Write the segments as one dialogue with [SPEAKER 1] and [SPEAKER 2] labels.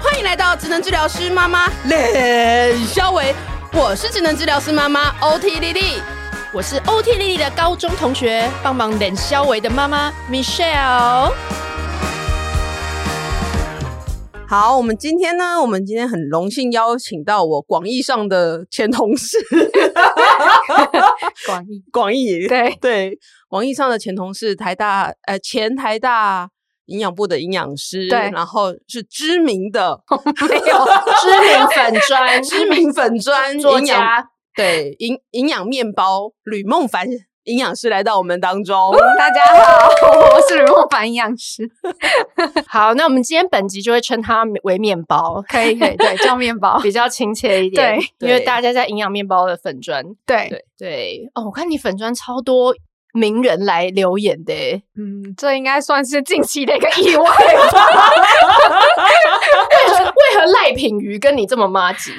[SPEAKER 1] 欢迎来到职能治疗师妈妈冷肖维，我是职能治疗师妈哦妈 OT 丽丽。
[SPEAKER 2] 我是 OT 丽丽的高中同学，帮忙冷肖维的妈妈 Michelle。
[SPEAKER 1] 好，我们今天呢，我们今天很荣幸邀请到我广义上的前同 事，
[SPEAKER 2] 广义
[SPEAKER 1] 广义
[SPEAKER 2] 对，
[SPEAKER 1] 对，广义上的前同事，台大呃前台大营养部的营养师，
[SPEAKER 2] 对
[SPEAKER 1] 然后是知名 的
[SPEAKER 2] 没有知名粉砖
[SPEAKER 1] 知名粉砖
[SPEAKER 2] 作
[SPEAKER 1] 营养
[SPEAKER 2] 家，
[SPEAKER 1] 对营营养面包吕梦凡营养师来到我们当中，
[SPEAKER 3] 大家好， 我是吕梦凡营养师，
[SPEAKER 2] 好，那我们今天本集就会称它为面包，
[SPEAKER 3] 可以可以，对，叫面 包，
[SPEAKER 2] 比较亲切一点。
[SPEAKER 1] 对
[SPEAKER 2] 因为
[SPEAKER 1] 对
[SPEAKER 2] 大家在营养面包的粉砖，
[SPEAKER 3] 对，
[SPEAKER 2] 对对哦，我看你粉砖超多名人来留言的欸耶，
[SPEAKER 3] 嗯，这应该算是近期的一个意外吧
[SPEAKER 2] 为何为何赖品瑜跟你这么妈吉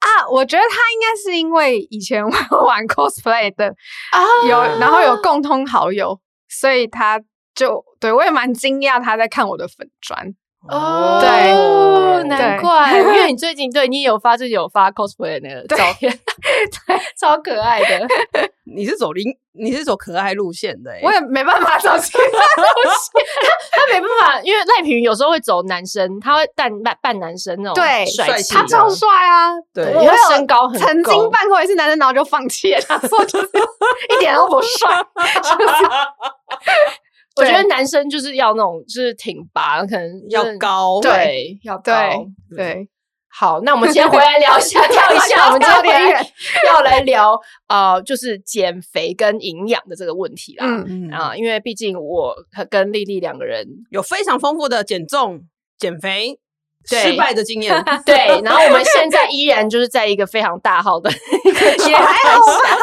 [SPEAKER 3] 啊，我觉得他应该是因为以前我有玩 cosplay 的
[SPEAKER 2] 啊
[SPEAKER 3] 有，然后有共通好友，所以他就对我也蛮惊讶他在看我的粉砖，
[SPEAKER 2] 哦，
[SPEAKER 3] 对
[SPEAKER 2] 哦
[SPEAKER 3] 对
[SPEAKER 2] 难怪，因为你最近对你有发，最近有发 cosplay 的那个照片， 超可爱的。
[SPEAKER 1] 你是走零，你是走可爱路线的、欸，
[SPEAKER 3] 我也没办法找其他东西，
[SPEAKER 2] 他没办法，因为赖品妤有时候会走男生，他会扮扮扮男生那种
[SPEAKER 3] 对
[SPEAKER 2] 帅气的，
[SPEAKER 3] 他超帅啊，
[SPEAKER 1] 对
[SPEAKER 2] 因
[SPEAKER 3] 我
[SPEAKER 2] 为
[SPEAKER 3] 有
[SPEAKER 2] 身高很高
[SPEAKER 3] 曾经扮过一次男生，然后就放弃 了，说就是一点都不帅，
[SPEAKER 2] 我觉得
[SPEAKER 3] 对
[SPEAKER 2] 男生就是要那种就是挺拔，可能
[SPEAKER 1] 要
[SPEAKER 2] 就是
[SPEAKER 1] 高，
[SPEAKER 2] 对要高。
[SPEAKER 3] 对对。
[SPEAKER 2] 好，那我们先回来聊一下，跳一下，我们今 天回来要来聊呃，就是减肥跟营养的这个问题啦。
[SPEAKER 3] 嗯，
[SPEAKER 1] 嗯
[SPEAKER 2] 啊，因为毕竟我跟丽丽两个人
[SPEAKER 1] 有非常丰富的减重、减肥
[SPEAKER 2] 对
[SPEAKER 1] 失败的经验，
[SPEAKER 2] 对，然后我们现在依然就是在一个非常大号的一个
[SPEAKER 3] 也还 好吧。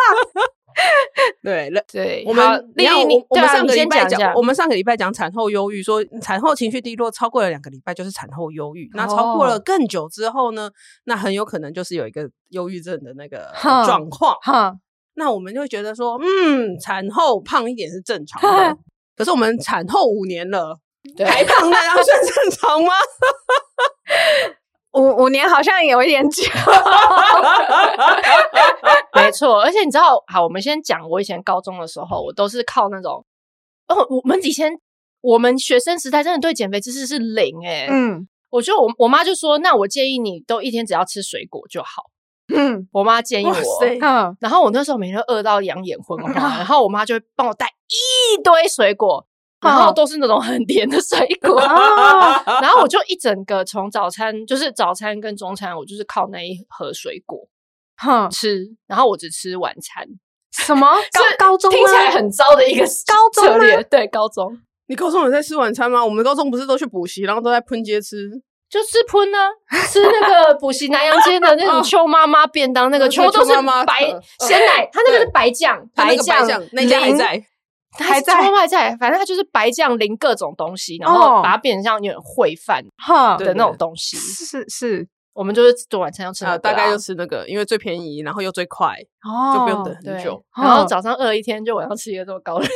[SPEAKER 1] 对，了
[SPEAKER 2] 对，
[SPEAKER 1] 我
[SPEAKER 2] 好
[SPEAKER 1] 们
[SPEAKER 2] 丽
[SPEAKER 1] 你看
[SPEAKER 2] 丽，
[SPEAKER 1] 我
[SPEAKER 2] 你
[SPEAKER 1] 我
[SPEAKER 2] 对
[SPEAKER 1] 们
[SPEAKER 2] 啊
[SPEAKER 1] 上
[SPEAKER 2] 你
[SPEAKER 1] 个礼
[SPEAKER 2] 先
[SPEAKER 1] 拜
[SPEAKER 2] 讲一下
[SPEAKER 1] 讲，我们上个礼拜讲产后忧郁，说产后情绪低落超过了两个礼拜就是产后忧郁，那超过了
[SPEAKER 3] 哦
[SPEAKER 1] 更久之后呢，那很有可能就是有一个忧郁症的那个
[SPEAKER 3] 哼
[SPEAKER 1] 状况。
[SPEAKER 3] 哈，
[SPEAKER 1] 那我们就会觉得说，嗯，产后胖一点是正常 的。可是我们产后五年了，
[SPEAKER 2] 对
[SPEAKER 1] 还胖那样算正常吗？
[SPEAKER 3] 五五年好像有一点久，
[SPEAKER 2] 没错，而且你知道，好，我们先讲我以前高中的时候，我都是靠那种，哦，我们以前我们学生时代真的对减肥知识是零哎、
[SPEAKER 3] 嗯
[SPEAKER 2] 我觉得我我妈就说，那我建议你都一天只要吃水果就好。
[SPEAKER 3] 嗯
[SPEAKER 2] 我妈建议我
[SPEAKER 1] 哇，塞
[SPEAKER 3] 嗯，
[SPEAKER 2] 然后我那时候每天都饿到养眼昏花，然后我妈就会帮我带一堆水果，然后都是那种很甜的水果，
[SPEAKER 3] 哦
[SPEAKER 2] 然后我就一整个从早餐就是早餐跟中餐，我就是靠那一盒水果
[SPEAKER 3] 哼，
[SPEAKER 2] 吃，然后我只吃晚餐，
[SPEAKER 3] 什么高
[SPEAKER 2] 是
[SPEAKER 3] 高中吗
[SPEAKER 2] 听起来很糟的一个
[SPEAKER 3] 高中
[SPEAKER 2] 策
[SPEAKER 3] 吗
[SPEAKER 2] 略，对高中
[SPEAKER 1] 你高中有在吃晚餐吗？我们高中不是都去补习，然后都在喷街吃？
[SPEAKER 2] 就吃喷呢、吃那个补习南洋街的那种
[SPEAKER 1] 哦
[SPEAKER 2] 邱妈妈便当，那个
[SPEAKER 1] 哦
[SPEAKER 2] 全部都
[SPEAKER 1] 邱
[SPEAKER 2] 是
[SPEAKER 1] 妈妈
[SPEAKER 2] 白
[SPEAKER 1] 的嗯
[SPEAKER 2] 鲜奶，它那个是
[SPEAKER 1] 对
[SPEAKER 2] 白酱，
[SPEAKER 1] 他那个
[SPEAKER 2] 酱
[SPEAKER 1] 白酱那家还
[SPEAKER 2] 淋
[SPEAKER 1] 在，
[SPEAKER 2] 还
[SPEAKER 3] 还在
[SPEAKER 2] 在，外在，反正它就是白酱淋各种东西，然后
[SPEAKER 3] 哦
[SPEAKER 2] 把它变成像有点烩饭
[SPEAKER 3] 哼，
[SPEAKER 1] 对
[SPEAKER 2] 的那种东西。
[SPEAKER 3] 是是
[SPEAKER 2] 我们就是做晚餐要吃那
[SPEAKER 1] 啊，
[SPEAKER 2] 个
[SPEAKER 1] 大概
[SPEAKER 2] 啊
[SPEAKER 1] 就吃那个，因为最便宜，然后又最快，
[SPEAKER 3] 哦
[SPEAKER 1] 就不用等很
[SPEAKER 2] 对
[SPEAKER 1] 久。，
[SPEAKER 2] 然后
[SPEAKER 3] 嗯
[SPEAKER 2] 早上饿一天，就晚上吃一个这么高热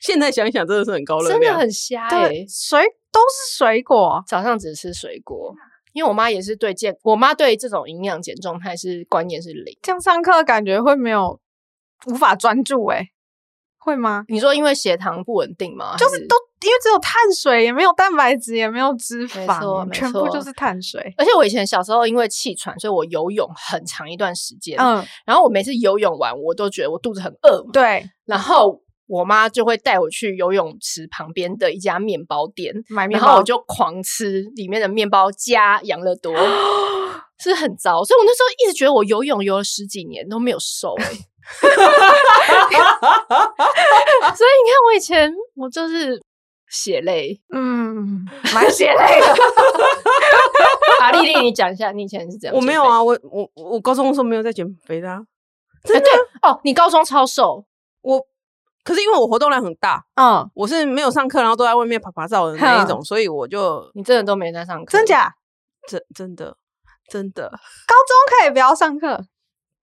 [SPEAKER 1] 现在想一想，真的是很高热
[SPEAKER 2] 真的
[SPEAKER 1] 量，
[SPEAKER 2] 很瞎
[SPEAKER 3] 对
[SPEAKER 2] 哎。
[SPEAKER 3] 水都是水果，
[SPEAKER 2] 早上只吃水果，因为我妈也是对健，我妈对这种营养减重态是观念是零。
[SPEAKER 3] 这样上课感觉会没有无法专注，哎，会吗？
[SPEAKER 2] 你说因为血糖不稳定吗？
[SPEAKER 3] 就是
[SPEAKER 2] 还
[SPEAKER 3] 都。因为只有碳水，也没有蛋白质，也没有脂
[SPEAKER 2] 没错
[SPEAKER 3] 肪，
[SPEAKER 2] 没
[SPEAKER 3] 全部
[SPEAKER 2] 错
[SPEAKER 3] 就是碳水。
[SPEAKER 2] 而且我以前小时候因为气喘，所以我游泳很长一段时间。
[SPEAKER 3] 嗯，
[SPEAKER 2] 然后我每次游泳完，我都觉得我肚子很饿嘛。
[SPEAKER 3] 对，
[SPEAKER 2] 然后我妈就会带我去游泳池旁边的一家面包店，
[SPEAKER 3] 买面
[SPEAKER 2] 然
[SPEAKER 3] 包，
[SPEAKER 2] 后我就狂吃里面的面包加养乐 多，是很糟。所以我那时候一直觉得我游泳游了十几年都没有瘦、欸， 所以你看我以前我就是血泪。
[SPEAKER 3] 嗯，蛮血泪的。
[SPEAKER 2] 啊，丽丽，你讲一下，你以前是怎样？
[SPEAKER 1] 我没有。啊，我我我高中的时候没有在减肥的、啊，
[SPEAKER 2] 哎、对哦，你高中超瘦，
[SPEAKER 1] 我可是因为我活动量很大，
[SPEAKER 3] 嗯，
[SPEAKER 1] 我是没有上课，然后都在外面爬爬照的那一种，
[SPEAKER 3] 哼
[SPEAKER 1] 所以我就
[SPEAKER 2] 你真的都没在上课，
[SPEAKER 3] 真？假？
[SPEAKER 1] 真真的真的，
[SPEAKER 3] 都可以不要上课。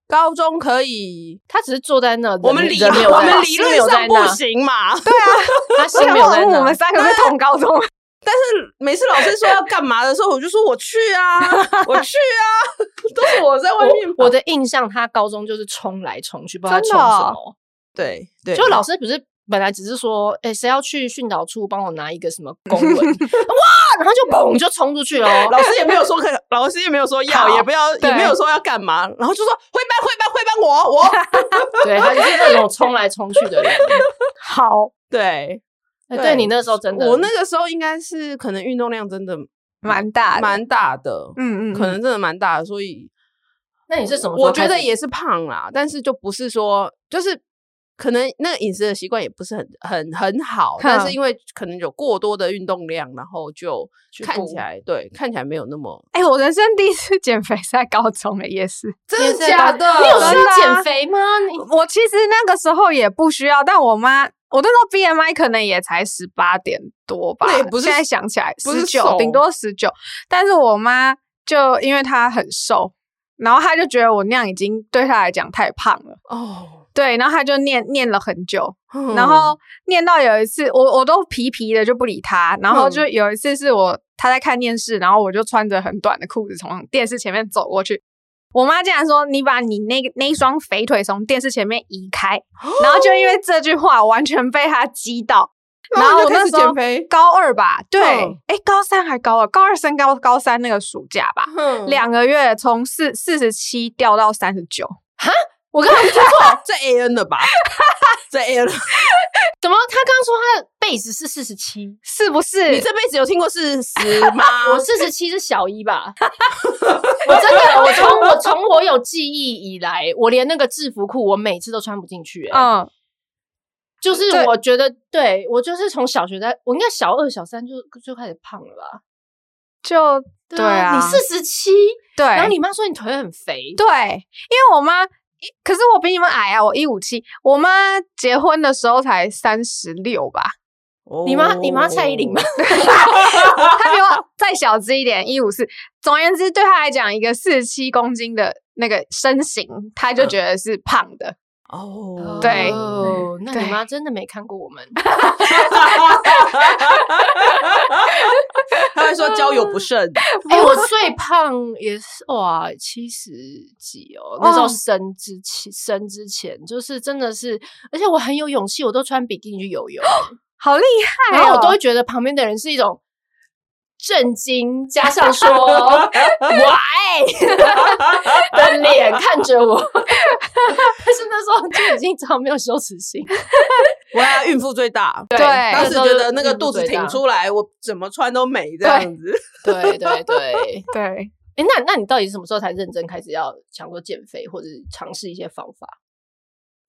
[SPEAKER 1] 高中可以，
[SPEAKER 2] 他只是坐在那，
[SPEAKER 1] 我们理
[SPEAKER 2] 人没有
[SPEAKER 1] 我
[SPEAKER 2] 在
[SPEAKER 1] 们理
[SPEAKER 2] 心没有
[SPEAKER 1] 论
[SPEAKER 2] 在
[SPEAKER 1] 上不
[SPEAKER 2] 那，
[SPEAKER 1] 行嘛，
[SPEAKER 2] 他心
[SPEAKER 3] 我想
[SPEAKER 2] 没有
[SPEAKER 3] 问
[SPEAKER 2] 在
[SPEAKER 3] 我
[SPEAKER 2] 那
[SPEAKER 3] 们。三个是同高中吗，
[SPEAKER 1] 但是每次老师说要干嘛的时候，我就说我去啊， 我去啊，都是我在外面
[SPEAKER 2] 我
[SPEAKER 1] 跑。
[SPEAKER 2] 我的印象，他高中就是冲来冲去，不知道他冲
[SPEAKER 3] 真的哦
[SPEAKER 2] 什么。
[SPEAKER 1] 对对，
[SPEAKER 2] 就老师不是本来只是说，哎、谁要去训导处帮我拿一个什么 公文，哇，然后就嘣就冲出去了。
[SPEAKER 1] 老师也没有说可， 老师也没有说要，
[SPEAKER 2] 好
[SPEAKER 1] 也不要，也
[SPEAKER 3] 对
[SPEAKER 1] 没有说要干嘛，然后就说回班回班回班，我我
[SPEAKER 2] 对，他就是那种冲来冲去的人。
[SPEAKER 3] 好，
[SPEAKER 1] 对
[SPEAKER 2] 哎
[SPEAKER 1] 对
[SPEAKER 2] 对你那时候真的，
[SPEAKER 1] 我那个时候应该是可能运动量真的
[SPEAKER 3] 蛮大的，
[SPEAKER 1] 蛮大的，
[SPEAKER 3] 嗯嗯，
[SPEAKER 1] 可能真的蛮大的，所以
[SPEAKER 2] 那你是什么时候
[SPEAKER 1] 我
[SPEAKER 2] 开始？
[SPEAKER 1] 觉得也是胖啦，但是就不是说就是。可能那个饮食的习惯也不是很很很好，但是
[SPEAKER 3] 哼
[SPEAKER 1] 因为可能有过多的运动量，然后就
[SPEAKER 2] 去
[SPEAKER 1] 看
[SPEAKER 2] 补
[SPEAKER 1] 起来对看起来没有那么
[SPEAKER 3] 哎、我人生第一次减肥是在高中的，也是。
[SPEAKER 1] 真
[SPEAKER 2] 的假
[SPEAKER 1] 的
[SPEAKER 2] 你有
[SPEAKER 3] 真
[SPEAKER 2] 需
[SPEAKER 3] 的
[SPEAKER 2] 要
[SPEAKER 3] 啊
[SPEAKER 2] 减肥吗？你
[SPEAKER 3] 我其实那个时候也不需要，但我妈，我那时候 BMI 可能也才十八点多吧，
[SPEAKER 1] 那也不是
[SPEAKER 3] 现在想起来
[SPEAKER 1] 不是
[SPEAKER 3] 十九，顶
[SPEAKER 1] 瘦
[SPEAKER 3] 多十九。但是我妈就因为她很瘦，然后她就觉得我那样已经对她来讲太胖了，
[SPEAKER 1] 哦，
[SPEAKER 3] 对，然后她就念念了很久，
[SPEAKER 1] 嗯
[SPEAKER 3] 然后念到有一次，我我都皮皮的就不理他，然后
[SPEAKER 1] 嗯
[SPEAKER 3] 就有一次是我他在看电视，然后我就穿着很短的裤子从电视前面走过去，我妈竟然说你把你那个那一双肥腿从电视前面移开，然后就因为这句话我完全被他激到，然后
[SPEAKER 1] 哦你
[SPEAKER 3] 我
[SPEAKER 1] 就开
[SPEAKER 3] 那
[SPEAKER 1] 始
[SPEAKER 3] 时候
[SPEAKER 1] 减肥，
[SPEAKER 3] 高二吧，对，
[SPEAKER 1] 嗯
[SPEAKER 3] 哎、高三还高二，高二升高高三那个暑假吧，
[SPEAKER 1] 哼
[SPEAKER 3] 两个月从四四十七掉到三十九，
[SPEAKER 2] 我刚刚 说
[SPEAKER 1] 这 A N 了吧？这 A N，
[SPEAKER 2] 怎么？他刚刚说他的 base 是四十七，
[SPEAKER 3] 是不是？
[SPEAKER 1] 你这辈子有听过四十吗？
[SPEAKER 3] 啊
[SPEAKER 2] 我四十七是小一吧？ 我真的，我从我从我有记忆以来，我连那个制服裤我每次都穿不进去、欸。
[SPEAKER 3] 嗯，
[SPEAKER 2] 就是
[SPEAKER 3] 对
[SPEAKER 2] 我觉得，对我就是从小学在，我应该小二小三就就开始胖了吧？
[SPEAKER 3] 就对啊
[SPEAKER 2] 你四十七，
[SPEAKER 3] 对，
[SPEAKER 2] 然后你妈说你腿很肥，
[SPEAKER 3] 对，因为我妈，可是我比你们矮啊，我一五七，我妈结婚的时候才三十六吧，哦
[SPEAKER 2] 你妈你
[SPEAKER 1] 哦
[SPEAKER 2] 妈蔡依林吗？
[SPEAKER 3] 她比我再小只一点，一五四。总而言之，对她来讲，一个四十七公斤的那个身形，她就觉得是胖的。
[SPEAKER 1] 哦，
[SPEAKER 3] 对
[SPEAKER 2] 哦那你
[SPEAKER 3] 对
[SPEAKER 2] 妈真的没看过我 们，
[SPEAKER 1] 他会说交友不慎，
[SPEAKER 2] 哎、我最胖也是哇七十几哦，那时候
[SPEAKER 3] 哇
[SPEAKER 2] 生之前生之前就是真的是，而且我很有勇气，我都穿比基尼去游泳，
[SPEAKER 3] 好厉害、哦！
[SPEAKER 2] 然后我都会觉得旁边的人是一种震惊，加上 说 why 的脸看着我， 但是那时候就已经知道没有羞耻心，
[SPEAKER 1] 我要孕妇最大。
[SPEAKER 3] 对
[SPEAKER 1] 当时
[SPEAKER 2] 时候
[SPEAKER 1] 觉
[SPEAKER 2] 就
[SPEAKER 1] 得那个
[SPEAKER 2] 进步
[SPEAKER 1] 肚子
[SPEAKER 2] 最大
[SPEAKER 1] 挺，出来，我怎么穿都美这样子。
[SPEAKER 2] 对对对。
[SPEAKER 3] 对，
[SPEAKER 2] 哎，那那你到底什么时候才认真开始要想说减肥，或者是尝试一些方法？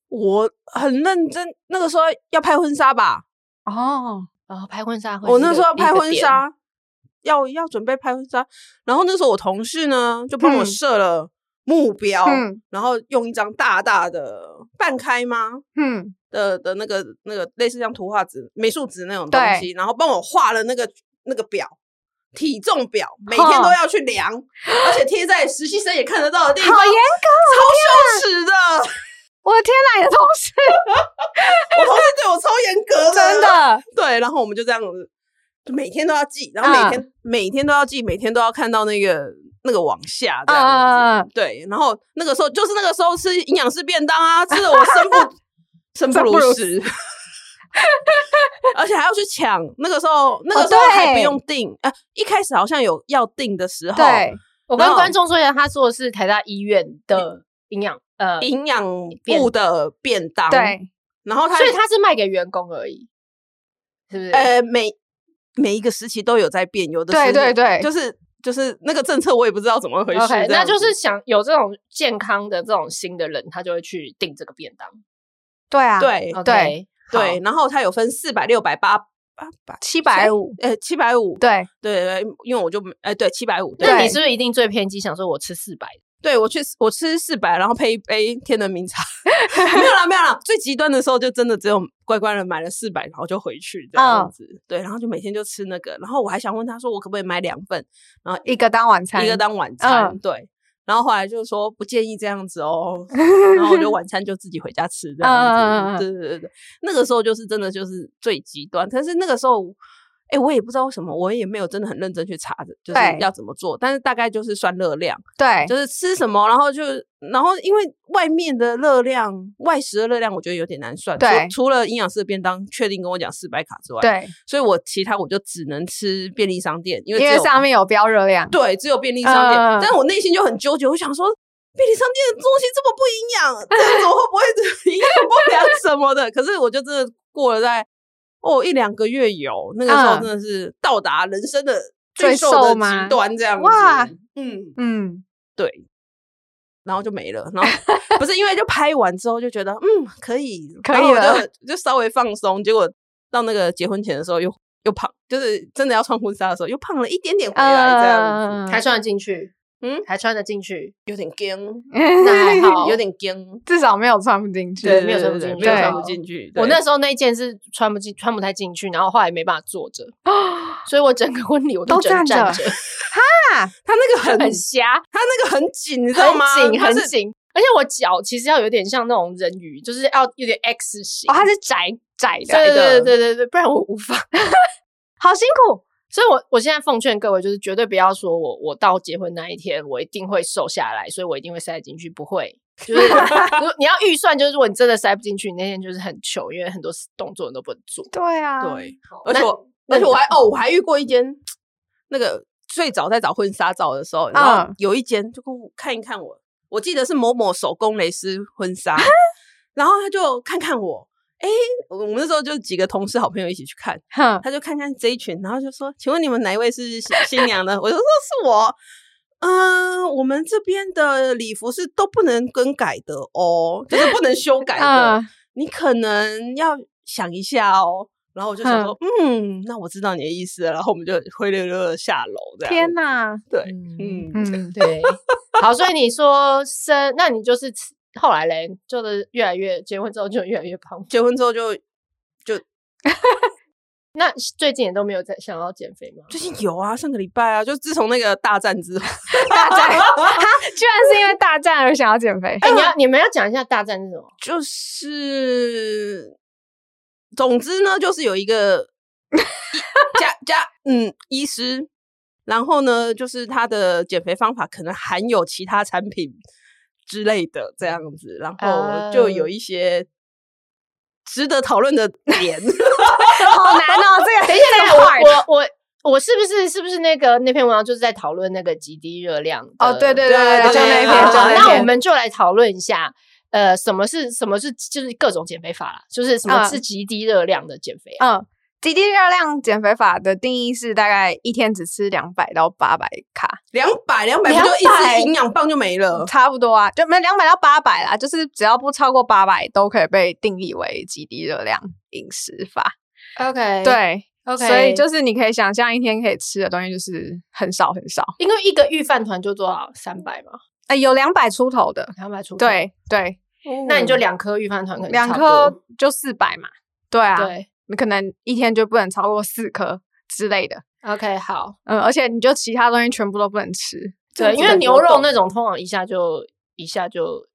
[SPEAKER 1] 我很认真，那个时候要拍婚纱吧，
[SPEAKER 3] 哦，
[SPEAKER 2] 然后拍婚纱会是一个，
[SPEAKER 1] 我哦那时候要拍
[SPEAKER 2] 一个
[SPEAKER 1] 婚
[SPEAKER 2] 点，
[SPEAKER 1] 纱，要要准备拍婚纱，然后那时候我同事呢就帮我
[SPEAKER 3] 嗯
[SPEAKER 1] 设了目标，
[SPEAKER 3] 嗯
[SPEAKER 1] 然后用一张大大的半开吗？
[SPEAKER 3] 嗯，
[SPEAKER 1] 的的那个那个类似像图画纸、美术纸那种东
[SPEAKER 3] 对
[SPEAKER 1] 西，然后帮我画了那个那个表，体重表，每天都
[SPEAKER 3] 哈
[SPEAKER 1] 要去量，而且贴在实习生也看得到的地方，
[SPEAKER 3] 好严哦
[SPEAKER 1] 超羞耻的。
[SPEAKER 3] 我的天哪，你的同事
[SPEAKER 1] 我同事对我超严格的，
[SPEAKER 3] 真的，
[SPEAKER 1] 对。然后我们就这样子，就每天都要记，然后
[SPEAKER 3] 嗯
[SPEAKER 1] 每天、每天都要记，每天都要看到那个那个往下这样子。
[SPEAKER 3] 嗯嗯嗯
[SPEAKER 1] 对，然后那个时候就是那个时候吃营养师便当啊，吃的我生不生不
[SPEAKER 3] 生
[SPEAKER 1] 如
[SPEAKER 3] 不如
[SPEAKER 1] 死，而且还要去抢。那个时候那个
[SPEAKER 3] 哦
[SPEAKER 1] 时候还不
[SPEAKER 3] 对
[SPEAKER 1] 用订，呃，一开始好像有要订的时候，
[SPEAKER 3] 嗯对，
[SPEAKER 2] 我
[SPEAKER 1] 然
[SPEAKER 2] 跟
[SPEAKER 1] 后
[SPEAKER 2] 观众说一下，他做的是台大医院的营养，呃，
[SPEAKER 1] 营养
[SPEAKER 2] 便
[SPEAKER 1] 部的便当，，
[SPEAKER 3] 对，
[SPEAKER 1] 然后他
[SPEAKER 2] 所以他是卖给员工而已，是不是？
[SPEAKER 1] 呃每每一个时期都有在变，有的
[SPEAKER 3] 对
[SPEAKER 1] 时
[SPEAKER 3] 对对
[SPEAKER 1] 就是。就是那个政策，我也不知道怎么回事。
[SPEAKER 2] OK，
[SPEAKER 1] 这
[SPEAKER 2] 那
[SPEAKER 1] 样
[SPEAKER 2] 就
[SPEAKER 1] 子
[SPEAKER 2] 是想有这种健康的这种心的人，他就会去订这个便当。
[SPEAKER 3] 对啊，，
[SPEAKER 1] 对
[SPEAKER 2] OK，
[SPEAKER 1] 对，
[SPEAKER 2] 哦好，
[SPEAKER 1] 然后它有分四百、六百、八八百、
[SPEAKER 3] 七百五，
[SPEAKER 1] 呃七百五，
[SPEAKER 3] 对，
[SPEAKER 1] 对对，因为我就没哎对七百五，对
[SPEAKER 2] 那你
[SPEAKER 3] 对
[SPEAKER 2] 是不是一定最偏激，想说我吃四百？
[SPEAKER 1] 对我去我吃四百，然后配一杯天人茗 茶，没有啦没有啦，最极端的时候就真的只有乖乖的买了四百，然后就回去这样
[SPEAKER 2] 哦
[SPEAKER 3] 嗯
[SPEAKER 1] 子，对，然后就每天就吃那个，然后我还想问他说我可不可以买两份，然后
[SPEAKER 3] 一个当晚餐，
[SPEAKER 1] 一个当晚餐，
[SPEAKER 3] 嗯
[SPEAKER 1] 对。然后后来就说不建议这样子 哦，然后我就晚餐就自己回家吃这样子。
[SPEAKER 3] 嗯嗯嗯嗯
[SPEAKER 1] 对对对对，那个时候就是真的就是最极端，但是那个时候，哎、我也不知道为什么，我也没有真的很认真去查着，就是
[SPEAKER 3] 对
[SPEAKER 1] 要怎么做，但是大概就是算热量，
[SPEAKER 3] 对，
[SPEAKER 1] 就是吃什么，然后就然后因为外面的热量、外食的热量，我觉得有点难算。除
[SPEAKER 3] 对
[SPEAKER 1] 除了营养师的便当确定跟我讲四百卡之外，，
[SPEAKER 3] 对，
[SPEAKER 1] 所以我其他我就只能吃便利商店，因为
[SPEAKER 3] 因为
[SPEAKER 1] 只有
[SPEAKER 3] 上面有标热量，
[SPEAKER 1] 对，只有便利商店。
[SPEAKER 3] 嗯
[SPEAKER 1] 但我内心就很纠结，我想说，便利商店的东西这么不营养，这样子我会不会 营养不良什么的？可是我就真的过了在哦一两个月有，那个时候
[SPEAKER 3] 嗯
[SPEAKER 1] 真的是到达人生的
[SPEAKER 3] 最
[SPEAKER 1] 瘦
[SPEAKER 3] 瘦
[SPEAKER 1] 的
[SPEAKER 3] 吗
[SPEAKER 1] 极端这样子。
[SPEAKER 3] 哇
[SPEAKER 1] 嗯，
[SPEAKER 3] 嗯，
[SPEAKER 1] 对。然后就没了，然后不是因为就拍完之后就觉得嗯可以，
[SPEAKER 3] 可
[SPEAKER 1] 然
[SPEAKER 3] 以
[SPEAKER 1] 后我
[SPEAKER 3] 了
[SPEAKER 1] 就就稍微放松，结果到那个结婚前的时候又又胖，就是真的要穿婚纱的时候又胖了一点
[SPEAKER 2] 嗯
[SPEAKER 1] 点回来这样
[SPEAKER 3] 嗯
[SPEAKER 1] 子，
[SPEAKER 2] 还穿得进去，
[SPEAKER 1] 嗯
[SPEAKER 2] 嗯，还穿得 进去，
[SPEAKER 1] 有点僵，
[SPEAKER 2] 那还好
[SPEAKER 1] 有点僵，
[SPEAKER 3] 至少没有穿不进去，
[SPEAKER 2] 没有穿不
[SPEAKER 1] 对
[SPEAKER 2] 进去
[SPEAKER 1] 没有穿不
[SPEAKER 2] 对
[SPEAKER 1] 进去。
[SPEAKER 2] 我
[SPEAKER 1] 对
[SPEAKER 2] 那时候那一件是穿不进、穿不太进去，然后后来没办法坐着，
[SPEAKER 1] 啊
[SPEAKER 2] 所以我整个婚礼我
[SPEAKER 3] 都
[SPEAKER 2] 只能
[SPEAKER 3] 站
[SPEAKER 2] 站
[SPEAKER 3] 着
[SPEAKER 2] 着，
[SPEAKER 1] 他那个很，
[SPEAKER 2] 很瞎，
[SPEAKER 1] 他那个很紧，你知道
[SPEAKER 2] 很
[SPEAKER 1] 吗？
[SPEAKER 2] 紧，
[SPEAKER 1] 他
[SPEAKER 2] 很
[SPEAKER 1] 是
[SPEAKER 2] 紧。而且我脚其实要有点像那种人鱼，就是要有点 X 型。
[SPEAKER 3] 哦，它是窄窄
[SPEAKER 2] 对
[SPEAKER 1] 的
[SPEAKER 2] 对
[SPEAKER 3] 的，
[SPEAKER 2] 对对对对，不然我无法。
[SPEAKER 3] 好辛苦，
[SPEAKER 2] 所以我，我现在奉劝各位，就是绝对不要说我我到结婚那一天，我一定会瘦下来，所以我一定会塞进去，不会。就是 如你要预算，就是如果你真的塞不进去，你那天就是很糗，因为很多动作你都不能做。
[SPEAKER 3] 对啊，
[SPEAKER 1] 对，而且我，而且
[SPEAKER 2] 那
[SPEAKER 1] 我还哦，我还遇过一间那个最早在找婚纱照的时候，然后
[SPEAKER 3] 嗯
[SPEAKER 1] 有一间就跟我看一看我，我记得是某某手工蕾丝婚纱，然后他就看看我。哎，我们那时候就几个同事、好朋友一起去看，
[SPEAKER 3] 哼，
[SPEAKER 1] 他就看看这一群，然后就说：“请问你们哪一位是新新娘呢？”我就说：“是我。”嗯、我们这边的礼服是都不能更改的哦，就是不能修改的。
[SPEAKER 3] 嗯，
[SPEAKER 1] 你可能要想一下哦。然后我就想说，嗯，那我知道你的意思了。然后我们就灰溜溜的下楼，这样。
[SPEAKER 3] 天哪，
[SPEAKER 1] 对，
[SPEAKER 2] 嗯，
[SPEAKER 1] 嗯，
[SPEAKER 3] 嗯，
[SPEAKER 2] 对。 好，所以你说生，那你就是吃后来嘞，就是越来越结婚之后就越来越胖。
[SPEAKER 1] 结婚之后就
[SPEAKER 2] 那最近也都没有在想要减肥吗？
[SPEAKER 1] 最近有啊，上个礼拜啊，就自从那个大战之后，
[SPEAKER 3] 大战，哈居然是因为大战而想要减 肥，
[SPEAKER 2] 哎、你要你们要讲一下大战是什么？
[SPEAKER 1] 就是，总之呢，就是有一 个医加加嗯医师，然后呢，就是他的减肥方法可能含有其他产品之类的这样子，然后就
[SPEAKER 2] 啊
[SPEAKER 1] 有一些值得讨论的点。
[SPEAKER 3] 好难哦，这个
[SPEAKER 2] 等一下，
[SPEAKER 3] 这
[SPEAKER 2] 等一
[SPEAKER 3] 个
[SPEAKER 2] 下
[SPEAKER 3] hard 哦
[SPEAKER 2] 我我我我是不是是不是那个那篇文章就是在讨论那个极低热量的？
[SPEAKER 3] 哦，对对对
[SPEAKER 1] 对
[SPEAKER 3] 对，
[SPEAKER 1] 对
[SPEAKER 3] 就那
[SPEAKER 1] 对
[SPEAKER 3] 一篇，
[SPEAKER 2] 好
[SPEAKER 3] 就那一
[SPEAKER 2] 那我
[SPEAKER 3] 篇，
[SPEAKER 2] 们就来讨论一下，呃，什么是什么是就是各种减肥法啦，就是什么
[SPEAKER 3] 嗯
[SPEAKER 2] 是极低热量的减肥啊？
[SPEAKER 3] 嗯，极低热量减肥法的定义是大概一天只吃两百到八百卡，
[SPEAKER 1] 两百两百不就一
[SPEAKER 2] 200
[SPEAKER 1] 支营养棒就没
[SPEAKER 2] 呃
[SPEAKER 1] 了？
[SPEAKER 3] 差不多啊，就没两百到八百啦，就是只要不超过八百都可以被定义为极低热量饮食法。
[SPEAKER 2] OK，
[SPEAKER 3] 嗯对
[SPEAKER 2] OK，
[SPEAKER 3] 所以就是你可以想象一天可以吃的东西就是很少很少，
[SPEAKER 2] 因为一个预饭团就多少三百嘛，
[SPEAKER 3] 哎、有两百出头的，
[SPEAKER 2] 两百出头，
[SPEAKER 3] 对对，
[SPEAKER 2] 那你就两颗预饭团可能
[SPEAKER 3] 两
[SPEAKER 2] 差不多
[SPEAKER 3] 颗就四百嘛，对啊，
[SPEAKER 2] 对
[SPEAKER 3] 你可能一天就不能超过四颗之类的，
[SPEAKER 2] ，OK 好，
[SPEAKER 3] 嗯，而且你就其他东西全部都不能吃，
[SPEAKER 2] 对，因为牛
[SPEAKER 1] 我
[SPEAKER 2] 肉
[SPEAKER 1] 懂
[SPEAKER 2] 那种通常一下就一下就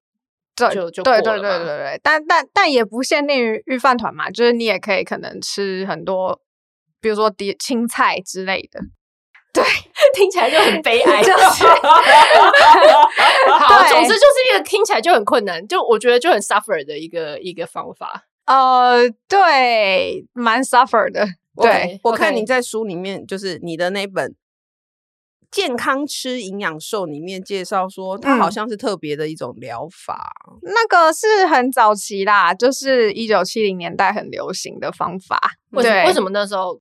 [SPEAKER 3] 对
[SPEAKER 2] 就就过
[SPEAKER 3] 对对
[SPEAKER 2] 了
[SPEAKER 3] 对
[SPEAKER 2] 嘛
[SPEAKER 3] 对对，但但但也不限定于预饭团嘛，就是你也可以可能吃很多，比如说碟青菜之类的。
[SPEAKER 2] 听起来就很悲哀，
[SPEAKER 3] 就是
[SPEAKER 2] 好，
[SPEAKER 3] 对
[SPEAKER 2] 总之就是一个听起来就很困难，就我觉得就很 suffer 的一个一个方法。
[SPEAKER 3] 呃，对，蛮 suffer 的。对
[SPEAKER 2] OK
[SPEAKER 1] 我看你
[SPEAKER 2] OK
[SPEAKER 1] 在书里面，就是你的那本《健康吃营养瘦》里面介绍说，它好
[SPEAKER 3] 嗯
[SPEAKER 1] 像是特别的一种疗法。
[SPEAKER 3] 那个是很早期啦，就是一九七零年代很流行的方法。
[SPEAKER 2] 为什么
[SPEAKER 3] 对
[SPEAKER 2] 为什么那时候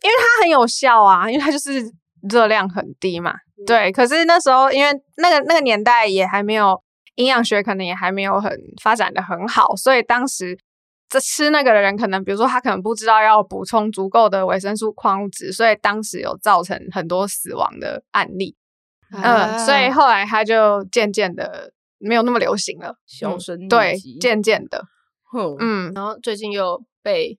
[SPEAKER 3] 它很有效啊，因为它就是热量很低嘛。
[SPEAKER 2] 嗯
[SPEAKER 3] 对，可是那时候因为那个那个年代也还没有营养学，可能也还没有很发展的很好，所以当时这吃那个的人，可能比如说他可能不知道要补充足够的维生素、矿物质，所以当时有造成很多死亡的案例。嗯，
[SPEAKER 2] 啊
[SPEAKER 3] 所以后来他就渐渐的没有那么流行了。
[SPEAKER 2] 嗯
[SPEAKER 1] 销声匿
[SPEAKER 3] 对
[SPEAKER 1] 迹，
[SPEAKER 3] 渐渐的，
[SPEAKER 1] 哼
[SPEAKER 3] 嗯，
[SPEAKER 2] 然后最近又被，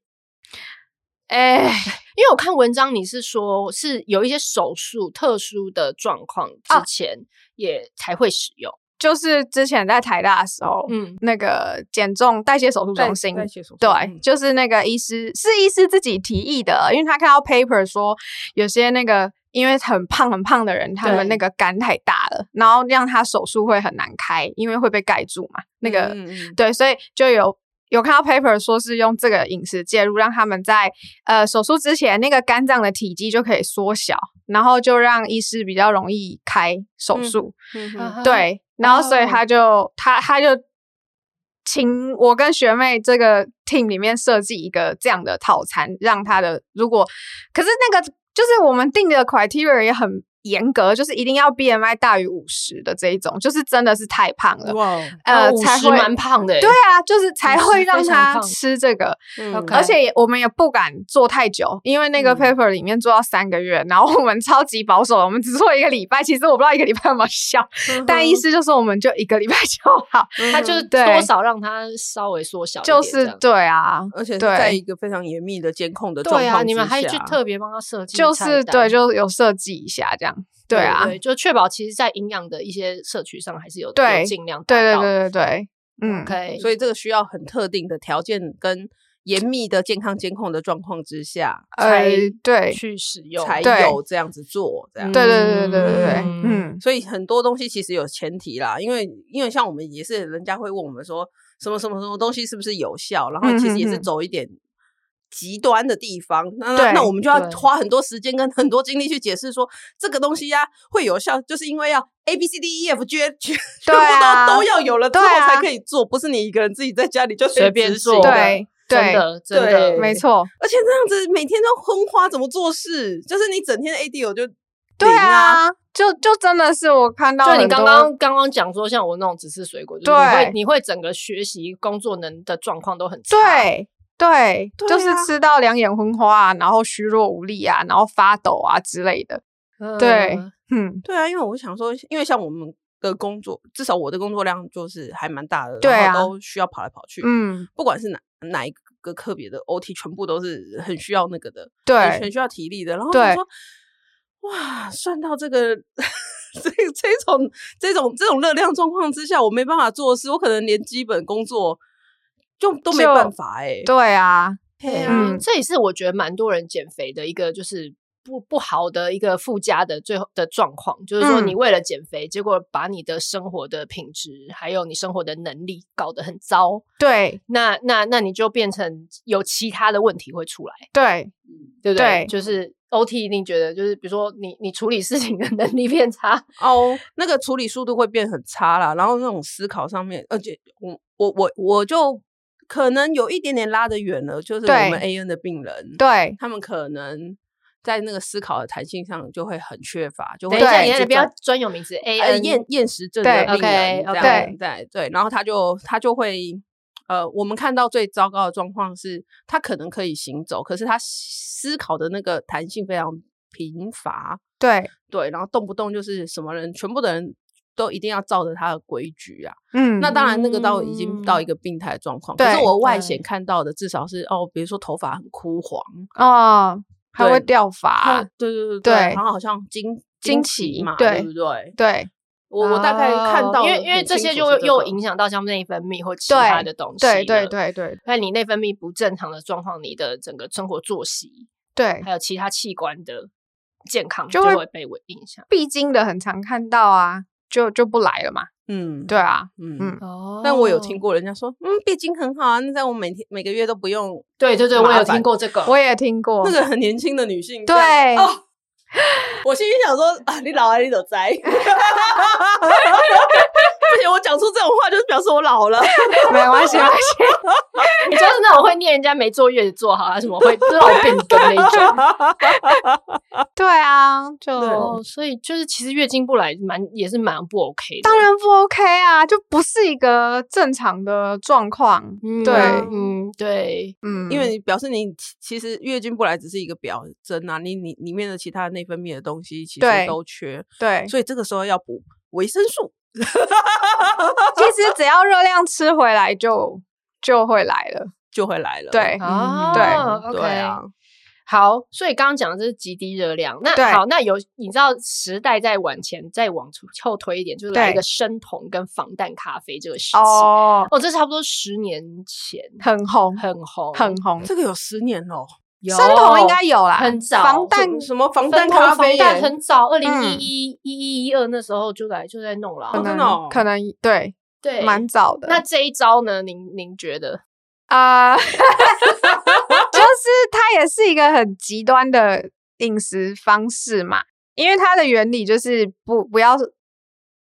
[SPEAKER 3] 哎、
[SPEAKER 2] 因为我看文章你是说
[SPEAKER 3] 啊
[SPEAKER 2] 是有一些手术特殊的状况之前也才会使用，
[SPEAKER 3] 就是之前在台大的时候，
[SPEAKER 2] 嗯，
[SPEAKER 3] 那个减重代谢手术中心，
[SPEAKER 1] 代谢手术
[SPEAKER 3] 对，
[SPEAKER 1] 嗯
[SPEAKER 3] 就是那个医师是医师自己提议的，因为他看到 paper 说有些那个因为很胖很胖的人，他
[SPEAKER 2] 对
[SPEAKER 3] 们那个肝太大了，然后让他手术会很难开，因为会被盖住嘛。那个、
[SPEAKER 1] 嗯嗯嗯
[SPEAKER 3] 对，所以就有有看到 paper 说是用这个饮食介入，让他们在呃手术之前那个肝脏的体积就可以缩小，然后就让医师比较容易开手
[SPEAKER 1] 嗯
[SPEAKER 3] 术。
[SPEAKER 1] 嗯哼
[SPEAKER 2] 啊
[SPEAKER 3] 对，然后所以
[SPEAKER 2] 哦
[SPEAKER 3] 他就、他他就请我跟学妹这个 team 里面设计一个这样的套餐，让他的如果可是那个就是我们定的 criteria 也很严格，就是一定要 BMI 大于五十的这一种，就是真的是太胖了，
[SPEAKER 1] 哇哦，
[SPEAKER 3] 呃，
[SPEAKER 2] 五
[SPEAKER 3] 才
[SPEAKER 2] 十
[SPEAKER 3] 会
[SPEAKER 2] 蛮胖的欸，
[SPEAKER 3] 对啊，就是才
[SPEAKER 2] 50
[SPEAKER 3] 会让
[SPEAKER 2] 非常
[SPEAKER 3] 他
[SPEAKER 2] 胖
[SPEAKER 3] 吃这个。
[SPEAKER 1] 嗯
[SPEAKER 2] OK
[SPEAKER 3] 而且也我们也不敢做太久，因为那个
[SPEAKER 1] 嗯
[SPEAKER 3] paper 里面做到三个月，然后我们超级保守，我们只做一个礼拜。其实我不知道一个礼拜有没有效，
[SPEAKER 1] 嗯
[SPEAKER 2] 嗯
[SPEAKER 3] 但医师就说我们就一个礼拜就好，
[SPEAKER 2] 他就是
[SPEAKER 3] 嗯对
[SPEAKER 2] 多少让他稍微缩小一点
[SPEAKER 3] 就
[SPEAKER 2] 这
[SPEAKER 3] 是
[SPEAKER 2] 样，
[SPEAKER 3] 对啊，
[SPEAKER 1] 而且是
[SPEAKER 3] 对
[SPEAKER 1] 在一个非常严密的监控的状
[SPEAKER 2] 对
[SPEAKER 1] 况
[SPEAKER 2] 啊，你们
[SPEAKER 1] 之
[SPEAKER 2] 还
[SPEAKER 1] 下
[SPEAKER 2] 去特别帮他设计菜
[SPEAKER 3] 就
[SPEAKER 2] 单，
[SPEAKER 3] 是对，就有设计一下这样，对啊，
[SPEAKER 2] 对，就确保其实，在营养的一些摄取上还是有
[SPEAKER 3] 对
[SPEAKER 2] 有尽量
[SPEAKER 3] 对
[SPEAKER 2] 达
[SPEAKER 3] 对
[SPEAKER 2] 到
[SPEAKER 3] 对对对，嗯，
[SPEAKER 2] ，OK，
[SPEAKER 1] 所以这个需要很特定的条件跟严密的健康监控的状况之下，
[SPEAKER 3] 呃
[SPEAKER 2] 才，
[SPEAKER 3] 对，
[SPEAKER 2] 去使用
[SPEAKER 1] 才
[SPEAKER 3] 对嗯
[SPEAKER 1] 有这样子做这样。
[SPEAKER 3] 对对对对对对对
[SPEAKER 2] 嗯，
[SPEAKER 3] 嗯，
[SPEAKER 1] 所以很多东西其实有前提啦，因为因为像我们也是，人家会问我们说什么什么什么东西是不是有效，然后其实也
[SPEAKER 3] 嗯
[SPEAKER 1] 是
[SPEAKER 3] 嗯嗯
[SPEAKER 1] 走一点极端的地方，那
[SPEAKER 3] 对
[SPEAKER 1] 那那我们就要
[SPEAKER 2] 对
[SPEAKER 1] 花很多时间跟很多精力去解释说这个东西呀、会有效，就是因为要 A B C D E F G H 全部
[SPEAKER 3] 对啊
[SPEAKER 1] 都都要有了之后
[SPEAKER 3] 对啊
[SPEAKER 1] 才可以做，不是你一个人自己在家里就可以
[SPEAKER 2] 随便
[SPEAKER 1] 执行
[SPEAKER 2] 做
[SPEAKER 1] 的
[SPEAKER 3] 对
[SPEAKER 2] 真
[SPEAKER 3] 对，
[SPEAKER 2] 的真的
[SPEAKER 1] 对
[SPEAKER 3] 没错，
[SPEAKER 1] 而且这样子每天都昏花，怎么做事？就是你整天的 AD 我就
[SPEAKER 3] 对
[SPEAKER 1] 零啊，
[SPEAKER 3] 啊，就就真的是我看到
[SPEAKER 2] 就你
[SPEAKER 3] 很
[SPEAKER 2] 刚
[SPEAKER 3] 多
[SPEAKER 2] 刚刚刚讲说，像我那种只吃水果，就是你
[SPEAKER 3] 对
[SPEAKER 2] 会你会整个学习工作能的状况都很差。，
[SPEAKER 3] 对对，
[SPEAKER 1] 对
[SPEAKER 3] 就是
[SPEAKER 1] 啊
[SPEAKER 3] 吃到两眼昏花、啊，然后虚弱无力啊，然后发抖啊之类的。对嗯，
[SPEAKER 1] 对啊，因为我想说，因为像我们的工作，至少我的工作量就是还蛮大的，
[SPEAKER 3] 对
[SPEAKER 1] 然后
[SPEAKER 3] 啊
[SPEAKER 1] 都需要跑来跑去，
[SPEAKER 3] 嗯，
[SPEAKER 1] 不管是哪哪一个科别的 OT，全部都是很需要那个的，很
[SPEAKER 3] 对
[SPEAKER 1] 很需要体力的。然后
[SPEAKER 3] 对
[SPEAKER 1] 我说，哇，算到这个这这种这种这种热量状况之下，我没办法做事，我可能连基本工作就都没
[SPEAKER 3] 就
[SPEAKER 1] 办法哎、欸，
[SPEAKER 3] 对啊，
[SPEAKER 1] 对啊
[SPEAKER 3] 嗯
[SPEAKER 2] 这也是我觉得蛮多人减肥的一个就是不不好的一个附加的最后的状况，就是说
[SPEAKER 3] 嗯
[SPEAKER 2] 你为了减肥，结果把你的生活的品质还有你生活的能力搞得很糟，
[SPEAKER 3] 对
[SPEAKER 2] 那那那你就变成有其他的问题会出来，
[SPEAKER 3] 对
[SPEAKER 2] 对不
[SPEAKER 3] 对
[SPEAKER 2] 就是 OT 一定觉得就是比如说你你处理事情的 能力变差，
[SPEAKER 1] 哦，那个处理速度会变很差啦，然后那种思考上面，而且我我我我就可能有一点点拉得远了，就是我
[SPEAKER 3] 对
[SPEAKER 1] 们 A N 的病人，
[SPEAKER 3] 对
[SPEAKER 1] 他们可能在那个思考的弹性上就会很缺乏，就会
[SPEAKER 2] 等一下，
[SPEAKER 1] 在
[SPEAKER 2] 你
[SPEAKER 1] 这
[SPEAKER 2] 的标
[SPEAKER 1] 种
[SPEAKER 2] 专有名词 A
[SPEAKER 1] 呃
[SPEAKER 2] N
[SPEAKER 1] 厌厌食症的
[SPEAKER 3] 对
[SPEAKER 1] 病人
[SPEAKER 2] OK，OK
[SPEAKER 1] 这样对对，然后他就他就会呃，我们看到最糟糕的状况是，他可能可以行走，可是他思考的那个弹性非常贫乏，
[SPEAKER 3] 对，
[SPEAKER 1] 对，然后动不动就是什么人，全部的人都一定要照着他的规矩啊。
[SPEAKER 3] 嗯，
[SPEAKER 1] 那当然，那个到已经到一
[SPEAKER 2] 嗯
[SPEAKER 1] 个病态的状况。可是
[SPEAKER 3] 对
[SPEAKER 1] 我外
[SPEAKER 2] 对
[SPEAKER 1] 显看到的，至少是哦，比如说头发很枯黄
[SPEAKER 3] 哦，还会
[SPEAKER 1] 对
[SPEAKER 3] 掉
[SPEAKER 1] 啊
[SPEAKER 3] 发，，
[SPEAKER 1] 对对对
[SPEAKER 3] 对
[SPEAKER 1] 然后好像经
[SPEAKER 3] 经
[SPEAKER 1] 期
[SPEAKER 3] 期
[SPEAKER 1] 嘛，
[SPEAKER 3] 对
[SPEAKER 1] 不对？
[SPEAKER 3] 对
[SPEAKER 1] 我我大概看
[SPEAKER 2] 哦
[SPEAKER 1] 到
[SPEAKER 2] 因
[SPEAKER 1] 的很清楚是这个，
[SPEAKER 2] 为因为这些就又影响到像内分泌或其他的东西。
[SPEAKER 3] 对对。对对
[SPEAKER 2] 那你内分泌不正常的状况，你的整个生活作息，
[SPEAKER 3] 对，
[SPEAKER 2] 还有其他器官的健康
[SPEAKER 3] 就
[SPEAKER 2] 就
[SPEAKER 3] 会
[SPEAKER 2] 会被我影响。
[SPEAKER 3] 必经的很常看到啊，就就不来了嘛。
[SPEAKER 1] 嗯，
[SPEAKER 3] 对啊，
[SPEAKER 1] 嗯
[SPEAKER 3] 嗯
[SPEAKER 1] 嗯。
[SPEAKER 2] 哦
[SPEAKER 1] 但我有听，过人家说，嗯，闭经很好啊，那在我每天每个月都不用。
[SPEAKER 2] 对对对，我
[SPEAKER 1] 麻
[SPEAKER 2] 有
[SPEAKER 1] 烦
[SPEAKER 2] 听过这个。
[SPEAKER 3] 我也听过
[SPEAKER 1] 那，个很年轻的女性这样，
[SPEAKER 3] 哦对
[SPEAKER 1] 哦，我心里想说啊，你老了，你走 栽。不行，我讲出这种话就是表示我老了。
[SPEAKER 3] 没关系，没关系。
[SPEAKER 2] 你就是那种会念人家没坐月子坐好啊，什么会老病根那一种。
[SPEAKER 3] 对啊，就
[SPEAKER 1] 对
[SPEAKER 2] 哦，所以就是其实月经不来蛮也是蛮不 OK 的。
[SPEAKER 3] 当然不 OK 啊，就不是一个正常的状况。
[SPEAKER 2] 嗯，
[SPEAKER 3] 对
[SPEAKER 2] 嗯，对，
[SPEAKER 3] 嗯，
[SPEAKER 1] 因为你表示你其其实月经不来只是一个表征啊，你你里面的其他内分泌的东西其
[SPEAKER 3] 对
[SPEAKER 1] 实都缺，
[SPEAKER 3] 对，
[SPEAKER 1] 所以这个时候要补维生素。
[SPEAKER 3] 其实只要热量吃回来就就会来了。
[SPEAKER 1] 就会来了，嗯
[SPEAKER 3] 对
[SPEAKER 2] 哦
[SPEAKER 1] 对
[SPEAKER 3] 嗯
[SPEAKER 2] ，OK
[SPEAKER 1] 对啊，
[SPEAKER 2] 好，所以刚刚讲的这是极低热量。那
[SPEAKER 3] 对
[SPEAKER 2] 好，那有你知道时代在往前再往后推一点，就是来
[SPEAKER 3] 对
[SPEAKER 2] 一个生酮跟防弹咖啡这个时期。哦
[SPEAKER 3] 哦，
[SPEAKER 2] 这差不多十年前，
[SPEAKER 3] 很红，
[SPEAKER 2] 很红，
[SPEAKER 3] 很红。
[SPEAKER 1] 这个有十年了，
[SPEAKER 2] 有
[SPEAKER 3] 生酮应该有啦，
[SPEAKER 2] 很早
[SPEAKER 3] 防弹
[SPEAKER 1] 什么防
[SPEAKER 2] 生
[SPEAKER 1] 弹
[SPEAKER 2] 酮
[SPEAKER 1] 咖啡
[SPEAKER 2] 防弹
[SPEAKER 1] 耶，
[SPEAKER 2] 很早，二零一一一一一二那时候就来就在弄了啊。
[SPEAKER 3] 嗯可
[SPEAKER 1] 哦真
[SPEAKER 3] 能、
[SPEAKER 1] 的哦
[SPEAKER 3] 可能对，
[SPEAKER 2] 对，
[SPEAKER 3] 蛮早的。
[SPEAKER 2] 那这一招呢？您您觉得？
[SPEAKER 3] 啊， 就是它也是一个很极端的饮食方式嘛，因为它的原理就是不不要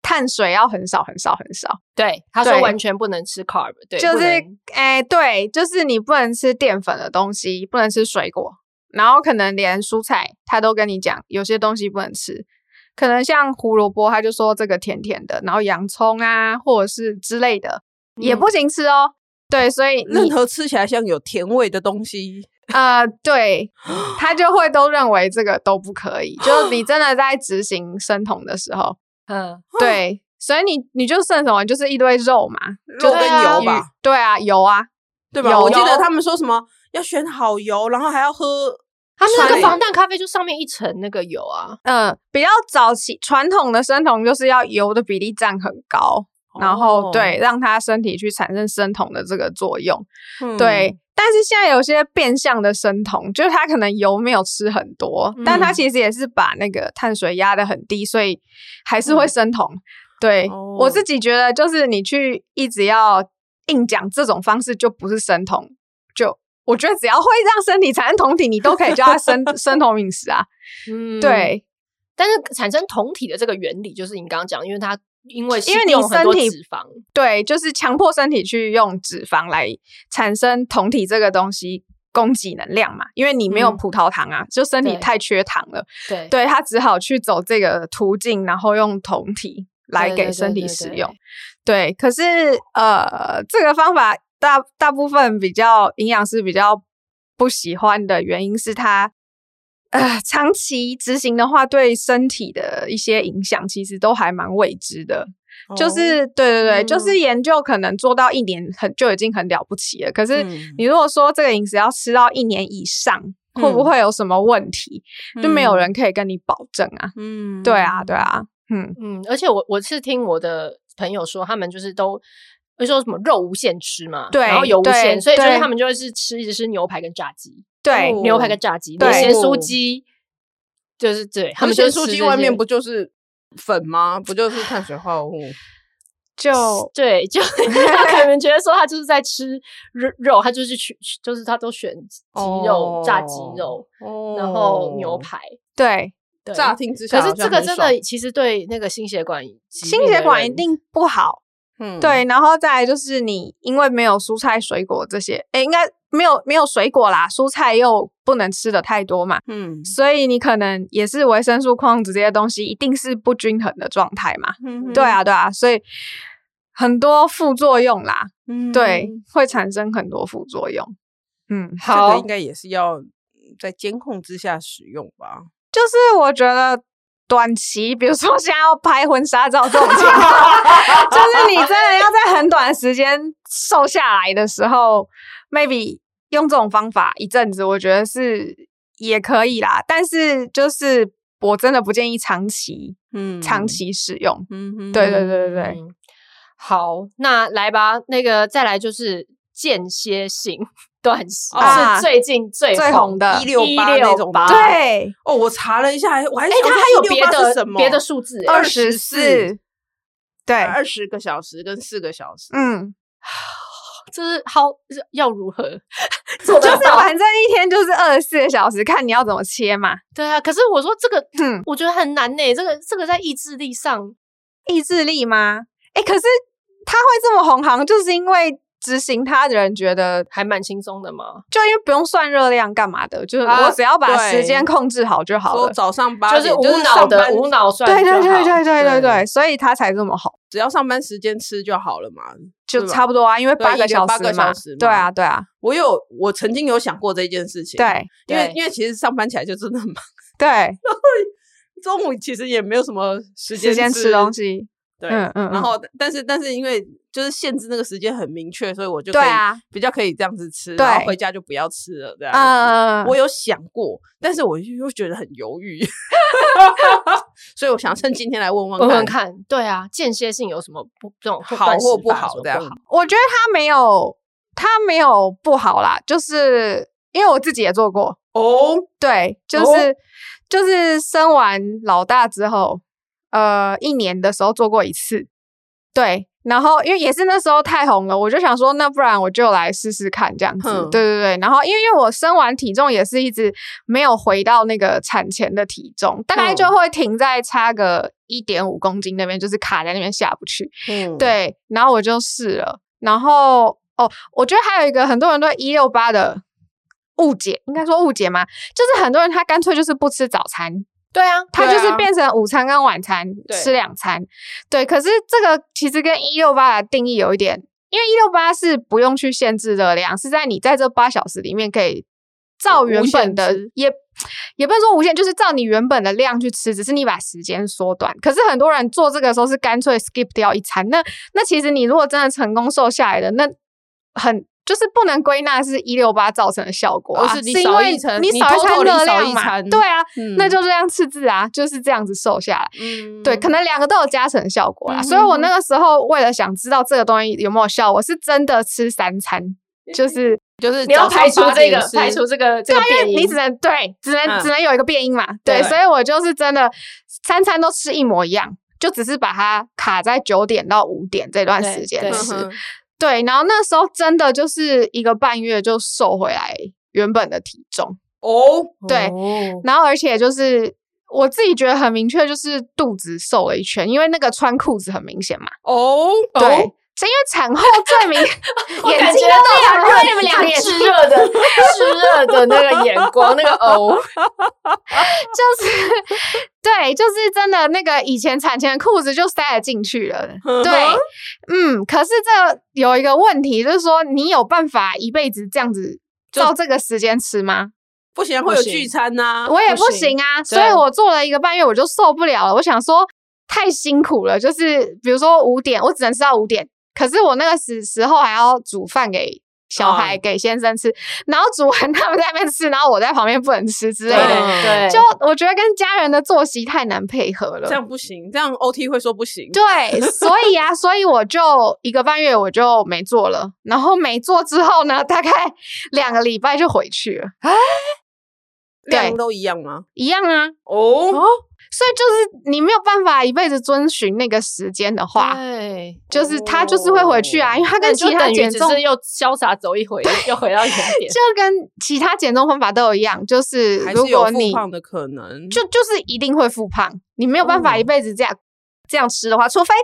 [SPEAKER 3] 碳水要很少很少很少，
[SPEAKER 2] 对，他说
[SPEAKER 3] 对
[SPEAKER 2] 完全不能吃 carb，对，
[SPEAKER 3] 就
[SPEAKER 2] 不
[SPEAKER 3] 是
[SPEAKER 2] 能
[SPEAKER 3] 哎、对，就是你不能吃淀粉的东西，不能吃水果，然后可能连蔬菜他都跟你讲有些东西不能吃。可能像胡萝卜，他就说这个甜甜的，然后洋葱啊，或者是之类的、也
[SPEAKER 2] 嗯
[SPEAKER 3] 不行吃哦。对，所以你
[SPEAKER 1] 任何吃起来像有甜味的东西，
[SPEAKER 3] 呃，对，他就会都认为这个都不可以。就是你真的在执行生酮的时候，
[SPEAKER 2] 嗯，
[SPEAKER 3] 对，所以你你就剩什么，就是一堆肉嘛，
[SPEAKER 1] 肉跟
[SPEAKER 2] 对啊
[SPEAKER 1] 油吧
[SPEAKER 3] 鱼，对啊，油啊，
[SPEAKER 1] 对吧？
[SPEAKER 3] 有
[SPEAKER 1] 我记
[SPEAKER 2] 有
[SPEAKER 1] 得他们说什么要选好油，然后还要喝
[SPEAKER 2] 他们那
[SPEAKER 1] 酸
[SPEAKER 2] 个
[SPEAKER 1] 的
[SPEAKER 2] 防弹咖啡就上面一层那个油啊，
[SPEAKER 3] 嗯、比较早期传统的生酮就是要油的比例占很高，然后
[SPEAKER 1] 哦
[SPEAKER 3] 对，让它身体去产生生酮的这个作用，
[SPEAKER 1] 嗯
[SPEAKER 3] 对。但是现在有些变相的生酮，就是它可能油没有吃很多，但它
[SPEAKER 2] 嗯
[SPEAKER 3] 其实也是把那个碳水压得很低，所以还是会生酮。对、我
[SPEAKER 1] 嗯哦
[SPEAKER 3] 自己觉得，就是你去一直要硬讲这种方式，就不是生酮。就我觉得只要会让身体产生酮体，你都可以叫它生 生酮饮食啊。
[SPEAKER 2] 嗯，。
[SPEAKER 3] 对，
[SPEAKER 2] 但是产生酮体的这个原理，就是你刚刚讲，因为它因为
[SPEAKER 3] 因为
[SPEAKER 2] 吸
[SPEAKER 3] 你
[SPEAKER 2] 用很多
[SPEAKER 3] 身体
[SPEAKER 2] 脂肪，
[SPEAKER 3] 对，就是强迫身体去用脂肪来产生酮体这个东西供给能量嘛，因为你没有
[SPEAKER 2] 嗯
[SPEAKER 3] 葡萄糖啊，就身体
[SPEAKER 2] 对
[SPEAKER 3] 太缺糖了，
[SPEAKER 2] 对
[SPEAKER 3] 对他只好去走这个途径，然后用酮体来
[SPEAKER 2] 对对
[SPEAKER 3] 给
[SPEAKER 2] 对
[SPEAKER 3] 身体
[SPEAKER 2] 对
[SPEAKER 3] 使
[SPEAKER 2] 对
[SPEAKER 3] 用。对，可是呃，这个方法大大部分比较营养师比较不喜欢的原因是它。呃，长期执行的话，对身体的一些影响其实都还蛮未知的。就
[SPEAKER 1] 哦
[SPEAKER 3] 是对对对，就
[SPEAKER 2] 嗯
[SPEAKER 3] 是研究可能做到一年很就已经很了不起了。可是
[SPEAKER 1] 嗯
[SPEAKER 3] 你如果说这个饮食要吃到一年以上，会不
[SPEAKER 1] 嗯
[SPEAKER 3] 会有什么问题？就没有人，可以跟你保证啊。
[SPEAKER 1] 哦嗯
[SPEAKER 3] 对啊，对，啊，嗯，
[SPEAKER 2] 嗯，而且我我是听我的朋友说，他们就是都。会说什么肉无限吃嘛，
[SPEAKER 3] 对
[SPEAKER 2] 然后油无
[SPEAKER 3] 对
[SPEAKER 2] 限，所以就是
[SPEAKER 3] 对
[SPEAKER 2] 他们就会是吃一直吃牛排跟炸鸡，
[SPEAKER 3] 对
[SPEAKER 1] 哦
[SPEAKER 2] 牛排跟炸鸡，
[SPEAKER 3] 对
[SPEAKER 2] 连咸酥鸡，就是对他
[SPEAKER 1] 他
[SPEAKER 2] 们
[SPEAKER 1] 们咸
[SPEAKER 2] 就是吃
[SPEAKER 1] 酥鸡
[SPEAKER 2] 这
[SPEAKER 1] 外
[SPEAKER 2] 些
[SPEAKER 1] 面不就是粉吗？不就是碳水化合物？
[SPEAKER 3] 就
[SPEAKER 2] 对， 就他可能觉得说他就是在吃肉肉，他就是去就是他都选鸡肉、炸鸡肉，
[SPEAKER 1] 哦
[SPEAKER 2] 然后牛。排。
[SPEAKER 3] 对，
[SPEAKER 2] 对，
[SPEAKER 1] 乍听之下
[SPEAKER 2] 可
[SPEAKER 1] 好
[SPEAKER 2] 是
[SPEAKER 1] 像很
[SPEAKER 2] 这
[SPEAKER 1] 爽，
[SPEAKER 2] 个真的其实对那个心血管疾病
[SPEAKER 3] 心
[SPEAKER 2] 的
[SPEAKER 3] 血管一
[SPEAKER 2] 人
[SPEAKER 3] 定不好。
[SPEAKER 1] 嗯，
[SPEAKER 3] 对，然后再来就是你因为没有蔬菜水果这些，诶，应该没有没有水果啦，蔬菜又不能吃的太多嘛，
[SPEAKER 1] 嗯，
[SPEAKER 3] 所以你可能也是维生素、矿物质这些东西一定是不均衡的状态嘛。
[SPEAKER 1] 嗯
[SPEAKER 3] 对，啊，对啊，所以很多副作用啦，
[SPEAKER 1] 嗯
[SPEAKER 3] 对，会产生很多副作用。嗯，
[SPEAKER 1] 这个
[SPEAKER 2] 好
[SPEAKER 1] 应，该也是要在监控之下使用吧？
[SPEAKER 3] 就是我觉得短期，比如说现在要拍婚纱照这种情 况，就是你真的要在很短的时间瘦下来的时候，maybe 用这种方法一阵子，我觉得是也可以啦。但是就是我真的不建议长期、
[SPEAKER 1] 嗯
[SPEAKER 3] 长，期使用。
[SPEAKER 1] 嗯哼，
[SPEAKER 3] 对对对对对，
[SPEAKER 2] 嗯好，那来吧，那个再来就是间歇性 断食，
[SPEAKER 3] 啊
[SPEAKER 2] 是最近最
[SPEAKER 3] 最红的
[SPEAKER 2] 一六
[SPEAKER 1] 168那种吗
[SPEAKER 2] 八。
[SPEAKER 1] 对
[SPEAKER 3] 对，
[SPEAKER 1] 哦，我查了一下，我还
[SPEAKER 2] 哎
[SPEAKER 1] 想，
[SPEAKER 2] 它
[SPEAKER 1] 说
[SPEAKER 2] 还有
[SPEAKER 1] 168
[SPEAKER 2] 别
[SPEAKER 1] 是
[SPEAKER 2] 的
[SPEAKER 1] 什么
[SPEAKER 2] 别的数字欸，
[SPEAKER 3] 二十四，对，
[SPEAKER 1] 二十个小时跟四个小时，
[SPEAKER 3] 哎嗯，
[SPEAKER 2] 就是好是要如 何做
[SPEAKER 3] 就
[SPEAKER 2] 得
[SPEAKER 3] 是
[SPEAKER 2] 到？
[SPEAKER 3] 反正一天就是二十四个小时，看你要怎么切嘛。
[SPEAKER 2] 对啊，可是我说这个
[SPEAKER 3] 嗯，
[SPEAKER 2] 我觉得很难呢、这个这个在意志力上，
[SPEAKER 3] 意志力吗？哎、可是他会这么红行，就是因为执行他的人觉得，
[SPEAKER 2] 还蛮轻松的嘛，
[SPEAKER 3] 就因为不用算热量干嘛的，就是
[SPEAKER 1] 啊
[SPEAKER 3] 我只要把
[SPEAKER 1] 对
[SPEAKER 3] 时间控制好就好
[SPEAKER 1] 说
[SPEAKER 3] 了。
[SPEAKER 1] 早上八
[SPEAKER 2] 就
[SPEAKER 1] 点
[SPEAKER 2] 是无
[SPEAKER 1] 就是
[SPEAKER 2] 脑
[SPEAKER 1] 上
[SPEAKER 2] 的
[SPEAKER 1] 班
[SPEAKER 2] 无脑算就
[SPEAKER 3] 对
[SPEAKER 2] 好，
[SPEAKER 3] 对对对对对对，
[SPEAKER 1] 对
[SPEAKER 3] 所以他才这么红，
[SPEAKER 1] 只要上班时间吃就好了嘛。
[SPEAKER 3] 就是
[SPEAKER 1] 吧
[SPEAKER 3] 差不多啊，因为
[SPEAKER 1] 对
[SPEAKER 3] 八
[SPEAKER 1] 一个
[SPEAKER 3] 小
[SPEAKER 1] 八个
[SPEAKER 3] 时嘛
[SPEAKER 1] 小时，嘛
[SPEAKER 3] 对啊对啊
[SPEAKER 1] 我有，我曾经有想过这一件事情，，
[SPEAKER 3] 对
[SPEAKER 1] 因为
[SPEAKER 2] 对
[SPEAKER 1] 因为其实上班起来就真的很忙，
[SPEAKER 3] 对，
[SPEAKER 1] 中午其实也没有什么时间
[SPEAKER 3] 时间吃东西，
[SPEAKER 1] 对，
[SPEAKER 3] 嗯嗯
[SPEAKER 1] 然后但是但是因为就是限制那个时间很明确，所以我就
[SPEAKER 3] 对
[SPEAKER 1] 可以
[SPEAKER 3] 啊，
[SPEAKER 1] 比较可以这样子吃，
[SPEAKER 3] 对
[SPEAKER 1] 然后回家就不要吃了这样子。
[SPEAKER 3] 嗯，
[SPEAKER 1] 我有想过，但是我又觉得很犹 豫， 所以我想趁今天来问问
[SPEAKER 2] 问问
[SPEAKER 1] 看，
[SPEAKER 2] 看，对啊，间歇性有什么不这种
[SPEAKER 1] 好
[SPEAKER 2] 断食
[SPEAKER 1] 或不
[SPEAKER 2] 法
[SPEAKER 1] 好
[SPEAKER 2] 有什么
[SPEAKER 1] 这样
[SPEAKER 2] 不好
[SPEAKER 3] 我觉得他没有，他没有不好啦，就是因为我自己也做过，
[SPEAKER 1] 哦，
[SPEAKER 3] 对，就
[SPEAKER 1] 哦
[SPEAKER 3] 是、就是生完老大之后，呃，一年的时候做过一次，对。然后因为也是那时候太红了，我就想说，那不然我就来试试看这样子。
[SPEAKER 1] 哼
[SPEAKER 3] 对对对。然后因为因为我生完体重也是一直没有回到那个产前的体重，大概就
[SPEAKER 1] 哼
[SPEAKER 3] 会停在差个一点五公斤那边，就是卡在那边下不去。
[SPEAKER 1] 嗯，
[SPEAKER 3] 对，然后我就试了，然后哦，我觉得还有一个很多人对一六八的误解，应该说误解吗？就是很多人他干脆就是不吃早餐，
[SPEAKER 2] 对啊，
[SPEAKER 3] 他
[SPEAKER 1] 对
[SPEAKER 3] 就是
[SPEAKER 1] 啊
[SPEAKER 3] 变成午餐跟晚餐
[SPEAKER 1] 对
[SPEAKER 3] 吃两餐。对，可是这个其实跟一六八的定义有一点，因为一六八是不用去限制热量，是在你在这八小时里面可以照
[SPEAKER 2] 无
[SPEAKER 3] 原本
[SPEAKER 2] 限
[SPEAKER 3] 的
[SPEAKER 2] 吃
[SPEAKER 3] 也。也不能说无限，就是照你原本的量去吃，只是你把时间缩短。可是很多人做这个时候是干脆 skip 掉一餐，那那其实你如果真的成功瘦下来的，那很就是不能归纳是一六八造成的效果、啊，
[SPEAKER 1] 哦而是你
[SPEAKER 3] 因
[SPEAKER 1] 少
[SPEAKER 3] 为
[SPEAKER 1] 一层
[SPEAKER 3] 你
[SPEAKER 1] 你
[SPEAKER 3] 少一
[SPEAKER 1] 偷
[SPEAKER 3] 餐
[SPEAKER 1] 偷地
[SPEAKER 3] 热
[SPEAKER 1] 少
[SPEAKER 3] 量
[SPEAKER 1] 一
[SPEAKER 3] 嘛，
[SPEAKER 1] 餐
[SPEAKER 3] 对啊，
[SPEAKER 1] 嗯
[SPEAKER 3] 那就这样赤字啊，就是这样子瘦下来。
[SPEAKER 1] 嗯
[SPEAKER 3] 对，可能两个都有加成效果啦，所以我那个时候为了想知道这个东西有没有效，我是真的吃三餐， 就是
[SPEAKER 1] 就是
[SPEAKER 2] 你要
[SPEAKER 1] 早上
[SPEAKER 2] 排除
[SPEAKER 1] 八
[SPEAKER 2] 这
[SPEAKER 1] 点
[SPEAKER 2] 个
[SPEAKER 1] 吃
[SPEAKER 2] 排除这个这个
[SPEAKER 3] 因
[SPEAKER 2] 变
[SPEAKER 3] 为
[SPEAKER 2] 因，
[SPEAKER 3] 你只能对，只能、
[SPEAKER 1] 嗯
[SPEAKER 3] 只能有一个变音嘛，对，
[SPEAKER 1] 对
[SPEAKER 3] 所以我就是真的三餐都吃一模一样，就只是把它卡在九点到五点这段
[SPEAKER 2] 对
[SPEAKER 3] 时间
[SPEAKER 2] 对
[SPEAKER 1] 嗯
[SPEAKER 3] 吃，
[SPEAKER 1] 哼
[SPEAKER 3] 对，然后那时候真的就是一个半月就瘦回来原本的体重，
[SPEAKER 1] 哦，
[SPEAKER 3] 对
[SPEAKER 2] 哦
[SPEAKER 3] 然后而且就是我自己觉得很明确，就是肚子瘦了一圈，因为那个穿裤子很明显嘛。
[SPEAKER 1] 哦，
[SPEAKER 3] 对，是因为产后最明
[SPEAKER 2] 我
[SPEAKER 3] 眼
[SPEAKER 2] 感
[SPEAKER 3] 睛
[SPEAKER 2] 觉
[SPEAKER 3] 都
[SPEAKER 2] 到
[SPEAKER 3] 亮了，因为你们两
[SPEAKER 2] 个
[SPEAKER 3] 个眼睛
[SPEAKER 2] 炙热 的、炙热的那个眼光，那个 哦，
[SPEAKER 3] 就是 对，就是真的那个以前产前的裤子就塞了进去了。
[SPEAKER 1] 嗯哼
[SPEAKER 3] 对，嗯，可是这有一个问题，就是说你有办法一辈子这样子
[SPEAKER 1] 就
[SPEAKER 3] 照这个时间吃吗？
[SPEAKER 1] 不行啊会有
[SPEAKER 2] 不行
[SPEAKER 1] 聚餐呐，
[SPEAKER 3] 我也
[SPEAKER 2] 啊不
[SPEAKER 3] 不
[SPEAKER 2] 行
[SPEAKER 3] 行啊，所
[SPEAKER 2] 对
[SPEAKER 3] 以我做了一个半月，我就受不了了。我想说太辛苦了，就是比如说五点，我只能吃到五点，可是我那个时时候还要煮饭给小孩、
[SPEAKER 1] 哦
[SPEAKER 3] 给先生吃，然后煮完 他们在那边吃，然后我在旁边不能吃之类的。
[SPEAKER 1] 嗯
[SPEAKER 2] 对，
[SPEAKER 3] 就我觉得跟家人的作息太难配合了
[SPEAKER 1] 这。样不行，这样 OT 会说不行，
[SPEAKER 3] 对，所以啊，所以我就一个半月我就没做了，然后没做之后呢，大概两个礼拜就回去了，
[SPEAKER 2] 啊
[SPEAKER 3] 对
[SPEAKER 1] 量都一样吗？
[SPEAKER 3] 一样啊。
[SPEAKER 1] 哦，
[SPEAKER 3] 所以就是你没有办法一辈子遵循那个时间的话，
[SPEAKER 2] 对，啊
[SPEAKER 3] 就是他就是会回去啊，因为他
[SPEAKER 2] 那
[SPEAKER 3] 跟
[SPEAKER 2] 你就
[SPEAKER 3] 其他
[SPEAKER 2] 等于
[SPEAKER 3] 减
[SPEAKER 2] 只
[SPEAKER 3] 重
[SPEAKER 2] 是又潇洒走一回，又回到原 点。
[SPEAKER 3] 就跟其他减重方法都一样，就是
[SPEAKER 1] 还
[SPEAKER 3] 如
[SPEAKER 1] 是有
[SPEAKER 3] 果
[SPEAKER 1] 复
[SPEAKER 3] 你
[SPEAKER 1] 胖的可能，
[SPEAKER 3] 就就是一定会复胖，你没有办法
[SPEAKER 1] 哦
[SPEAKER 3] 一辈子这样。这样吃的话，除非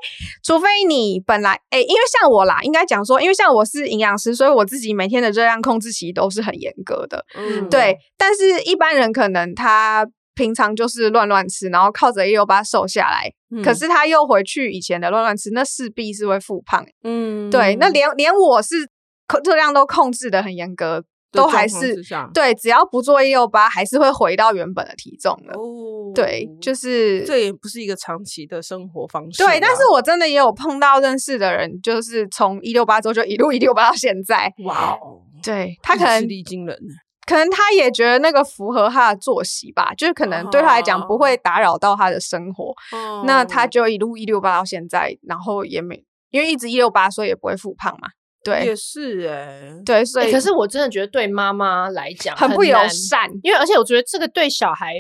[SPEAKER 3] 除非你本来哎、因为像我啦，应该讲说，因为像我是营养师，所以我自己每天的热量控制其实都是很严格的。
[SPEAKER 1] 嗯
[SPEAKER 3] 对，但是一般人可能他平常就是乱乱吃，然后靠着一六八瘦下来，
[SPEAKER 1] 嗯
[SPEAKER 3] 可是他又回去以前的乱乱吃，那势必是会复胖。
[SPEAKER 1] 嗯
[SPEAKER 3] 对，那连连我是控热量都控制的很严格，
[SPEAKER 1] 的
[SPEAKER 3] 都还
[SPEAKER 1] 状况之
[SPEAKER 3] 是
[SPEAKER 1] 下
[SPEAKER 3] 对，只要不做一六八，还是会回到原本的体重的。
[SPEAKER 1] 哦，
[SPEAKER 3] 对，就是
[SPEAKER 1] 这也不是一个长期的生活方式啊，
[SPEAKER 3] 对，但是我真的也有碰到认识的人，就是从一六八之后就一路一六八到现在。
[SPEAKER 1] 哇哦，
[SPEAKER 2] 哎
[SPEAKER 3] 对他
[SPEAKER 1] 意
[SPEAKER 3] 可
[SPEAKER 1] 志
[SPEAKER 3] 能
[SPEAKER 1] 力惊人，
[SPEAKER 3] 可能他也觉得那个符合他的作息吧，就是可能对他来讲不
[SPEAKER 1] 啊
[SPEAKER 3] 会打扰到他的生活，那他
[SPEAKER 1] 哦
[SPEAKER 3] 就一路一六八到现在，然后也没因为一直一六八，所以也不会复胖嘛。对
[SPEAKER 1] 也是哎，
[SPEAKER 3] 对，所以、
[SPEAKER 2] 欸可是我真的觉得对妈妈来讲
[SPEAKER 3] 很不友
[SPEAKER 2] 难
[SPEAKER 3] 善，
[SPEAKER 2] 因为而且我觉得这个对小孩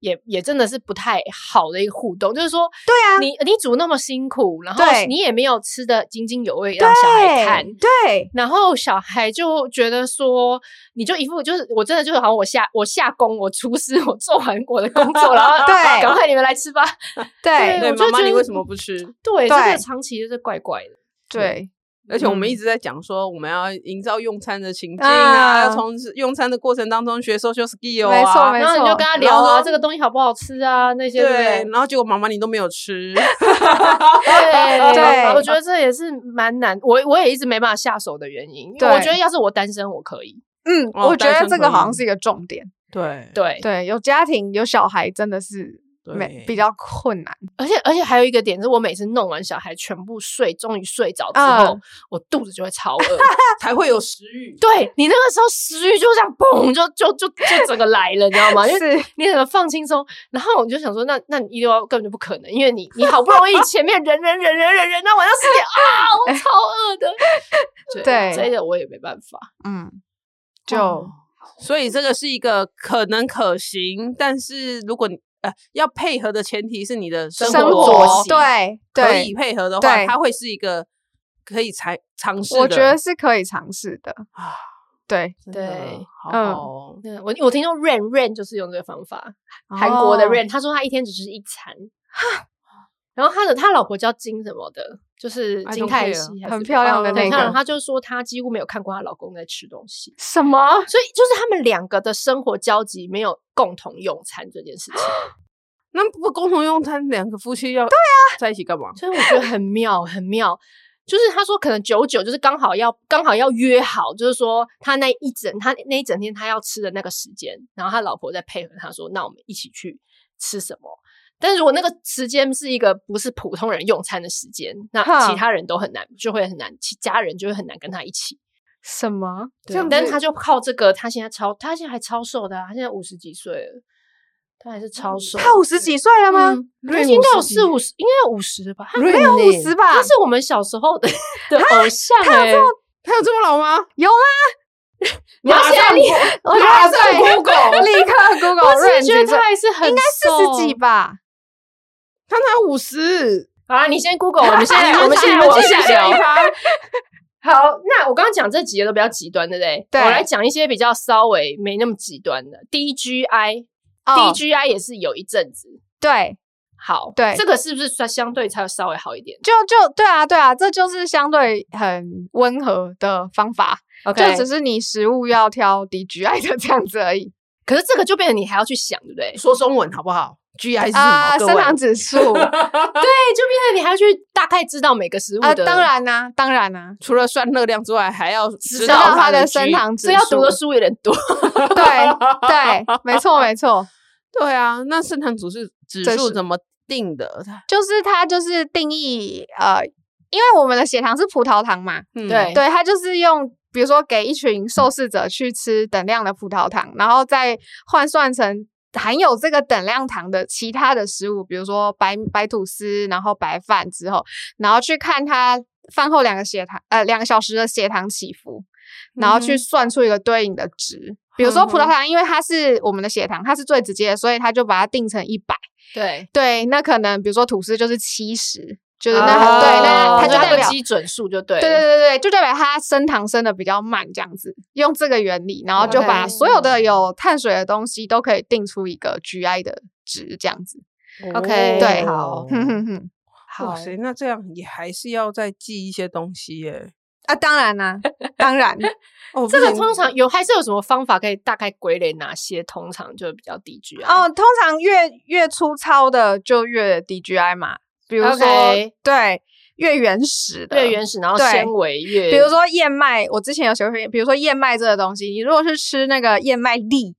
[SPEAKER 2] 也也真的是不太好的一个互动，就是说，
[SPEAKER 3] 对啊
[SPEAKER 2] 你你煮那么辛苦，然后
[SPEAKER 3] 对
[SPEAKER 2] 你也没有吃的津津有味让小孩看。
[SPEAKER 3] 对
[SPEAKER 2] 然后小孩就觉得说，你就一副就是我真的就是好像我下我下工，我厨师，我做完我的工 作，然后啊
[SPEAKER 3] 对
[SPEAKER 2] 赶快你们来吃吧。对
[SPEAKER 3] 对
[SPEAKER 1] 对，
[SPEAKER 2] 我就
[SPEAKER 1] 妈妈
[SPEAKER 2] 觉
[SPEAKER 1] 你
[SPEAKER 2] 得
[SPEAKER 1] 为什么不吃？
[SPEAKER 2] 对，这
[SPEAKER 3] 对
[SPEAKER 2] 个长期就是怪怪的。
[SPEAKER 3] 对
[SPEAKER 1] 而且我们
[SPEAKER 3] 嗯
[SPEAKER 1] 一直在讲说，我们要营造用餐的情境啊，
[SPEAKER 3] 啊
[SPEAKER 1] 要从用餐的过程当中学 social skill
[SPEAKER 3] 没错
[SPEAKER 1] 啊
[SPEAKER 3] 没，
[SPEAKER 2] 然后你就跟他
[SPEAKER 1] 然
[SPEAKER 2] 聊啊，
[SPEAKER 1] 后
[SPEAKER 2] 这个东西好不好吃啊，那些对不对
[SPEAKER 1] 对，？然后结果妈妈你都没有 吃，
[SPEAKER 2] 对
[SPEAKER 3] 对
[SPEAKER 2] 我觉得这也是蛮难，我我也一直没办法下手的原因。因为
[SPEAKER 3] 对
[SPEAKER 2] 我觉得要是我单身，我可以。
[SPEAKER 3] 嗯，
[SPEAKER 1] 哦
[SPEAKER 3] 我觉
[SPEAKER 1] 单
[SPEAKER 3] 得
[SPEAKER 1] 身
[SPEAKER 3] 这个
[SPEAKER 1] 可以
[SPEAKER 3] 好像是一个重点。
[SPEAKER 1] 对，
[SPEAKER 2] 对，
[SPEAKER 3] 对，有家庭有小孩真的是没
[SPEAKER 1] 对，
[SPEAKER 3] 比较困难。
[SPEAKER 2] 而且而且还有一个点是我每次弄完小孩全部睡，终于睡着之后，
[SPEAKER 3] 嗯
[SPEAKER 2] 我肚子就会超饿。
[SPEAKER 1] 才会有食欲。
[SPEAKER 2] 对你那个时候食欲就这样嘣，就就就就整个来了，你知道吗？因为
[SPEAKER 3] 是，
[SPEAKER 2] 你整个放轻松，然后我就想说，那那你一六幺根本就不可能，因为你你好不容 易前面忍忍忍忍忍忍，那晚上十点啊，我超饿的。
[SPEAKER 3] 对
[SPEAKER 2] 这个我也没办法。
[SPEAKER 3] 嗯，就、
[SPEAKER 1] 哦所以这个是一个可能可行，但是如果你呃要配合的前提是你的
[SPEAKER 2] 生
[SPEAKER 1] 活
[SPEAKER 2] 活
[SPEAKER 1] 作
[SPEAKER 2] 作
[SPEAKER 1] 息
[SPEAKER 3] 对
[SPEAKER 1] 可
[SPEAKER 3] 对
[SPEAKER 1] 以，配合的话，
[SPEAKER 3] 对
[SPEAKER 1] 它会是一个可以才尝试的。
[SPEAKER 3] 我觉得是可以尝试的。
[SPEAKER 1] 啊，
[SPEAKER 3] 对，
[SPEAKER 1] 真的
[SPEAKER 2] 对
[SPEAKER 1] 好
[SPEAKER 3] 嗯
[SPEAKER 1] 好哦
[SPEAKER 2] 那我我听说 Rain Rain 就是用这个方法，韩国的
[SPEAKER 3] 哦
[SPEAKER 2] Rain，他说他一天只吃一 餐，然后他的他老婆叫金什么的，就是金泰
[SPEAKER 1] I don't
[SPEAKER 2] 熙
[SPEAKER 1] care，，
[SPEAKER 2] 还是嗯
[SPEAKER 3] 很漂亮的
[SPEAKER 1] 哦
[SPEAKER 3] 那
[SPEAKER 2] 对，
[SPEAKER 1] 很
[SPEAKER 2] 漂亮。
[SPEAKER 3] 个
[SPEAKER 2] 他就说他几乎没有看过她老公在吃东西，
[SPEAKER 3] 什么？
[SPEAKER 2] 所以就是他们两个的生活交集没有共同用餐这件事情，
[SPEAKER 1] 那不共同用餐，两个夫妻要对啊在一起干嘛？
[SPEAKER 2] 所以我觉得很妙，很妙。就是他说，可能九九就是刚好要刚好要约好，就是说他那一整他那一整天他要吃的那个时间，然后他老婆再配合他说，那我们一起去吃什么？但是如果那个时间是一个不是普通人用餐的时间，那
[SPEAKER 3] 哼
[SPEAKER 2] 其他人都很难，就会很难，其家人就会很难跟他一起。
[SPEAKER 3] 什么？
[SPEAKER 2] 对，但是他就靠这个，他现在超，他现在还超瘦的、啊，他现在五十几岁了，他还是超瘦。
[SPEAKER 3] 嗯他五十几岁了吗？
[SPEAKER 2] 嗯他应该有四五十，应该有五十的吧？他
[SPEAKER 1] 没
[SPEAKER 3] 有五十吧
[SPEAKER 2] 他？是我们小时候的的偶像哎、
[SPEAKER 1] 他有这么老吗？
[SPEAKER 3] 有吗？
[SPEAKER 2] 你要现在立，
[SPEAKER 3] 我觉得
[SPEAKER 1] 马上
[SPEAKER 3] 对
[SPEAKER 1] Google
[SPEAKER 3] 立刻 Google，
[SPEAKER 2] 我只是
[SPEAKER 3] range
[SPEAKER 2] 觉得
[SPEAKER 3] 是
[SPEAKER 2] 他还是很应该
[SPEAKER 3] 四十几吧？
[SPEAKER 1] 他哪五十？
[SPEAKER 2] 啊！你先 Google，我们现在我们现在
[SPEAKER 1] 你
[SPEAKER 2] 往
[SPEAKER 1] 继续
[SPEAKER 2] 下聊
[SPEAKER 1] 一。趴
[SPEAKER 2] 好，那我刚刚讲这几个都比较极端，对不对？
[SPEAKER 3] 对
[SPEAKER 2] 我来讲一些比较稍微没那么极端的。DGI，DGI、
[SPEAKER 3] 哦，
[SPEAKER 2] 也是有一阵子。
[SPEAKER 3] 对，
[SPEAKER 2] 好，
[SPEAKER 3] 对
[SPEAKER 2] 这个是不是算相对才稍微好一点
[SPEAKER 3] 就就对啊，对啊，这就是相对很温和的方法
[SPEAKER 2] ？OK，
[SPEAKER 3] 就只是你食物要挑 DGI 的这样子而已
[SPEAKER 2] 可是这个就变成你还要去想，对不哎对？
[SPEAKER 1] 说中文好不好？GI 是什
[SPEAKER 3] 啊，
[SPEAKER 1] 么？各
[SPEAKER 3] 升
[SPEAKER 1] 位
[SPEAKER 3] 糖指数
[SPEAKER 2] 对，就变成你还要去大概知道每个食物
[SPEAKER 3] 啊，
[SPEAKER 2] 的，
[SPEAKER 3] 当然啦、当然啊啦、
[SPEAKER 1] 除了算热量之外，还要知
[SPEAKER 3] 知道它的
[SPEAKER 1] 的
[SPEAKER 3] 升
[SPEAKER 1] G
[SPEAKER 3] 糖指
[SPEAKER 2] 这
[SPEAKER 3] 数，
[SPEAKER 2] 要读的书有点多。
[SPEAKER 3] 对对，没错没错，
[SPEAKER 1] 对啊，那升糖指数指
[SPEAKER 3] 这
[SPEAKER 1] 数
[SPEAKER 3] 是
[SPEAKER 1] 怎么定的？它
[SPEAKER 3] 就是它就是定义呃，因为我们的血糖是葡萄糖嘛，
[SPEAKER 1] 嗯
[SPEAKER 2] 对
[SPEAKER 3] 对，它就是用。比如说，给一群受试者去吃等量的葡萄糖，然后再换算成含有这个等量糖的其他的食物，比如说白白吐司，然后白饭之后，然后去看它饭后两个血糖呃两个小时的血糖起伏，然后
[SPEAKER 1] 嗯
[SPEAKER 3] 去
[SPEAKER 1] 哼
[SPEAKER 3] 算出一个对应的值。比如说葡萄
[SPEAKER 1] 嗯哼
[SPEAKER 3] 糖，因为它是我们的血糖，它是最直接的，所以它就把它定成一百。
[SPEAKER 2] 对，
[SPEAKER 3] 对，那可能比如说吐司就是七十，就是那、
[SPEAKER 1] 哦
[SPEAKER 3] 对，那
[SPEAKER 2] 它
[SPEAKER 3] 它就
[SPEAKER 1] 所以它
[SPEAKER 3] 代
[SPEAKER 2] 个
[SPEAKER 3] 表
[SPEAKER 2] 基准数就对了。
[SPEAKER 3] 对对对对，就代表它升糖升的比较慢，这样子用这个原理，然后就把
[SPEAKER 2] OK
[SPEAKER 3] 所有的有碳水的东西都可以定出一个 GI 的值，这样子。
[SPEAKER 2] OK，
[SPEAKER 3] 对
[SPEAKER 2] 哦
[SPEAKER 1] 好
[SPEAKER 3] 哼哼哼，
[SPEAKER 1] 哇塞，那这样也还是要再记一些东西耶。
[SPEAKER 3] 啊，当然啦、当然，
[SPEAKER 1] 哦，
[SPEAKER 2] 这
[SPEAKER 1] 不
[SPEAKER 2] 个
[SPEAKER 1] 行
[SPEAKER 2] 通常有还是有什么方法可以大概归类哪些？通常就比较低 G 啊。
[SPEAKER 3] 哦，通常越越粗糙的就越 DGI 嘛，比如说
[SPEAKER 2] OK
[SPEAKER 3] 对越原始的
[SPEAKER 2] 越原始，然后
[SPEAKER 3] 对
[SPEAKER 2] 纤维越，
[SPEAKER 3] 比如说燕麦，我之前有学会，比如说燕麦这个东西，你如果是吃那个燕麦粒，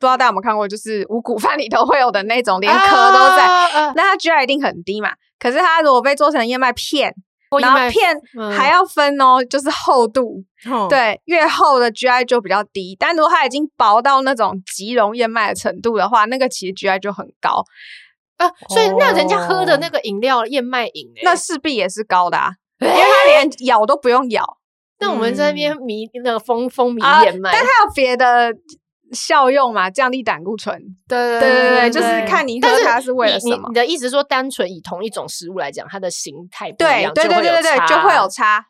[SPEAKER 3] 不知道大家有没有看过，就是五谷饭里头会有的那种，连壳都在，
[SPEAKER 2] 在，
[SPEAKER 3] 那它 GI 一定很低嘛。可是它如果被做成燕麦片，然后片
[SPEAKER 2] 嗯
[SPEAKER 3] 还要分哦，就是厚度，
[SPEAKER 1] 哦
[SPEAKER 3] 对，越厚的 GI 就比较低。但如果它已经薄到那种即溶燕麦的程度的话，那个其实 GI 就很高，
[SPEAKER 2] 啊，所以那人家喝的
[SPEAKER 1] 哦
[SPEAKER 2] 那个饮料燕麦饮欸，
[SPEAKER 3] 那势必也是高的啊，因为它连咬都不用咬，
[SPEAKER 2] 那我们在那边迷那个风风靡
[SPEAKER 3] 啊
[SPEAKER 2] 燕麦，
[SPEAKER 3] 但它有别的。效用嘛，降低胆固醇。
[SPEAKER 2] 对
[SPEAKER 3] 对对对，就是看你喝
[SPEAKER 2] 但是
[SPEAKER 3] 它是为了
[SPEAKER 2] 你
[SPEAKER 3] 什
[SPEAKER 2] 你
[SPEAKER 3] 么
[SPEAKER 2] 你。的意思是说，单纯以同一种食物来讲，它的形态不一
[SPEAKER 3] 对
[SPEAKER 2] 样
[SPEAKER 3] 对对对对对，就会有差，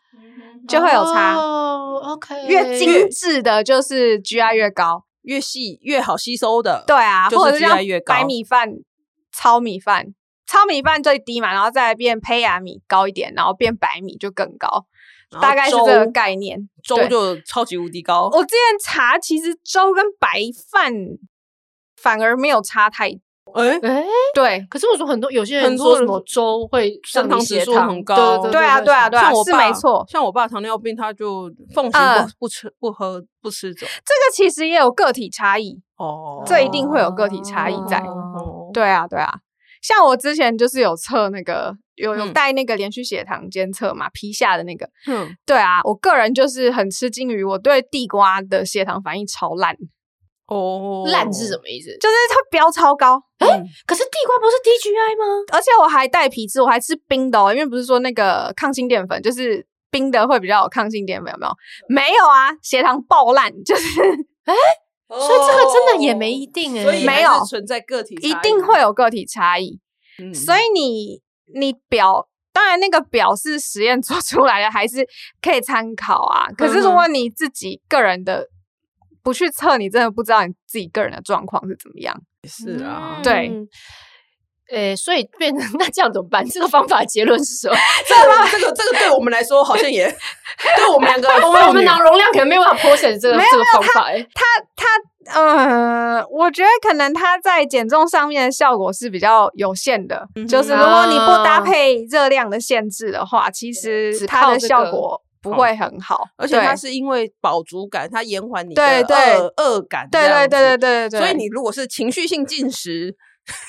[SPEAKER 3] 就会有差。
[SPEAKER 2] 哦，OK，
[SPEAKER 3] 越精致的，就是 GI 越高。
[SPEAKER 1] 越细越好吸收的。
[SPEAKER 3] 对啊，
[SPEAKER 1] 就是
[SPEAKER 3] 或者是
[SPEAKER 1] GI
[SPEAKER 3] 像
[SPEAKER 1] 越高
[SPEAKER 3] 白米饭、糙米饭、糙米饭最低嘛，然后再变胚芽米高一点，然后变白米就更高，
[SPEAKER 1] 然后
[SPEAKER 3] 大概是
[SPEAKER 1] 粥
[SPEAKER 3] 这个概念。
[SPEAKER 1] 粥
[SPEAKER 3] 对
[SPEAKER 1] 就超级无敌高。
[SPEAKER 3] 我之前查，其实粥跟白饭反而没有差太
[SPEAKER 1] 哎，
[SPEAKER 2] 哎，
[SPEAKER 3] 对。
[SPEAKER 2] 可是我说很多有些人
[SPEAKER 1] 很多
[SPEAKER 2] 说什
[SPEAKER 1] 人
[SPEAKER 2] 么粥会
[SPEAKER 1] 升
[SPEAKER 2] 让
[SPEAKER 1] 糖
[SPEAKER 2] 你
[SPEAKER 1] 指
[SPEAKER 2] 血
[SPEAKER 1] 数
[SPEAKER 2] 糖
[SPEAKER 1] 很高
[SPEAKER 2] 对
[SPEAKER 3] 对啊，对啊，对啊
[SPEAKER 1] 像，我
[SPEAKER 3] 是
[SPEAKER 1] 爸
[SPEAKER 3] 没错。
[SPEAKER 1] 像我爸糖尿病，他就奉行
[SPEAKER 3] 嗯
[SPEAKER 1] 不不吃不喝不吃粥。
[SPEAKER 3] 这个其实也有个体差异，
[SPEAKER 1] 哦
[SPEAKER 3] 这一定会有个体差异在
[SPEAKER 2] 哦哦，
[SPEAKER 3] 对啊，对啊。像我之前就是有测那个，有有
[SPEAKER 1] 嗯
[SPEAKER 3] 带那个连续血糖监测嘛，皮下的那个。
[SPEAKER 1] 嗯，
[SPEAKER 3] 对啊，我个人就是很吃惊于我对地瓜的血糖反应超烂，
[SPEAKER 1] 哦，嗯
[SPEAKER 2] 烂是什？么意思？
[SPEAKER 3] 就是它飙超高。
[SPEAKER 2] 可是地瓜不是 DGI 吗？
[SPEAKER 3] 而且我还带皮吃，我还吃冰的哦，因为不是说那个抗性淀粉就是冰的会比较有抗性淀粉，有没有？没有啊，血糖爆烂，就是
[SPEAKER 2] 所以这个真的也没一定哎、
[SPEAKER 1] 哦所以还
[SPEAKER 3] 哦没有
[SPEAKER 1] 是存在个体差异，
[SPEAKER 3] 一定会有个体差异。
[SPEAKER 1] 嗯，
[SPEAKER 3] 所以你你表，当然那个表是实验做出来的，还是可以参考啊。可是如果你自己个人的不去测，你真的不知道你自己个人的状况是怎么样。
[SPEAKER 1] 是啊，
[SPEAKER 3] 对
[SPEAKER 2] 嗯。诶、所以变成那这样怎么办？这个方法结论是 什么？
[SPEAKER 1] 这个这个这个对我们来说好像也对我们两个
[SPEAKER 2] 我们我
[SPEAKER 1] 妇
[SPEAKER 2] 们
[SPEAKER 1] 女
[SPEAKER 2] 脑容量可能没有办法 process 这个
[SPEAKER 3] 没
[SPEAKER 2] 这个方法、诶
[SPEAKER 3] 他他呃，我觉得可能他在减重上面的效果是比较有限的，
[SPEAKER 1] 嗯哼
[SPEAKER 3] 就是如果你不搭配热量的限制的话，其实
[SPEAKER 2] 只
[SPEAKER 3] 它
[SPEAKER 2] 靠
[SPEAKER 3] 的
[SPEAKER 2] 这
[SPEAKER 3] 效
[SPEAKER 2] 个
[SPEAKER 3] 果不会很好。
[SPEAKER 1] 而且它
[SPEAKER 3] 对
[SPEAKER 1] 是因为饱足感，它延缓你的
[SPEAKER 3] 对对
[SPEAKER 1] 饿饿感这
[SPEAKER 3] 对
[SPEAKER 1] 样
[SPEAKER 3] 对
[SPEAKER 1] 子，
[SPEAKER 3] 对对对对对，
[SPEAKER 1] 所以你如果是情绪性进 食，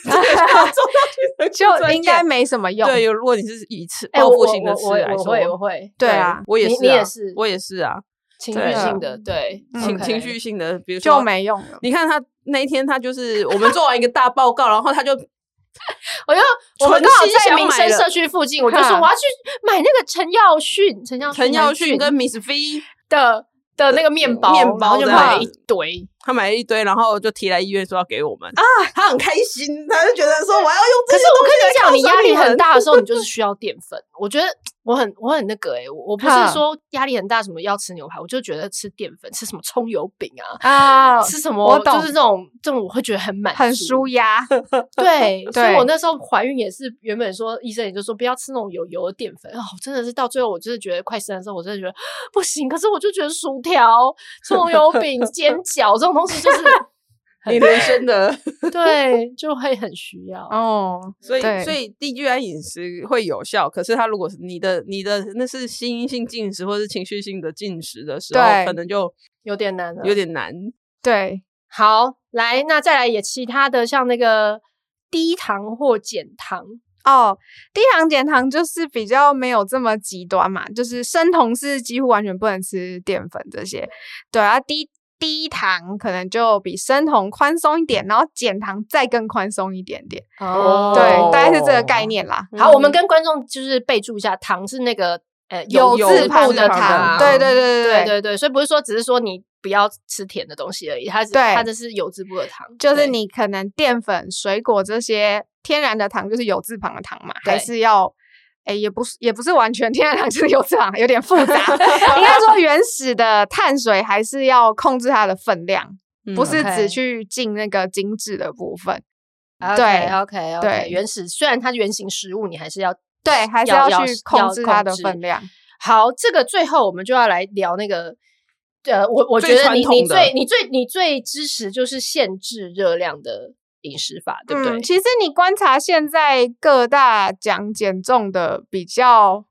[SPEAKER 1] 这个就要做到去
[SPEAKER 3] 就应该没什么用。
[SPEAKER 1] 对。有如果你是以吃
[SPEAKER 2] 诶
[SPEAKER 1] 报
[SPEAKER 2] 哎我
[SPEAKER 1] 复
[SPEAKER 2] 我
[SPEAKER 1] 性的吃
[SPEAKER 2] 我
[SPEAKER 1] 来
[SPEAKER 2] 我我会我
[SPEAKER 1] 说，
[SPEAKER 2] 会
[SPEAKER 3] 对啊，
[SPEAKER 1] 我也
[SPEAKER 2] 你
[SPEAKER 1] 是啊，
[SPEAKER 2] 你也是
[SPEAKER 1] 我也是啊，
[SPEAKER 2] 情
[SPEAKER 1] 对
[SPEAKER 2] 绪性的对
[SPEAKER 3] 嗯
[SPEAKER 1] 情
[SPEAKER 2] OK
[SPEAKER 1] 情绪性的，比如说
[SPEAKER 3] 就没用 了。
[SPEAKER 1] 你看他那一天，他就是我们做完一个大报告，然后 他就
[SPEAKER 2] 我就我们
[SPEAKER 1] 纯
[SPEAKER 2] 刚好
[SPEAKER 1] 西
[SPEAKER 2] 在
[SPEAKER 1] 想
[SPEAKER 2] 民
[SPEAKER 1] 买
[SPEAKER 2] 生
[SPEAKER 1] 了
[SPEAKER 2] 社区附近，我就说
[SPEAKER 3] 哈
[SPEAKER 2] 我要去买那个陈耀迅，陈耀
[SPEAKER 1] 陈耀
[SPEAKER 2] 还是
[SPEAKER 1] 迅跟 Miss V
[SPEAKER 2] 的的那个面包，
[SPEAKER 1] 面
[SPEAKER 2] 然后
[SPEAKER 1] 包
[SPEAKER 2] 就
[SPEAKER 1] 这
[SPEAKER 2] 买了
[SPEAKER 1] 样
[SPEAKER 2] 一堆。
[SPEAKER 1] 他买了一堆，然后就提来医院说要给我们啊，他很开心，他就觉得说我要用这
[SPEAKER 2] 可
[SPEAKER 1] 些
[SPEAKER 2] 是我
[SPEAKER 1] 东
[SPEAKER 2] 跟你
[SPEAKER 1] 西来
[SPEAKER 2] 讲，
[SPEAKER 1] 犒
[SPEAKER 2] 你压
[SPEAKER 1] 赏
[SPEAKER 2] 力
[SPEAKER 1] 们
[SPEAKER 2] 很，大的时候，你就是需要淀粉。我觉得我很我很那个诶、我我不是
[SPEAKER 3] 哈
[SPEAKER 2] 说压力很大什么要吃牛排，我就觉得吃淀粉，吃什么葱油饼啊。
[SPEAKER 3] 啊，
[SPEAKER 2] 吃什
[SPEAKER 3] 我
[SPEAKER 2] 么？
[SPEAKER 3] 懂
[SPEAKER 2] 就是这种这种，我会觉得很满足，
[SPEAKER 3] 很舒 压，
[SPEAKER 2] 对，所以
[SPEAKER 3] 对
[SPEAKER 2] 我那时候怀孕也是，原本说医生也就说不要吃那种有油的淀粉哦，真的是到最后我就是觉得快生的时候，我真的觉得不行。可是我就觉得薯条、葱油饼、煎饺这种东西就是
[SPEAKER 1] 你人生的，
[SPEAKER 2] 对，就会很需要。
[SPEAKER 3] 哦，
[SPEAKER 1] 所以
[SPEAKER 3] 对
[SPEAKER 1] 所以低 g i 饮食会有效，可是他如果是你的你的那是心因性进食或是情绪性的进食的时候
[SPEAKER 3] 对，
[SPEAKER 1] 可能就
[SPEAKER 2] 有点难了
[SPEAKER 1] 有点难。
[SPEAKER 3] 对，
[SPEAKER 2] 好，来，那再来也其他的，像那个低糖或减糖，
[SPEAKER 3] 哦，低糖减糖就是比较没有这么极端嘛，就是生酮是几乎完全不能吃淀粉这些，对啊，低低糖可能就比生酮宽松一点，然后减糖再更宽松一点点，
[SPEAKER 1] 哦
[SPEAKER 3] 对，大概是这个概念啦。
[SPEAKER 2] 好，我们跟观众就是备注一下，糖是那个呃
[SPEAKER 1] 有
[SPEAKER 3] 字
[SPEAKER 1] 字
[SPEAKER 3] 旁
[SPEAKER 2] 旁
[SPEAKER 1] 部
[SPEAKER 2] 的
[SPEAKER 3] 的
[SPEAKER 1] 糖
[SPEAKER 3] 糖，
[SPEAKER 1] 啊
[SPEAKER 3] 对对对
[SPEAKER 2] 对
[SPEAKER 3] 对对，
[SPEAKER 2] 对对，所以不是说只是说你不要吃甜的东西而已，它只
[SPEAKER 3] 对
[SPEAKER 2] 它这是有滋补的糖，
[SPEAKER 3] 就是
[SPEAKER 2] 对
[SPEAKER 3] 你可能淀粉、水果这些天然的糖，就是有字旁的糖嘛，还
[SPEAKER 2] 对
[SPEAKER 3] 是要。哎，也不是，也不是完全天然糖，就是有字旁，有点复 杂。应该说，原始的碳水还是要控制它的分量，
[SPEAKER 1] 嗯
[SPEAKER 3] 不是
[SPEAKER 2] OK
[SPEAKER 3] 只去进那个精致的部分。对
[SPEAKER 2] 对 OK OK，
[SPEAKER 3] 对
[SPEAKER 2] 原始虽然它是原型食物，你还是要
[SPEAKER 3] 对，还是
[SPEAKER 2] 要
[SPEAKER 3] 去控制它的分。
[SPEAKER 2] 要
[SPEAKER 3] 量。
[SPEAKER 2] 好，这个最后我们就要来聊那个。呃，我我觉
[SPEAKER 1] 最
[SPEAKER 2] 得
[SPEAKER 1] 传
[SPEAKER 2] 你你
[SPEAKER 1] 统的
[SPEAKER 2] 最你最你最支持就是限制热量的饮食法，对不对？
[SPEAKER 3] 嗯，其实你观察现在各大讲减重的比较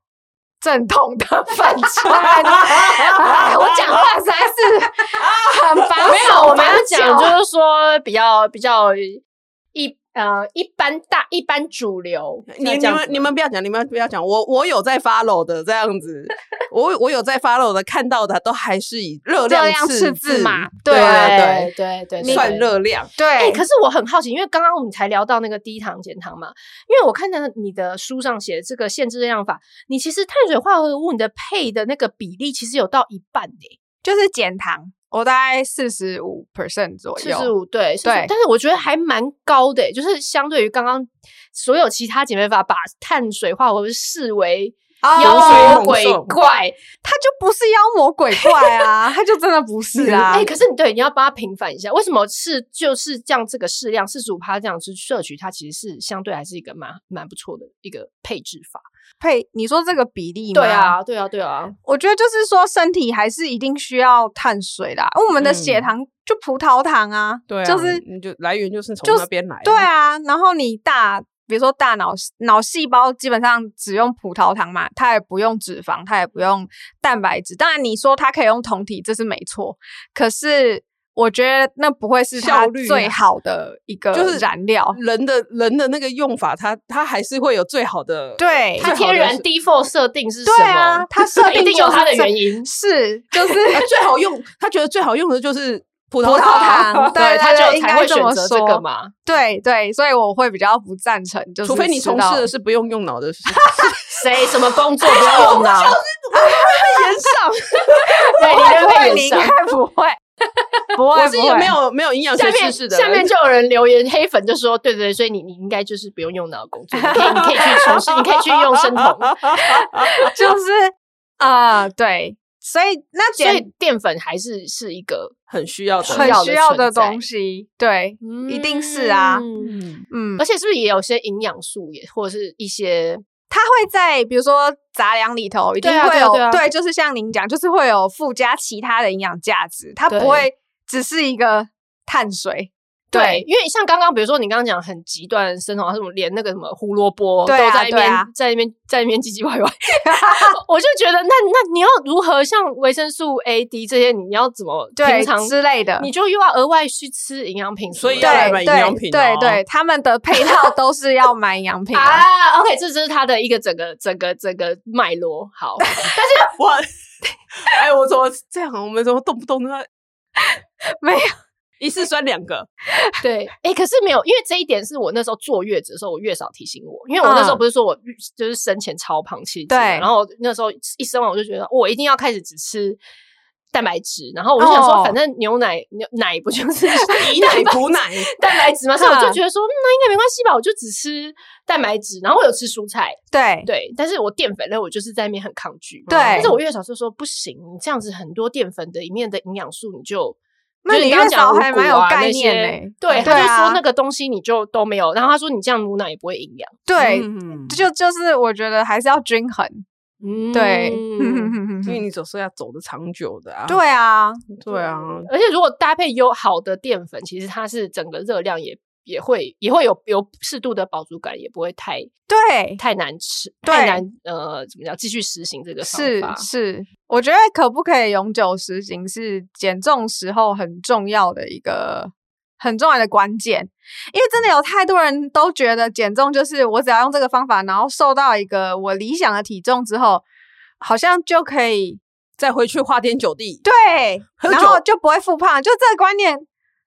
[SPEAKER 3] 正 统的粉川，哎我讲话实在是 很保守。
[SPEAKER 2] 没有，我们要
[SPEAKER 3] 保
[SPEAKER 2] 讲
[SPEAKER 3] 守
[SPEAKER 2] 就是说比较比较一呃一般大一般主流，
[SPEAKER 1] 你
[SPEAKER 2] 要
[SPEAKER 1] 你
[SPEAKER 2] 这样子
[SPEAKER 1] 们
[SPEAKER 2] 吗
[SPEAKER 1] 你们不要讲，你们不要讲，我我有在 follow 的这样子，我我有在 follow 的，看到的都还是以热
[SPEAKER 3] 热量
[SPEAKER 1] 赤
[SPEAKER 3] 赤字嘛
[SPEAKER 1] 对
[SPEAKER 3] 对
[SPEAKER 1] 啊
[SPEAKER 2] 对对对
[SPEAKER 1] 对，算。热量，
[SPEAKER 3] 对，
[SPEAKER 2] 哎、欸可是我很好奇，因为刚刚我们才聊到那个低糖减糖嘛，因为我看到你的书上写的这个限制热量法，你其实碳水化合物你的配的那个比例其实有到一半呢、
[SPEAKER 3] 就是减糖，我大概四十五 percent 左
[SPEAKER 2] 欸，
[SPEAKER 3] 右。
[SPEAKER 2] 四十五对45
[SPEAKER 3] 对
[SPEAKER 2] 但是我觉得还蛮高的欸、就是相对于刚刚所有其他减肥法把碳水化合物视为
[SPEAKER 3] 哦
[SPEAKER 2] 妖魔
[SPEAKER 1] 魔
[SPEAKER 2] 鬼
[SPEAKER 1] 鬼
[SPEAKER 2] 怪，
[SPEAKER 3] 它就不是妖魔鬼怪啊，它就真的不是啊。
[SPEAKER 2] 哎、可是你对你要帮他平反一下，为什么是就是这样这个适量四十五趴这样去摄取，它其实是相对还是一个蛮蛮不错的一个配置法。
[SPEAKER 3] 配你说这个比例吗？
[SPEAKER 2] 对，啊，对啊，对啊，
[SPEAKER 3] 我觉得就是说身体还是一定需要碳水啦，因为我们的血
[SPEAKER 1] 嗯
[SPEAKER 3] 糖就葡萄糖啊，
[SPEAKER 1] 对啊，
[SPEAKER 3] 就是
[SPEAKER 1] 你就来源就是从
[SPEAKER 3] 就是
[SPEAKER 1] 那边来的，
[SPEAKER 3] 对啊，然后你大，比如说大脑脑细胞基本上只用葡萄糖嘛，它也不用脂肪，它也不用蛋白质。当然你说它可以用酮体，这是没错，可是。我觉得那不会是它
[SPEAKER 1] 效率啊
[SPEAKER 3] 最好的一个
[SPEAKER 1] 就是嗯
[SPEAKER 3] 燃料。
[SPEAKER 1] 人的人的那个用法，它它还是会有最好的。
[SPEAKER 3] 对，
[SPEAKER 2] 它天然 default 设定是什么？
[SPEAKER 3] 对啊，它设定
[SPEAKER 2] 一定有它的
[SPEAKER 3] 就是这
[SPEAKER 2] 原因。
[SPEAKER 3] 是就是
[SPEAKER 1] 它最好用，他觉得最好用的就是葡萄
[SPEAKER 3] 葡萄 糖对对
[SPEAKER 2] 它
[SPEAKER 3] 对
[SPEAKER 2] 就
[SPEAKER 3] 应
[SPEAKER 2] 才
[SPEAKER 3] 该
[SPEAKER 2] 会
[SPEAKER 3] 这
[SPEAKER 2] 选
[SPEAKER 3] 么
[SPEAKER 2] 择这
[SPEAKER 3] 说
[SPEAKER 2] 个嘛。
[SPEAKER 3] 对对，所以我会比较不赞成，就是
[SPEAKER 1] 除非你
[SPEAKER 3] 吃
[SPEAKER 1] 从
[SPEAKER 3] 到
[SPEAKER 1] 事的是不用用脑的事情。
[SPEAKER 2] 谁什么 工作不要用脑？
[SPEAKER 1] 延上，
[SPEAKER 2] 对，你
[SPEAKER 3] 不
[SPEAKER 2] 就
[SPEAKER 3] 会，
[SPEAKER 2] 被
[SPEAKER 3] 你应
[SPEAKER 2] 延
[SPEAKER 3] 该
[SPEAKER 2] 上。
[SPEAKER 3] 不 会，不会，
[SPEAKER 1] 我是一
[SPEAKER 3] 不
[SPEAKER 1] 个
[SPEAKER 3] 会
[SPEAKER 1] 没有没有营养
[SPEAKER 2] 下
[SPEAKER 1] 学
[SPEAKER 2] 面
[SPEAKER 1] 知识的
[SPEAKER 2] 下面
[SPEAKER 1] 人。
[SPEAKER 2] 就有人留言，黑粉就说：“对对对，所以你你应该就是不用用脑工作，你可以你可以 去从事，你可以去用生酮。
[SPEAKER 3] 就是啊、对，所以那
[SPEAKER 2] 所以
[SPEAKER 3] 点
[SPEAKER 2] 淀粉还是是一个，
[SPEAKER 1] 很需要的，
[SPEAKER 2] 很需要
[SPEAKER 3] 需要的
[SPEAKER 2] 存在
[SPEAKER 3] 东西，对，一定是啊
[SPEAKER 2] 嗯
[SPEAKER 1] 嗯，
[SPEAKER 3] 嗯，
[SPEAKER 2] 而且是不是也有些营养素也或者是一些
[SPEAKER 3] 它会在比如说杂粮里头一定
[SPEAKER 2] 对啊
[SPEAKER 3] 会
[SPEAKER 2] 对啊
[SPEAKER 3] 有，
[SPEAKER 2] 对啊
[SPEAKER 3] 就是像您讲，就是会有附加其他的营养价值，它
[SPEAKER 2] 对
[SPEAKER 3] 不会只是一个碳水，
[SPEAKER 2] 对，因为像刚刚，比如说你刚刚讲很极端的生酮，什么连那个什么胡萝卜都
[SPEAKER 3] 对啊
[SPEAKER 2] 在那
[SPEAKER 3] 对
[SPEAKER 2] 边、
[SPEAKER 3] 啊
[SPEAKER 2] 在那边 在那边唧唧歪 歪，我就觉得那那你要如何像维生素 A、D 这些，你要怎么
[SPEAKER 3] 对
[SPEAKER 2] 平常
[SPEAKER 3] 之类的，
[SPEAKER 2] 你就又要额外去吃营养品什么
[SPEAKER 1] 所
[SPEAKER 2] 的，
[SPEAKER 1] 以要来买
[SPEAKER 3] 对
[SPEAKER 1] 营养
[SPEAKER 3] 对
[SPEAKER 1] 品
[SPEAKER 3] 对
[SPEAKER 1] 哦
[SPEAKER 3] 对，他们的配套都是要买营养品的、
[SPEAKER 2] 啊，OK，这就是它的一个整个整个整个脉络。好，
[SPEAKER 1] 我哎，我怎么这样啊？我们怎么动不动都要
[SPEAKER 3] 没有
[SPEAKER 1] 一次酸两个？
[SPEAKER 2] 对，哎、可是没有，因为这一点是我那时候坐月子的时候，我月嫂提醒我，因为我那时候
[SPEAKER 3] 嗯
[SPEAKER 2] 不是说我就是生前超胖气质的，
[SPEAKER 3] 对
[SPEAKER 2] 然后那时候一生完我就觉得我一定要开始只吃蛋白质，然后我就想
[SPEAKER 3] 哦
[SPEAKER 2] 说，反正牛奶牛奶不就是
[SPEAKER 1] 以
[SPEAKER 2] 以
[SPEAKER 1] 奶补哎奶，
[SPEAKER 2] 蛋白质嘛，所以我就
[SPEAKER 3] 嗯
[SPEAKER 2] 觉得说、嗯那应该没关系吧，我就只吃蛋白质，然后我有吃蔬菜，
[SPEAKER 3] 对
[SPEAKER 2] 对，但是我淀粉类我就是在那边很抗拒，
[SPEAKER 3] 对
[SPEAKER 1] 哦
[SPEAKER 2] 但是我月嫂就说不行，你这样子很多淀粉的里面的营养素你就。
[SPEAKER 3] 那
[SPEAKER 2] 就是
[SPEAKER 3] 你
[SPEAKER 2] 刚
[SPEAKER 3] 月
[SPEAKER 2] 刚讲
[SPEAKER 3] 嫂
[SPEAKER 2] 五
[SPEAKER 3] 还
[SPEAKER 2] 谷
[SPEAKER 3] 蛮有
[SPEAKER 2] 啊
[SPEAKER 3] 概
[SPEAKER 2] 那
[SPEAKER 3] 念
[SPEAKER 2] 些
[SPEAKER 3] 欸
[SPEAKER 2] 哦对，
[SPEAKER 3] 对
[SPEAKER 2] 他就
[SPEAKER 3] 啊
[SPEAKER 2] 说那个东西你就都没有，然后他说你这样母奶也不会营养，
[SPEAKER 3] 对，
[SPEAKER 1] 嗯
[SPEAKER 3] 就就是我觉得还是要均衡，
[SPEAKER 2] 嗯，
[SPEAKER 3] 对，
[SPEAKER 1] 嗯因为你总是要走的长久的啊。
[SPEAKER 3] 对啊，
[SPEAKER 1] 对啊，
[SPEAKER 2] 而且如果搭配有好的淀粉，其实它是整个热量也也会也会有有适度的饱足感，也不会太
[SPEAKER 3] 对，
[SPEAKER 2] 太难吃，
[SPEAKER 3] 对
[SPEAKER 2] 太难呃怎么讲，继续实行这个方
[SPEAKER 3] 是
[SPEAKER 2] 法
[SPEAKER 3] 是，我觉得可不可以永久实行是减重时候很重要的一个很重要的关键，因为真的有太多人都觉得减重就是我只要用这个方法，然后瘦到一个我理想的体重之后，好像就可以
[SPEAKER 1] 再回去花天酒地，
[SPEAKER 3] 对，
[SPEAKER 1] 喝
[SPEAKER 3] 然后
[SPEAKER 1] 酒
[SPEAKER 3] 就不会复胖，就这个观念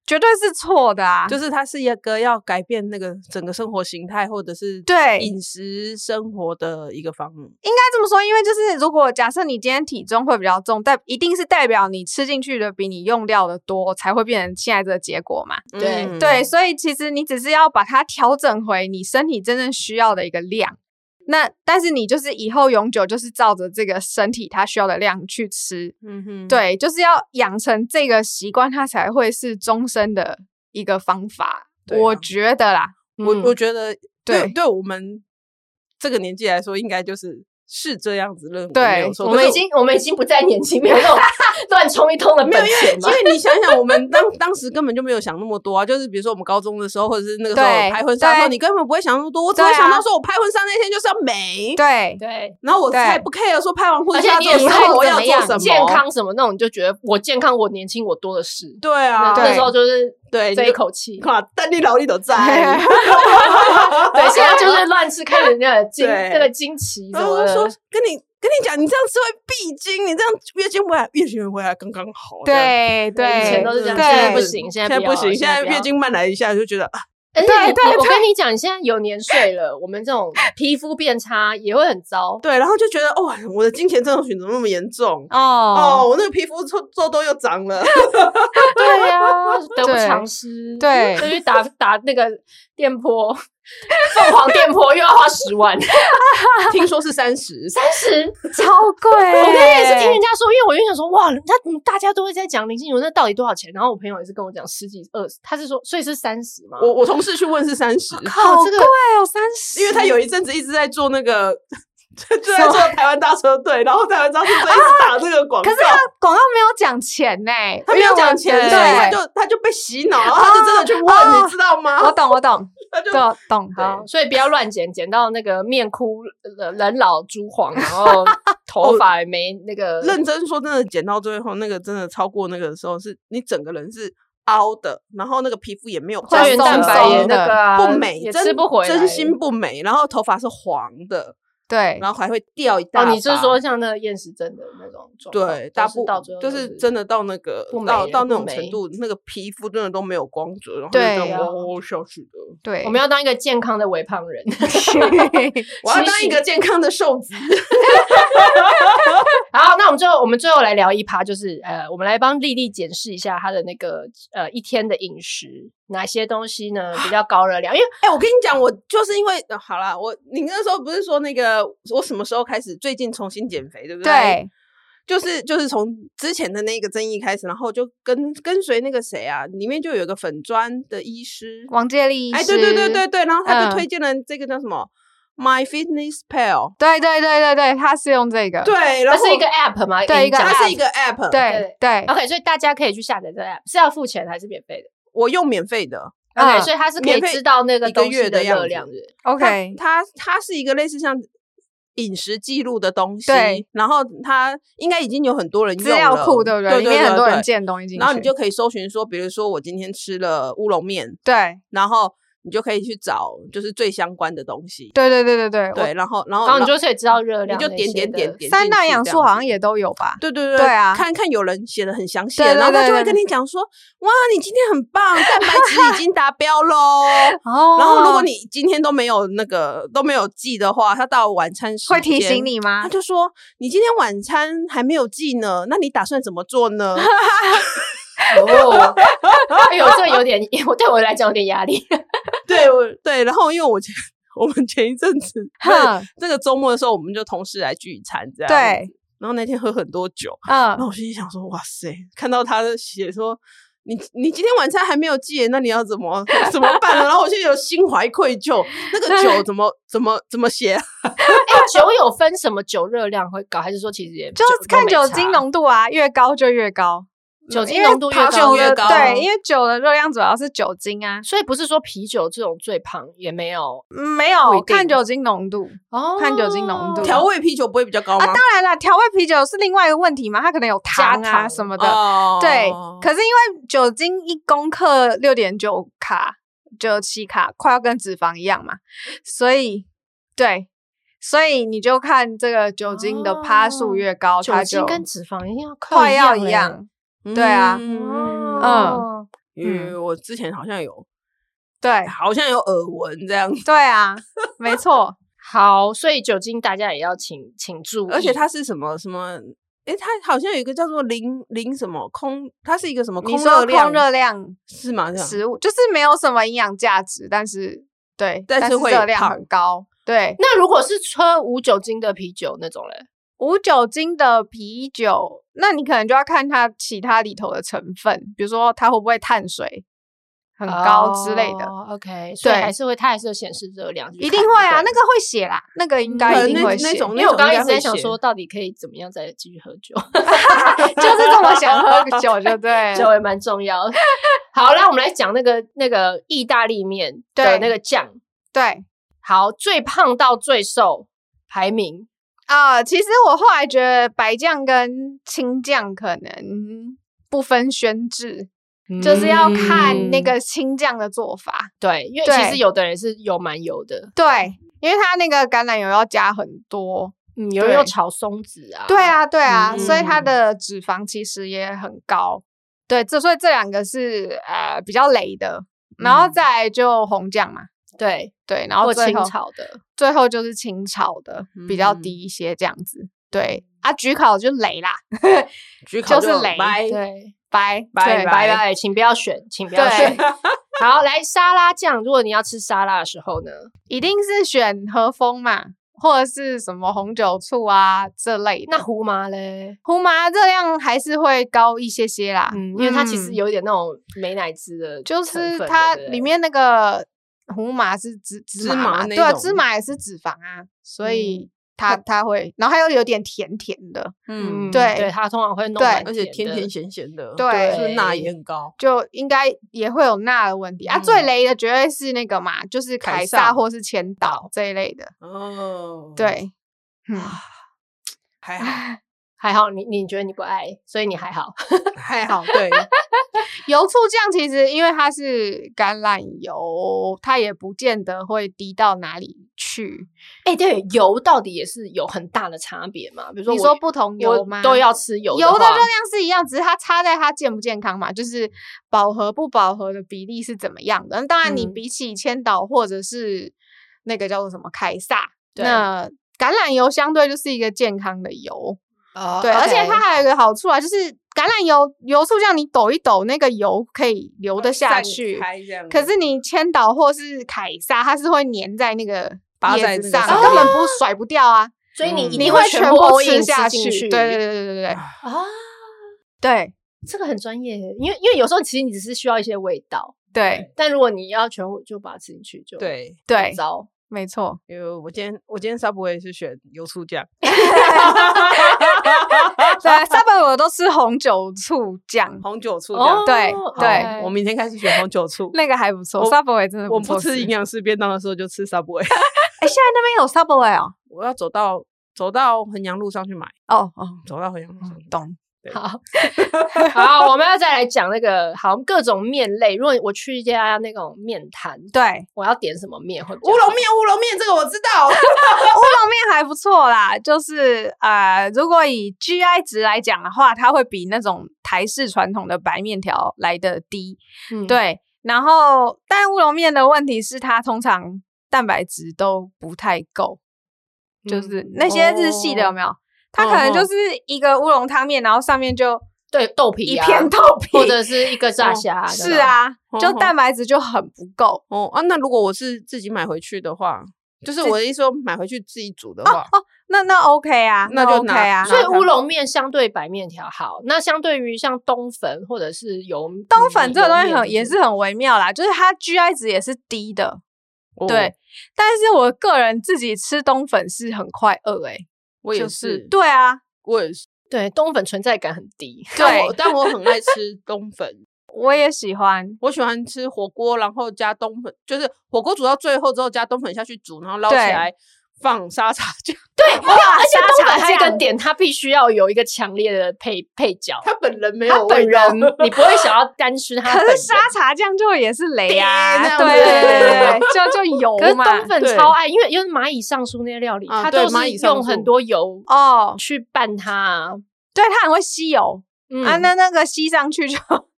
[SPEAKER 3] 绝对是错的啊，
[SPEAKER 1] 就是它是一个要改变那个整个生活形态或者是
[SPEAKER 3] 对
[SPEAKER 1] 饮食生活的一个方面。
[SPEAKER 3] 该这么说，因为就是如果假设你今天体重会比较重，代一定是代表你吃进去的比你用掉的多，才会变成现在这个结果嘛。
[SPEAKER 2] 对
[SPEAKER 1] 嗯
[SPEAKER 3] 对，所以其实你只是要把它调整回你身体真正需要的一个量。那但是你就是以后永久就是照着这个身体它需要的量去吃，
[SPEAKER 1] 嗯哼，
[SPEAKER 3] 对，就是要养成这个习惯，它才会是终身的一个方法。
[SPEAKER 1] 对
[SPEAKER 3] 我
[SPEAKER 1] 啊
[SPEAKER 3] 觉得啦，
[SPEAKER 1] 我
[SPEAKER 2] 嗯
[SPEAKER 1] 我觉得对
[SPEAKER 3] 对
[SPEAKER 1] 对我们这个年纪来说，应该就是是这样子认为，
[SPEAKER 3] 对
[SPEAKER 1] 没有错
[SPEAKER 2] 我
[SPEAKER 1] 可
[SPEAKER 2] 们
[SPEAKER 1] 是
[SPEAKER 2] 已经我们已经不再年轻，没有 那种乱冲一通的本钱嘛
[SPEAKER 1] 因。为你想想，我们当当时根本就没有想那么多啊，就是比如说我们高中的时候，或者是那个时候
[SPEAKER 3] 对
[SPEAKER 1] 拍婚纱的时候，
[SPEAKER 3] 对
[SPEAKER 1] 你根本不会想那么多，我只
[SPEAKER 3] 对
[SPEAKER 1] 会
[SPEAKER 3] 啊
[SPEAKER 1] 想到说我拍婚纱那天就是要美，
[SPEAKER 3] 对
[SPEAKER 2] 对，
[SPEAKER 1] 然后我
[SPEAKER 3] 对
[SPEAKER 1] 才不 care 说拍完
[SPEAKER 2] 而
[SPEAKER 1] 婚
[SPEAKER 2] 且
[SPEAKER 1] 纱
[SPEAKER 2] 你
[SPEAKER 1] 之后
[SPEAKER 2] 也不
[SPEAKER 1] 生
[SPEAKER 2] 看
[SPEAKER 1] 活
[SPEAKER 2] 怎
[SPEAKER 1] 要
[SPEAKER 2] 么
[SPEAKER 1] 做
[SPEAKER 2] 样
[SPEAKER 1] 什么，
[SPEAKER 2] 健康什么那种，你就觉得我健康，我年轻，我多的是。
[SPEAKER 1] 对啊，
[SPEAKER 2] 那
[SPEAKER 3] 对
[SPEAKER 2] 那时候就是
[SPEAKER 1] 对
[SPEAKER 2] 这一口气。
[SPEAKER 1] 看，但你劳力都 在。
[SPEAKER 2] 对，现在就是乱吃，开始那个惊
[SPEAKER 1] 对
[SPEAKER 2] 那个惊奇什
[SPEAKER 1] 然后
[SPEAKER 2] 么
[SPEAKER 1] 我就
[SPEAKER 2] 的
[SPEAKER 1] 说。跟你跟你讲，你这样吃会闭经，你这样月经回来，月经回来刚刚好。这样，
[SPEAKER 3] 对对，
[SPEAKER 2] 以前都是这样
[SPEAKER 3] 对
[SPEAKER 2] 现在不行
[SPEAKER 1] 现
[SPEAKER 2] 现在
[SPEAKER 1] 在
[SPEAKER 2] 不要
[SPEAKER 1] 不行，
[SPEAKER 2] 了
[SPEAKER 1] 现
[SPEAKER 2] 现在
[SPEAKER 1] 在
[SPEAKER 2] 不要
[SPEAKER 1] 月经慢来一下就觉得啊，
[SPEAKER 2] 而且
[SPEAKER 3] 对
[SPEAKER 2] 你
[SPEAKER 3] 对
[SPEAKER 2] 我跟你讲，现在有年岁了，我们这种皮肤变差也会 很糟。
[SPEAKER 1] 对，然后就觉得哇，我的金钱症候群怎么那么严重？
[SPEAKER 3] 哦
[SPEAKER 1] 哦，我那个皮肤皱皱痘又长了。
[SPEAKER 2] 对呀，得不
[SPEAKER 3] 对
[SPEAKER 2] 偿失。
[SPEAKER 3] 对
[SPEAKER 2] 就去打打那个电波，凤凰电波又要花十万，
[SPEAKER 1] 听说是三十，
[SPEAKER 2] 三十。
[SPEAKER 3] 超贵欸，
[SPEAKER 2] 我那天也是听人家说，因为我就想说，哇，那怎么大家都会在讲林心如，那到底多少钱？然后我朋友也是跟我讲十几二十，他是说，所以是三十嘛。
[SPEAKER 1] 我我同事去问是三十，
[SPEAKER 2] 靠，这个
[SPEAKER 3] 哦，三十
[SPEAKER 1] 因为他有一阵子一直在做那个，就就在做台湾大车队，然后台湾大车队一直打这个广告，
[SPEAKER 3] 可是他广告没有讲钱呢、欸
[SPEAKER 1] 他没有讲
[SPEAKER 3] 因
[SPEAKER 1] 钱，
[SPEAKER 3] 为我
[SPEAKER 1] 所以他
[SPEAKER 3] 对
[SPEAKER 1] 就他就被洗脑，然后他就真的去问，
[SPEAKER 3] 哦
[SPEAKER 1] 你知道吗？
[SPEAKER 3] 我懂，我懂，
[SPEAKER 1] 他就
[SPEAKER 3] 懂懂。
[SPEAKER 2] 好，所以不要乱剪，剪到那个面枯呃人老珠黄，然后头发也没那个
[SPEAKER 1] 哦认真说真的，剪到最后那个真的超过那个的时候，是你整个人是凹的，然后那个皮肤也没有
[SPEAKER 2] 胶原
[SPEAKER 1] 松
[SPEAKER 2] 蛋白
[SPEAKER 1] 松
[SPEAKER 2] 也
[SPEAKER 1] 的
[SPEAKER 2] 那个啊
[SPEAKER 1] 不美，
[SPEAKER 2] 也
[SPEAKER 1] 真
[SPEAKER 2] 吃不回来
[SPEAKER 1] 真心不美。然后头发是黄的，
[SPEAKER 3] 对，
[SPEAKER 1] 然后还会掉一大
[SPEAKER 2] 哦，
[SPEAKER 1] 把。
[SPEAKER 2] 你是说像那个厌食症的那种状况？
[SPEAKER 1] 对，大
[SPEAKER 2] 就是
[SPEAKER 1] 部
[SPEAKER 2] 到最后
[SPEAKER 1] 就是
[SPEAKER 2] 是
[SPEAKER 1] 真的到那个
[SPEAKER 2] 不美
[SPEAKER 1] 到
[SPEAKER 2] 了
[SPEAKER 1] 到那
[SPEAKER 2] 不
[SPEAKER 1] 种程
[SPEAKER 2] 美
[SPEAKER 1] 度，那个皮肤真的都没有光泽，然后就
[SPEAKER 3] 对
[SPEAKER 1] 这样
[SPEAKER 2] 啊
[SPEAKER 1] 喔喔喔下去的。
[SPEAKER 3] 对，
[SPEAKER 2] 我们要当一个健康的微胖 人，
[SPEAKER 1] 我要
[SPEAKER 2] 其
[SPEAKER 1] 当一
[SPEAKER 2] 实
[SPEAKER 1] 个健康的瘦子，
[SPEAKER 2] 好，那我们最后我们最后来聊一趴，就是呃，我们来帮丽丽检视一下她的那个呃一天的饮食，哪些东西呢比较高热量？因为
[SPEAKER 1] 哎、我跟你讲，我就是因为、呃好啦，我你那时候不是说那个我什么时候开始最近重新减肥，对不
[SPEAKER 3] 对，
[SPEAKER 1] 就是就是从之前的那个争议开始，然后就跟跟随那个谁啊，里面就有一个粉砖的医师，
[SPEAKER 3] 王介立医
[SPEAKER 1] 哎，对对对
[SPEAKER 3] 师
[SPEAKER 1] 对对，然后他
[SPEAKER 3] 嗯
[SPEAKER 1] 就推荐了这个叫什么、My Fitness Pal，
[SPEAKER 3] 对对对对对，他是用这个，
[SPEAKER 1] 对，然
[SPEAKER 2] 它
[SPEAKER 1] 后
[SPEAKER 2] 是一个 app 嘛，
[SPEAKER 3] 对
[SPEAKER 2] 给你
[SPEAKER 3] 一个
[SPEAKER 2] 讲
[SPEAKER 1] 它是一个 App，
[SPEAKER 3] 对对
[SPEAKER 1] 啊
[SPEAKER 2] OK，所以大家可以去下载这个 app，是要付钱还是免费的
[SPEAKER 1] 我用免费的
[SPEAKER 2] ？OK，、
[SPEAKER 3] 嗯
[SPEAKER 2] 所以它是可以
[SPEAKER 1] 免费
[SPEAKER 2] 知道那个
[SPEAKER 1] 一个
[SPEAKER 2] 东西
[SPEAKER 1] 月的样
[SPEAKER 2] 热
[SPEAKER 1] 子
[SPEAKER 2] 量的。
[SPEAKER 3] ，OK，
[SPEAKER 1] 它它它是一个类似像。饮食记录的东西
[SPEAKER 3] 对，
[SPEAKER 1] 然后它应该已经有很多人用
[SPEAKER 3] 资料
[SPEAKER 1] 了
[SPEAKER 3] 库对不
[SPEAKER 1] 对？
[SPEAKER 3] 里面很多
[SPEAKER 1] 对
[SPEAKER 3] 人建东西进去，
[SPEAKER 1] 然后你就可以搜寻说，比如说我今天吃了乌龙面，
[SPEAKER 3] 对
[SPEAKER 1] 然后你就可以去找就是最相关的东西。
[SPEAKER 3] 对对对对
[SPEAKER 1] 对，
[SPEAKER 3] 对，
[SPEAKER 1] 然后然后
[SPEAKER 2] 然后你就可以知道
[SPEAKER 1] 哦
[SPEAKER 2] 热
[SPEAKER 1] 你
[SPEAKER 2] 量，
[SPEAKER 1] 就点点 点。点，
[SPEAKER 3] 三大养素好像。也都有吧，
[SPEAKER 1] 对对
[SPEAKER 3] 对啊
[SPEAKER 1] 看看有人写的很详细
[SPEAKER 3] 对
[SPEAKER 1] 了，
[SPEAKER 3] 对
[SPEAKER 1] 然后他
[SPEAKER 3] 对
[SPEAKER 1] 就会
[SPEAKER 3] 对
[SPEAKER 1] 跟你讲说，哇，你今天很棒，蛋白质已经达标喽。
[SPEAKER 3] 哦
[SPEAKER 1] 然后如果你今天都没有那个都没有记的话，他到晚餐时
[SPEAKER 3] 会提
[SPEAKER 1] 间
[SPEAKER 3] 醒你吗
[SPEAKER 1] 他？就说：“你今天晚餐还没有记呢，那你打算怎么做呢？”
[SPEAKER 2] 哦，哎呦，这有点， 我对我来讲有点压力。哎
[SPEAKER 1] 对我 对，然后因为我前 我们前一阵子
[SPEAKER 3] 哼
[SPEAKER 1] 这个周末的时候，我们就同事来聚餐，这样
[SPEAKER 3] 对。
[SPEAKER 1] 然后那天喝很多酒，
[SPEAKER 3] 嗯
[SPEAKER 1] 然，后我心里想说：“哇塞！”看到他写说。你你今天晚餐还没有记耶，那你要怎么 怎么办呢？然后我现在有心怀愧疚，那个酒怎么怎么怎么写？
[SPEAKER 2] 哎，酒有分什么酒热量会高，还是说其实也
[SPEAKER 3] 就是看酒精
[SPEAKER 2] 浓？
[SPEAKER 3] 浓度啊，越高就越高，
[SPEAKER 2] 酒精
[SPEAKER 3] 因为
[SPEAKER 2] 浓度越
[SPEAKER 3] 糖
[SPEAKER 2] 高
[SPEAKER 3] 酒的
[SPEAKER 1] 越高
[SPEAKER 3] 对，因为酒的热量主要是酒精啊，
[SPEAKER 2] 所以不是说啤酒这种最胖也没有
[SPEAKER 3] 嗯没
[SPEAKER 2] 不一
[SPEAKER 3] 有
[SPEAKER 2] 定
[SPEAKER 3] 看酒精浓度。
[SPEAKER 2] 哦
[SPEAKER 3] 看酒精浓度
[SPEAKER 1] 调味啤酒不会比较高吗？
[SPEAKER 3] 当然啦，调味啤酒是另外一个问题嘛，它可能有糖
[SPEAKER 2] 加
[SPEAKER 3] 啊
[SPEAKER 2] 糖
[SPEAKER 3] 什么的。
[SPEAKER 1] 哦
[SPEAKER 3] 对，可是因为酒精一公克六点九卡，九七卡，快要跟脂肪一样嘛，所以对，所以你就看这个酒精的趴数越高，
[SPEAKER 2] 酒
[SPEAKER 3] 它
[SPEAKER 2] 精
[SPEAKER 3] 就
[SPEAKER 2] 跟脂肪一定要靠
[SPEAKER 3] 快要
[SPEAKER 2] 一
[SPEAKER 3] 一
[SPEAKER 2] 嘞
[SPEAKER 3] 样。对啊嗯
[SPEAKER 1] 嗯，
[SPEAKER 2] 哦
[SPEAKER 1] 因为我之前好像有
[SPEAKER 3] 对
[SPEAKER 1] 好像有耳闻这样子，
[SPEAKER 3] 对啊，没错，
[SPEAKER 2] 好，所以酒精大家也要请请注意，
[SPEAKER 1] 而
[SPEAKER 3] 嗯
[SPEAKER 1] 且它是什么什么？诶，它好像有一个叫做零零什么空，它是一个什么
[SPEAKER 3] 你
[SPEAKER 1] 哦空热
[SPEAKER 3] 说
[SPEAKER 1] 量？啊
[SPEAKER 3] 空热量
[SPEAKER 1] 是吗？这样
[SPEAKER 3] 食物就是没有什么营养价值，但是对，
[SPEAKER 1] 但
[SPEAKER 3] 但
[SPEAKER 1] 是会
[SPEAKER 3] 热量
[SPEAKER 1] 胖
[SPEAKER 3] 很高。对，
[SPEAKER 2] 那如果是喝无酒精的啤酒那种嘞，
[SPEAKER 3] 无酒精的啤酒，那你可能就要看它其他里头的成分，比如说它会不会碳水很高之类的，
[SPEAKER 2] 哦 OK，所以
[SPEAKER 3] 对
[SPEAKER 2] 还是会，它还是有显示热量，就是
[SPEAKER 3] 一定
[SPEAKER 2] 看
[SPEAKER 3] 会啊，
[SPEAKER 2] 对
[SPEAKER 3] 那个会写啦，那个应
[SPEAKER 1] 可
[SPEAKER 3] 该
[SPEAKER 1] 能
[SPEAKER 3] 一
[SPEAKER 1] 嗯
[SPEAKER 3] 定
[SPEAKER 1] 那
[SPEAKER 3] 会
[SPEAKER 1] 那
[SPEAKER 3] 写，
[SPEAKER 1] 种
[SPEAKER 2] 因为我刚刚一直在
[SPEAKER 1] 应该
[SPEAKER 2] 想
[SPEAKER 1] 会
[SPEAKER 2] 说，
[SPEAKER 1] 写
[SPEAKER 2] 到底可以怎么样再继续喝酒，
[SPEAKER 3] 就是 这么想喝 个酒，就 对
[SPEAKER 2] 酒也蛮重 要的。好，那我们来讲那个那个意大利面的
[SPEAKER 3] 对
[SPEAKER 2] 那个酱，
[SPEAKER 3] 对
[SPEAKER 2] 好，最胖到最瘦排名，
[SPEAKER 3] 啊、其实我后来觉得白酱跟青酱可能不分轩制，就是要看
[SPEAKER 2] 嗯
[SPEAKER 3] 那个青酱的做法。
[SPEAKER 2] 对，因为
[SPEAKER 3] 对
[SPEAKER 2] 其实有的人是油蛮油的，
[SPEAKER 3] 对，因为它那个橄榄油要加很多。
[SPEAKER 2] 嗯，有人
[SPEAKER 3] 对
[SPEAKER 2] 有炒松子啊，
[SPEAKER 3] 对，啊，对啊，所以它
[SPEAKER 2] 嗯
[SPEAKER 3] 的脂肪其实也很高。对，这所以这两个是呃比较雷的，然后
[SPEAKER 2] 嗯
[SPEAKER 3] 再来就红酱嘛。
[SPEAKER 2] 对，
[SPEAKER 3] 对，然
[SPEAKER 2] 或
[SPEAKER 3] 后最
[SPEAKER 2] 清
[SPEAKER 3] 后
[SPEAKER 2] 炒的，
[SPEAKER 3] 最后就是清炒的比较
[SPEAKER 1] 嗯
[SPEAKER 3] 低一些这样子。对啊，焗烤就雷啦，
[SPEAKER 1] 焗烤
[SPEAKER 3] 就是雷
[SPEAKER 1] 掰
[SPEAKER 2] 对，
[SPEAKER 3] 拜
[SPEAKER 1] 拜
[SPEAKER 3] 拜
[SPEAKER 2] 对，拜
[SPEAKER 1] 拜
[SPEAKER 2] 拜，请不要选，请不要
[SPEAKER 3] 对
[SPEAKER 2] 选。好，来沙拉酱，如果你要吃沙拉的时候呢，
[SPEAKER 3] 一定是选和风嘛，或者是什么红酒醋啊这类的。
[SPEAKER 2] 那胡麻嘞，
[SPEAKER 3] 胡麻热量还是会高一些些啦，
[SPEAKER 2] 嗯，因为它其实
[SPEAKER 3] 嗯
[SPEAKER 2] 有一点那种美乃滋的成
[SPEAKER 3] 就
[SPEAKER 2] 分
[SPEAKER 3] 是
[SPEAKER 2] 的，
[SPEAKER 3] 它
[SPEAKER 2] 对不对
[SPEAKER 3] 里面那个胡麻是芝芝
[SPEAKER 1] 芝
[SPEAKER 3] 麻
[SPEAKER 1] 麻
[SPEAKER 3] 嘛
[SPEAKER 1] 那
[SPEAKER 3] 对啊，
[SPEAKER 1] 种
[SPEAKER 3] 芝麻也是脂肪啊，所以
[SPEAKER 2] 它
[SPEAKER 3] 它它会，然后它又有点甜甜的，
[SPEAKER 1] 嗯，
[SPEAKER 3] 对
[SPEAKER 2] 对，它通常会弄
[SPEAKER 3] 对
[SPEAKER 2] 蛮
[SPEAKER 1] 而且甜
[SPEAKER 2] 的
[SPEAKER 1] 甜咸咸的，
[SPEAKER 3] 对
[SPEAKER 1] 就是钠也很高。
[SPEAKER 3] 就应该也会有钠的问题啊。最
[SPEAKER 1] 嗯
[SPEAKER 3] 雷的绝对是那个嘛，就是
[SPEAKER 1] 凯
[SPEAKER 3] 凯
[SPEAKER 1] 撒
[SPEAKER 3] 撒或是千岛这一类的，
[SPEAKER 1] 哦，
[SPEAKER 3] 对，嗯，
[SPEAKER 1] 还 好，
[SPEAKER 2] 还好你你觉得你不爱，所以你还好。
[SPEAKER 1] 还好，对，
[SPEAKER 3] 油醋酱其实因为它是橄榄油，它也不见得会低到哪里去。
[SPEAKER 2] 哎、对，油到底也是有很大的差别嘛？比如说
[SPEAKER 3] 你
[SPEAKER 2] 我
[SPEAKER 3] 说不同油
[SPEAKER 2] 我
[SPEAKER 3] 吗？
[SPEAKER 2] 都要吃油
[SPEAKER 3] 油的
[SPEAKER 2] 的
[SPEAKER 3] 热
[SPEAKER 2] 话
[SPEAKER 3] 量是一样，只是它差在它健不健康嘛，就是饱和不饱和的比例是怎么样的。那当然，你
[SPEAKER 2] 嗯
[SPEAKER 3] 比起千岛或者是那个叫做什么凯撒，
[SPEAKER 2] 对
[SPEAKER 3] 那橄榄油相对就是一个健康的油，
[SPEAKER 2] 哦
[SPEAKER 3] 对，而且
[SPEAKER 2] OK
[SPEAKER 3] 它还有一个好处啊，就是橄榄油油醋酱你抖一抖，那个油可以流得下
[SPEAKER 1] 散
[SPEAKER 3] 去。
[SPEAKER 1] 哦开嗯这样子，
[SPEAKER 3] 可是你千岛或是凯撒，它是会粘在那个
[SPEAKER 1] 拔在
[SPEAKER 3] 叶
[SPEAKER 1] 那
[SPEAKER 3] 子
[SPEAKER 1] 个
[SPEAKER 3] 上，
[SPEAKER 1] 上
[SPEAKER 3] 根本不甩不掉啊！
[SPEAKER 2] 所以你一
[SPEAKER 1] 嗯
[SPEAKER 3] 你
[SPEAKER 2] 定
[SPEAKER 3] 会
[SPEAKER 2] 全
[SPEAKER 3] 部
[SPEAKER 2] all in
[SPEAKER 3] 吃下
[SPEAKER 2] 进
[SPEAKER 3] 去。对对对对对对
[SPEAKER 2] 啊，
[SPEAKER 3] 对
[SPEAKER 2] 这个很专业耶，因为因为有时候其实你只是需要一些味道，
[SPEAKER 3] 对
[SPEAKER 2] 但如果你要全部就把它吃进去就
[SPEAKER 1] 对，
[SPEAKER 3] 对，
[SPEAKER 2] 糟。
[SPEAKER 3] 没错。
[SPEAKER 1] 因为我今天我今天 Subway 是选油醋酱，
[SPEAKER 3] 对，Subway 我都吃红酒醋酱，
[SPEAKER 1] 红酒醋酱，
[SPEAKER 3] 对
[SPEAKER 2] 哦
[SPEAKER 3] 对
[SPEAKER 1] 好
[SPEAKER 2] OK
[SPEAKER 1] 我明天开始选红酒 醋。
[SPEAKER 3] 那个还不错。
[SPEAKER 1] 我
[SPEAKER 3] Subway 真的
[SPEAKER 1] 我
[SPEAKER 3] 错
[SPEAKER 1] 不吃营养师便当的时候就吃 Subway，
[SPEAKER 3] 哎，现在那边有 Subway 哦。
[SPEAKER 1] 我要走到走到衡阳路上去买，
[SPEAKER 3] 哦哦，
[SPEAKER 1] 走到衡阳路上去
[SPEAKER 3] 嗯懂。
[SPEAKER 2] 好，好，我们要再来讲那个好各种面类。如果我去一家那种面摊，
[SPEAKER 3] 对，
[SPEAKER 2] 我要点什么面会比较
[SPEAKER 1] 乌
[SPEAKER 2] 好
[SPEAKER 1] 龙面，乌龙面这个我知道，
[SPEAKER 3] 泡面还不错啦，就是呃，如果以 GI 值来讲的话，它会比那种台式传统的白面条来的低。
[SPEAKER 2] 嗯
[SPEAKER 3] 对，然后但乌龙面的问题是，它通常蛋白质都不太够，
[SPEAKER 2] 嗯
[SPEAKER 3] 就是那些日系的有没有？它可能
[SPEAKER 1] 哦
[SPEAKER 3] 就
[SPEAKER 1] 哦
[SPEAKER 3] 是一个乌龙汤面，然后上面就
[SPEAKER 2] 对豆皮
[SPEAKER 3] 一
[SPEAKER 2] 啊
[SPEAKER 3] 片豆皮，哦
[SPEAKER 2] 或者是一个炸虾，
[SPEAKER 3] 是，啊，就
[SPEAKER 1] 哦哦
[SPEAKER 3] 蛋白质就很不够。
[SPEAKER 1] 哦啊，那如果我是自己买回去的话，就是我的意思说买回去自己煮的话，
[SPEAKER 3] 那那 OK 啊，
[SPEAKER 1] 那就
[SPEAKER 3] OK
[SPEAKER 1] 拿
[SPEAKER 3] 啊。
[SPEAKER 2] 所以
[SPEAKER 1] 拿
[SPEAKER 2] 乌龙面相对白面条好，那相对于像东粉或者是油嗯
[SPEAKER 3] 冬粉这个东西很也
[SPEAKER 2] 油面
[SPEAKER 3] 是很微妙啦，就是它 GI 值也是低的，
[SPEAKER 1] 哦
[SPEAKER 3] 对，。但是我个人自己吃冬粉是很快饿诶、
[SPEAKER 1] 我也，
[SPEAKER 3] 就是对啊，
[SPEAKER 1] 我也是，
[SPEAKER 2] 对东粉存在感很低，
[SPEAKER 1] 但我
[SPEAKER 3] 对
[SPEAKER 1] 但我很爱吃冬粉，
[SPEAKER 3] 我也喜欢，
[SPEAKER 1] 我喜欢吃火锅，然后加冬粉，就是火锅煮到最后之后加冬粉下去煮，然后捞起
[SPEAKER 3] 对
[SPEAKER 1] 来放沙茶酱。
[SPEAKER 3] 哇，
[SPEAKER 2] 而 且
[SPEAKER 3] 沙
[SPEAKER 2] 东
[SPEAKER 3] 茶
[SPEAKER 2] 粉还有一个
[SPEAKER 3] 酱，
[SPEAKER 2] 点，它必须要有一个强烈的配配角，
[SPEAKER 1] 他本人没
[SPEAKER 2] 他
[SPEAKER 1] 有
[SPEAKER 2] 本
[SPEAKER 1] 味道
[SPEAKER 2] 人 你不会想要单吃他
[SPEAKER 3] 可
[SPEAKER 2] 本
[SPEAKER 3] 是
[SPEAKER 2] 人。
[SPEAKER 3] 沙茶酱就也是雷
[SPEAKER 1] 对
[SPEAKER 3] 啊，
[SPEAKER 1] 那
[SPEAKER 3] 对
[SPEAKER 1] 样
[SPEAKER 3] 对
[SPEAKER 1] 子
[SPEAKER 3] 对对，就就
[SPEAKER 2] 可是
[SPEAKER 3] 油嘛，
[SPEAKER 2] 东粉
[SPEAKER 1] 对
[SPEAKER 2] 超爱，因为因为蚂蚁上树那些料理，
[SPEAKER 1] 啊
[SPEAKER 2] 它
[SPEAKER 1] 对
[SPEAKER 2] 都
[SPEAKER 1] 蚂
[SPEAKER 2] 是
[SPEAKER 1] 蚁上
[SPEAKER 2] 用很
[SPEAKER 1] 树
[SPEAKER 2] 多油
[SPEAKER 3] 哦，
[SPEAKER 2] 去拌它。
[SPEAKER 3] 对，它很会吸油、
[SPEAKER 2] 嗯
[SPEAKER 3] 啊，那那个吸上去就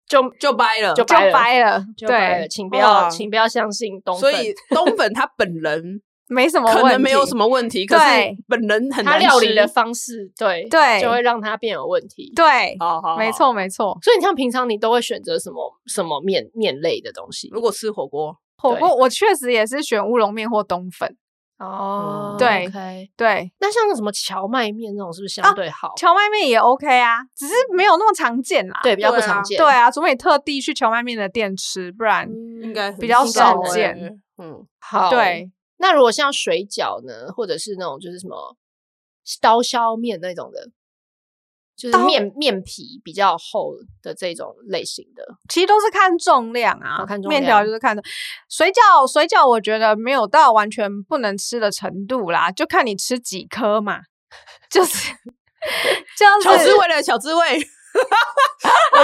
[SPEAKER 2] 就
[SPEAKER 1] 就掰了，
[SPEAKER 2] 就
[SPEAKER 3] 就
[SPEAKER 2] 掰了
[SPEAKER 3] 白了，
[SPEAKER 2] 就白了，
[SPEAKER 3] 对，
[SPEAKER 2] 请不要，
[SPEAKER 1] 哇
[SPEAKER 2] 请不要相信东
[SPEAKER 1] 所
[SPEAKER 2] 粉。
[SPEAKER 1] 以 冬粉他本人
[SPEAKER 3] 没什么问
[SPEAKER 1] 可
[SPEAKER 3] 题，
[SPEAKER 1] 能没有什么问题，可是
[SPEAKER 3] 对
[SPEAKER 1] 本人很
[SPEAKER 2] 它
[SPEAKER 1] 难
[SPEAKER 2] 料理
[SPEAKER 1] 吃
[SPEAKER 2] 的方式，对
[SPEAKER 3] 对
[SPEAKER 2] 就会让它变有问题。
[SPEAKER 3] 对，
[SPEAKER 1] 哦好好，
[SPEAKER 3] 没
[SPEAKER 1] 好。
[SPEAKER 3] 错没错。
[SPEAKER 2] 所以你像平常你都会选择什么什么面面类的东西
[SPEAKER 1] 如果吃火锅，
[SPEAKER 3] 火
[SPEAKER 2] 对
[SPEAKER 3] 锅我确实也是选乌龙面或冬粉，
[SPEAKER 2] 哦
[SPEAKER 1] 嗯
[SPEAKER 2] 对
[SPEAKER 3] 对
[SPEAKER 2] OK，
[SPEAKER 3] 对，
[SPEAKER 2] 那像什么荞麦面那种是不是相
[SPEAKER 3] 啊
[SPEAKER 2] 对好？
[SPEAKER 3] 荞麦面也 OK 啊，只是没有那么常见啦。
[SPEAKER 2] 对，比较不
[SPEAKER 1] 对啊
[SPEAKER 2] 常见。
[SPEAKER 3] 对啊，除非你特地去荞麦面的店吃，不然、
[SPEAKER 2] 嗯，
[SPEAKER 1] 应该很
[SPEAKER 3] 比较
[SPEAKER 1] 应该
[SPEAKER 2] 少
[SPEAKER 1] 很
[SPEAKER 3] 见
[SPEAKER 1] 欸。嗯，
[SPEAKER 2] 好。，
[SPEAKER 3] 对
[SPEAKER 2] 那如果像水饺呢，或者是那种就是什么刀削面那种的，就是
[SPEAKER 3] 刀
[SPEAKER 2] 面面皮比较厚的这种类型 的，
[SPEAKER 3] 其实都是看重量啊，
[SPEAKER 2] 哦看重
[SPEAKER 3] 面
[SPEAKER 2] 量
[SPEAKER 3] 条就是看重。水饺水饺我觉得没有到完全不能吃的程度啦，就看你吃几颗嘛， 就是 就是
[SPEAKER 1] 小滋味了，小滋味。我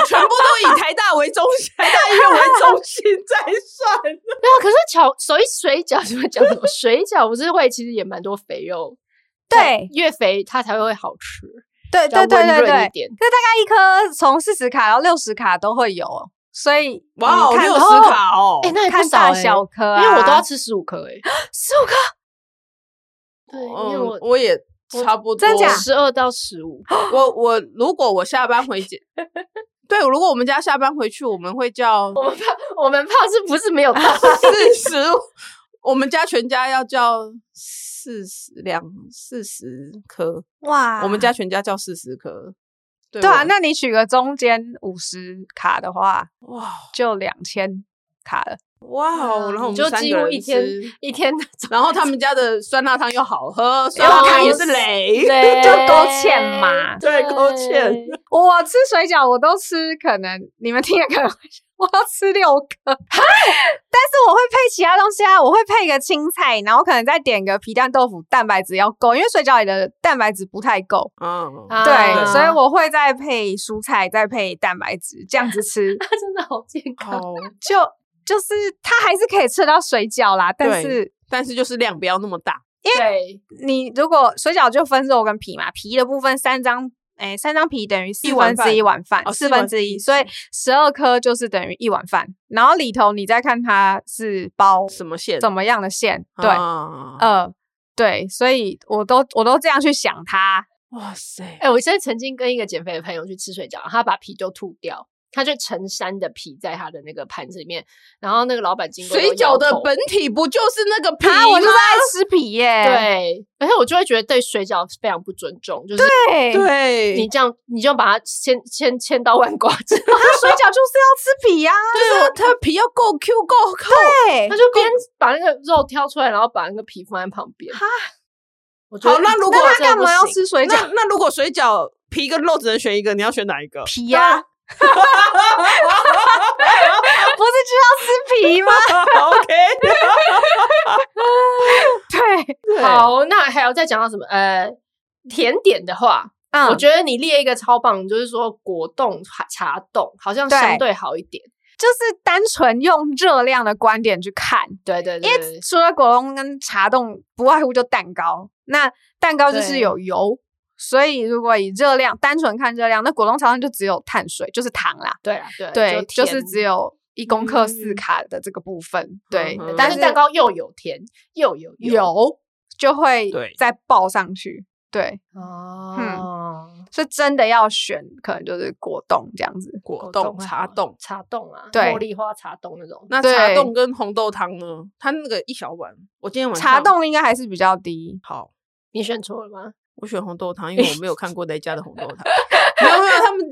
[SPEAKER 1] 全部都以台大为中心，台大医院为中心在算。
[SPEAKER 2] 对啊，可是巧所以水饺 就会讲什么？水饺不是会其实也蛮多肥肉，
[SPEAKER 3] 对
[SPEAKER 2] 越肥它才会好吃，
[SPEAKER 3] 对
[SPEAKER 2] 比较
[SPEAKER 3] 对对对
[SPEAKER 2] 温
[SPEAKER 3] 对
[SPEAKER 2] 润一，点。
[SPEAKER 3] 它一颗从四十卡到六十卡都会有哦，所以
[SPEAKER 1] 哇哦，
[SPEAKER 3] 你看
[SPEAKER 1] 六十
[SPEAKER 3] 哦
[SPEAKER 1] 卡哦
[SPEAKER 2] 哎、！那也不
[SPEAKER 3] 看
[SPEAKER 2] 少、欸、
[SPEAKER 3] 大小颗、啊，
[SPEAKER 2] 因为我都要吃十五颗哎，
[SPEAKER 3] 十五颗，哦
[SPEAKER 2] 对，因
[SPEAKER 1] 嗯
[SPEAKER 2] 为我，
[SPEAKER 1] 我也差不多。
[SPEAKER 3] 真假哦
[SPEAKER 2] 十二到十五，
[SPEAKER 1] 我我如果我下班回家，对，如果我们家下班回去，我们会叫
[SPEAKER 2] 我们胖是不是没 有到？
[SPEAKER 1] 四十，我们家全家要叫四十两四十颗，
[SPEAKER 3] 哇
[SPEAKER 1] 我们家全家叫四十颗。对
[SPEAKER 3] 对啊，
[SPEAKER 1] 我
[SPEAKER 3] 那你取个中间五十卡的话，
[SPEAKER 1] 哇
[SPEAKER 3] 就两千卡了。
[SPEAKER 1] 哇哦，然后我们
[SPEAKER 2] 啊嗯就
[SPEAKER 1] 三
[SPEAKER 2] 几
[SPEAKER 1] 个
[SPEAKER 2] 乎
[SPEAKER 1] 人
[SPEAKER 2] 一天
[SPEAKER 1] 吃
[SPEAKER 2] 一天的
[SPEAKER 1] 然后他们家的酸辣汤又好喝，酸辣汤也是雷。
[SPEAKER 2] 对
[SPEAKER 3] 就勾芡嘛
[SPEAKER 1] 对勾芡
[SPEAKER 2] 对
[SPEAKER 3] 我吃水饺，我都吃，可能你们听了可能会我要吃六个，但是我会配其他东西啊，我会配一个青菜，然后可能再点个皮蛋豆腐，蛋白质要够，因为水饺里的蛋白质不太够，
[SPEAKER 1] 嗯，
[SPEAKER 2] 啊
[SPEAKER 3] 对，所以我会再配蔬菜，再配蛋白质，这样子吃
[SPEAKER 2] 它 真的好健康。
[SPEAKER 1] 哦，
[SPEAKER 3] 就就是它还是可以吃到水饺啦，但
[SPEAKER 1] 对
[SPEAKER 3] 是。
[SPEAKER 1] 但是就是量不要那么大，
[SPEAKER 2] 对，
[SPEAKER 3] 你如果水饺就分肉跟皮嘛，皮的部分三张，哎，三张皮等于四分之一碗饭
[SPEAKER 1] 哦，
[SPEAKER 3] 四分之一，
[SPEAKER 1] 四
[SPEAKER 3] 所以十二颗就是等于一碗饭。然后里头你再看它是包
[SPEAKER 1] 什么馅？
[SPEAKER 3] 怎么样的馅，对，
[SPEAKER 1] 啊
[SPEAKER 3] 呃，对，所以我都我都这样去想它，
[SPEAKER 1] 哇塞，
[SPEAKER 2] 哎，我现在曾经跟一个减肥的朋友去吃水饺，他把皮都吐掉，他就成山的皮在他的那个盘子里面，然后那个老板经过
[SPEAKER 1] 水
[SPEAKER 2] 都摇
[SPEAKER 1] 饺的
[SPEAKER 2] 头
[SPEAKER 1] 本体不就是那个皮
[SPEAKER 3] 啊，我就是
[SPEAKER 1] 吗？
[SPEAKER 3] 爱吃皮耶，
[SPEAKER 2] 对，而且我就会觉得对水饺非常不尊重，就是
[SPEAKER 3] 对，哦
[SPEAKER 1] 对，
[SPEAKER 2] 你这样你就把它千千千刀万剐之后，
[SPEAKER 3] 它水饺就是要吃皮呀、
[SPEAKER 1] 对啊，它皮要够 Q 够厚，
[SPEAKER 3] 对
[SPEAKER 2] 他， 就边把那个肉挑出来，然后把那个皮放在旁边。哈，我觉得
[SPEAKER 1] 好那如果
[SPEAKER 2] 这
[SPEAKER 3] 那
[SPEAKER 2] 个
[SPEAKER 3] 它干
[SPEAKER 2] 不
[SPEAKER 3] 嘛要
[SPEAKER 2] 行
[SPEAKER 3] 吃水
[SPEAKER 1] 那
[SPEAKER 3] 饺？
[SPEAKER 1] 那如果水饺皮跟肉只能选一个，你要选哪一个？
[SPEAKER 3] 皮呀、 不是就要吃 皮吗？
[SPEAKER 1] OK，
[SPEAKER 3] 对，
[SPEAKER 1] 对
[SPEAKER 2] 好，啊那还要再讲到什么？呃，甜点的话，
[SPEAKER 3] 嗯
[SPEAKER 2] 我觉得你列一个超棒，就是说果冻、茶茶冻，好像
[SPEAKER 3] 对
[SPEAKER 2] 相对好一点。
[SPEAKER 3] 就是单纯用热量的观点去看，
[SPEAKER 2] 对对对
[SPEAKER 3] 因为除了果冻跟茶冻，不外乎就蛋糕。那蛋糕就是
[SPEAKER 2] 对
[SPEAKER 3] 有油，所以如果以热量单纯看热量，那果冻茶冻就只有碳水，就是糖啦。
[SPEAKER 2] 对啊对
[SPEAKER 3] 对，就
[SPEAKER 2] 就是甜
[SPEAKER 3] 只有一公克四
[SPEAKER 2] 嗯
[SPEAKER 3] 卡的这个部分。对
[SPEAKER 1] 嗯哼，
[SPEAKER 2] 但
[SPEAKER 3] 但
[SPEAKER 2] 是
[SPEAKER 3] 是
[SPEAKER 2] 蛋糕又有甜又有油
[SPEAKER 3] 油就会
[SPEAKER 1] 对
[SPEAKER 3] 再爆上去。对，
[SPEAKER 2] 哦。
[SPEAKER 3] 所以真的要选，可能就是果冻这样子。
[SPEAKER 1] 果冻、
[SPEAKER 2] 会
[SPEAKER 1] 茶
[SPEAKER 2] 好
[SPEAKER 1] 冻。
[SPEAKER 2] 茶冻啊，
[SPEAKER 3] 对
[SPEAKER 2] 茉莉花茶冻那种。
[SPEAKER 1] 那
[SPEAKER 3] 对
[SPEAKER 1] 茶冻跟红豆汤呢？它那个一小碗，我今天晚上
[SPEAKER 3] 茶冻应该还是比较低，
[SPEAKER 1] 好，
[SPEAKER 2] 你选错了吗？
[SPEAKER 1] 我选红豆汤，因为我没有看过哪一家的红豆 汤。没有没有，他们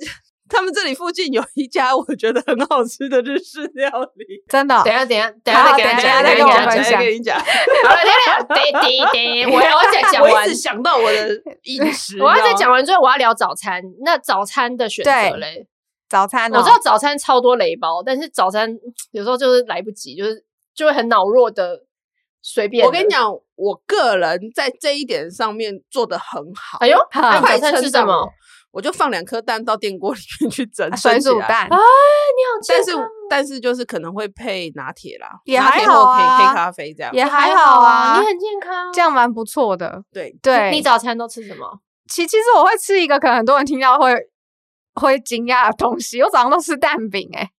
[SPEAKER 1] 他们这里附近有一家我觉得很好吃的日式料理。
[SPEAKER 3] 真的
[SPEAKER 2] 等一下等一下 等
[SPEAKER 3] 好
[SPEAKER 2] 一下
[SPEAKER 3] 等一
[SPEAKER 2] 下
[SPEAKER 3] 下
[SPEAKER 2] 等
[SPEAKER 3] 再跟
[SPEAKER 2] 一
[SPEAKER 3] 我
[SPEAKER 2] 下
[SPEAKER 3] 分
[SPEAKER 2] 等一下
[SPEAKER 3] 享
[SPEAKER 1] 跟你讲，
[SPEAKER 2] 好了，等一下，等一下等一下，我要再讲
[SPEAKER 1] 我
[SPEAKER 2] 完
[SPEAKER 1] 一直。想到我 的饮食，
[SPEAKER 2] 我要再
[SPEAKER 1] 你知道
[SPEAKER 2] 讲完之后，我要聊早餐。那早餐的选择
[SPEAKER 3] 对
[SPEAKER 2] 嘞，
[SPEAKER 3] 早餐哦
[SPEAKER 2] 我知道早餐超多雷包，但是早餐嗯有时候就是来不及，就是就会很脑弱的随
[SPEAKER 1] 吗。
[SPEAKER 2] 便了。
[SPEAKER 1] 我跟你讲，我个人在这一点上面做的很好。
[SPEAKER 2] 哎呦，
[SPEAKER 3] 啊
[SPEAKER 2] 那你
[SPEAKER 1] 快
[SPEAKER 2] 早餐
[SPEAKER 1] 撑
[SPEAKER 2] 吃什
[SPEAKER 1] 上
[SPEAKER 2] 么
[SPEAKER 1] 我？？我就放两颗蛋到电锅里面去蒸
[SPEAKER 3] 哦水煮，
[SPEAKER 1] 蒸起来
[SPEAKER 3] 蛋
[SPEAKER 2] 啊。
[SPEAKER 1] 但
[SPEAKER 2] 但
[SPEAKER 1] 是
[SPEAKER 2] 是
[SPEAKER 1] 但是就是可能会配拿铁啦，
[SPEAKER 3] 也
[SPEAKER 1] 拿铁
[SPEAKER 3] 还好
[SPEAKER 1] 或黑
[SPEAKER 3] 啊
[SPEAKER 1] 黑咖啡这样。
[SPEAKER 3] 也还好啊，
[SPEAKER 2] 你很健康。
[SPEAKER 3] 这样蛮不错的。
[SPEAKER 1] 对，
[SPEAKER 3] 对，
[SPEAKER 2] 你早餐都吃什么？
[SPEAKER 3] 其其实我会吃一个可能很多人听到会会惊讶的东西，我早上都吃蛋饼、欸，哎，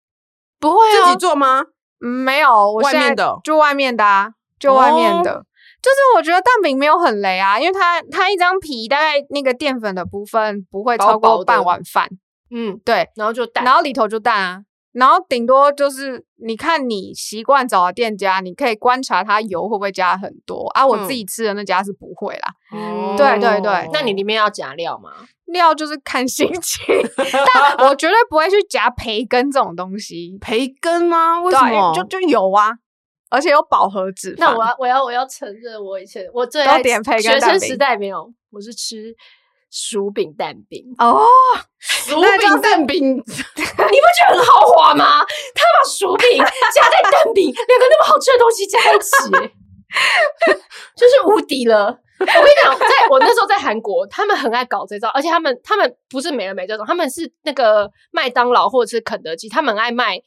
[SPEAKER 2] 不会啊
[SPEAKER 3] 啊
[SPEAKER 1] 自己做吗？
[SPEAKER 3] 没有，我
[SPEAKER 1] 外
[SPEAKER 3] 现在
[SPEAKER 1] 面
[SPEAKER 2] 哦
[SPEAKER 1] 的
[SPEAKER 3] 就外面的啊，就外面的。就是我觉得蛋饼没有很雷啊，因为它它一张皮大概那个淀粉的部分不会超
[SPEAKER 2] 薄薄的
[SPEAKER 3] 过半碗饭，
[SPEAKER 2] 嗯，
[SPEAKER 3] 对，
[SPEAKER 2] 然后就蛋。
[SPEAKER 3] 然后里头就蛋啊，然后顶多就是你看你习惯找的店家，你可以观察它油会不会加很多啊。我
[SPEAKER 1] 嗯
[SPEAKER 3] 自己吃的那家是不会啦，
[SPEAKER 2] 嗯
[SPEAKER 3] 对对对
[SPEAKER 1] 哦
[SPEAKER 2] 那你里面要加料吗？
[SPEAKER 3] 料就是看心情， 但我绝对不会去夹培根这种东西。
[SPEAKER 1] 培根吗？为
[SPEAKER 3] 对，
[SPEAKER 1] 什么？
[SPEAKER 3] 就就有啊，而且有饱和脂肪。
[SPEAKER 2] 那我要我要我要承认，我以前我最爱
[SPEAKER 3] 都点
[SPEAKER 2] 吃
[SPEAKER 3] 培根
[SPEAKER 2] 学
[SPEAKER 3] 蛋
[SPEAKER 2] 生
[SPEAKER 3] 饼
[SPEAKER 2] 时代没有，我是吃薯饼蛋饼。
[SPEAKER 3] 哦，
[SPEAKER 1] 薯
[SPEAKER 3] 那就是
[SPEAKER 1] 饼蛋 饼，
[SPEAKER 2] 你不觉得很豪华吗？他把薯饼加在蛋饼，两个那么好吃的东西加在一起，欸 就是无敌了。我跟你讲，在我那时候在韩国，他们很爱搞这招，而且他们他们不是美而美这种，他们是那个麦当劳或者是肯德基，他们很爱卖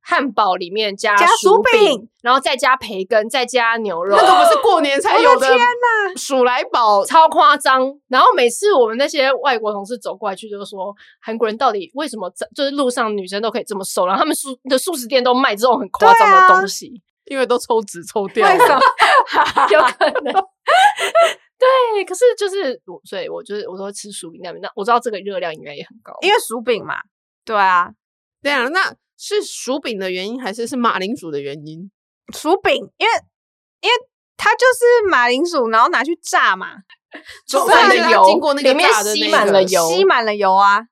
[SPEAKER 2] 汉堡里面加
[SPEAKER 3] 加
[SPEAKER 2] 薯
[SPEAKER 3] 薯饼，
[SPEAKER 2] 然后再加培根，再加牛肉，
[SPEAKER 1] 那个不是过年才有
[SPEAKER 3] 我的天
[SPEAKER 1] 哪！鼠来宝，
[SPEAKER 2] 超夸张。然后每次我们那些外国同事走过来去，就是说韩国人到底为什么这就是路上女生都可以这么瘦，然后他们素的素食店都卖这种很夸张的东西，
[SPEAKER 1] 因为都抽脂抽掉
[SPEAKER 3] 为什
[SPEAKER 1] 了
[SPEAKER 3] 么。？
[SPEAKER 1] 啊
[SPEAKER 2] 有可能。对，可是就是我，所以我就是我都会吃薯饼蛋饼，那我知道这个热量应该也很高。
[SPEAKER 3] 因为薯饼嘛，对啊，
[SPEAKER 1] 对啊，那是薯饼的原因，还是是马铃薯的原因？
[SPEAKER 3] 薯饼，因为因为它就是马铃薯，然后拿去炸嘛，
[SPEAKER 2] 充
[SPEAKER 1] 所以
[SPEAKER 2] 满了
[SPEAKER 1] 它
[SPEAKER 2] 油，
[SPEAKER 1] 经过那个
[SPEAKER 2] 里面
[SPEAKER 1] 炸的
[SPEAKER 2] 吸
[SPEAKER 1] 那
[SPEAKER 2] 满
[SPEAKER 1] 个
[SPEAKER 2] 了油，
[SPEAKER 3] 吸满了油啊。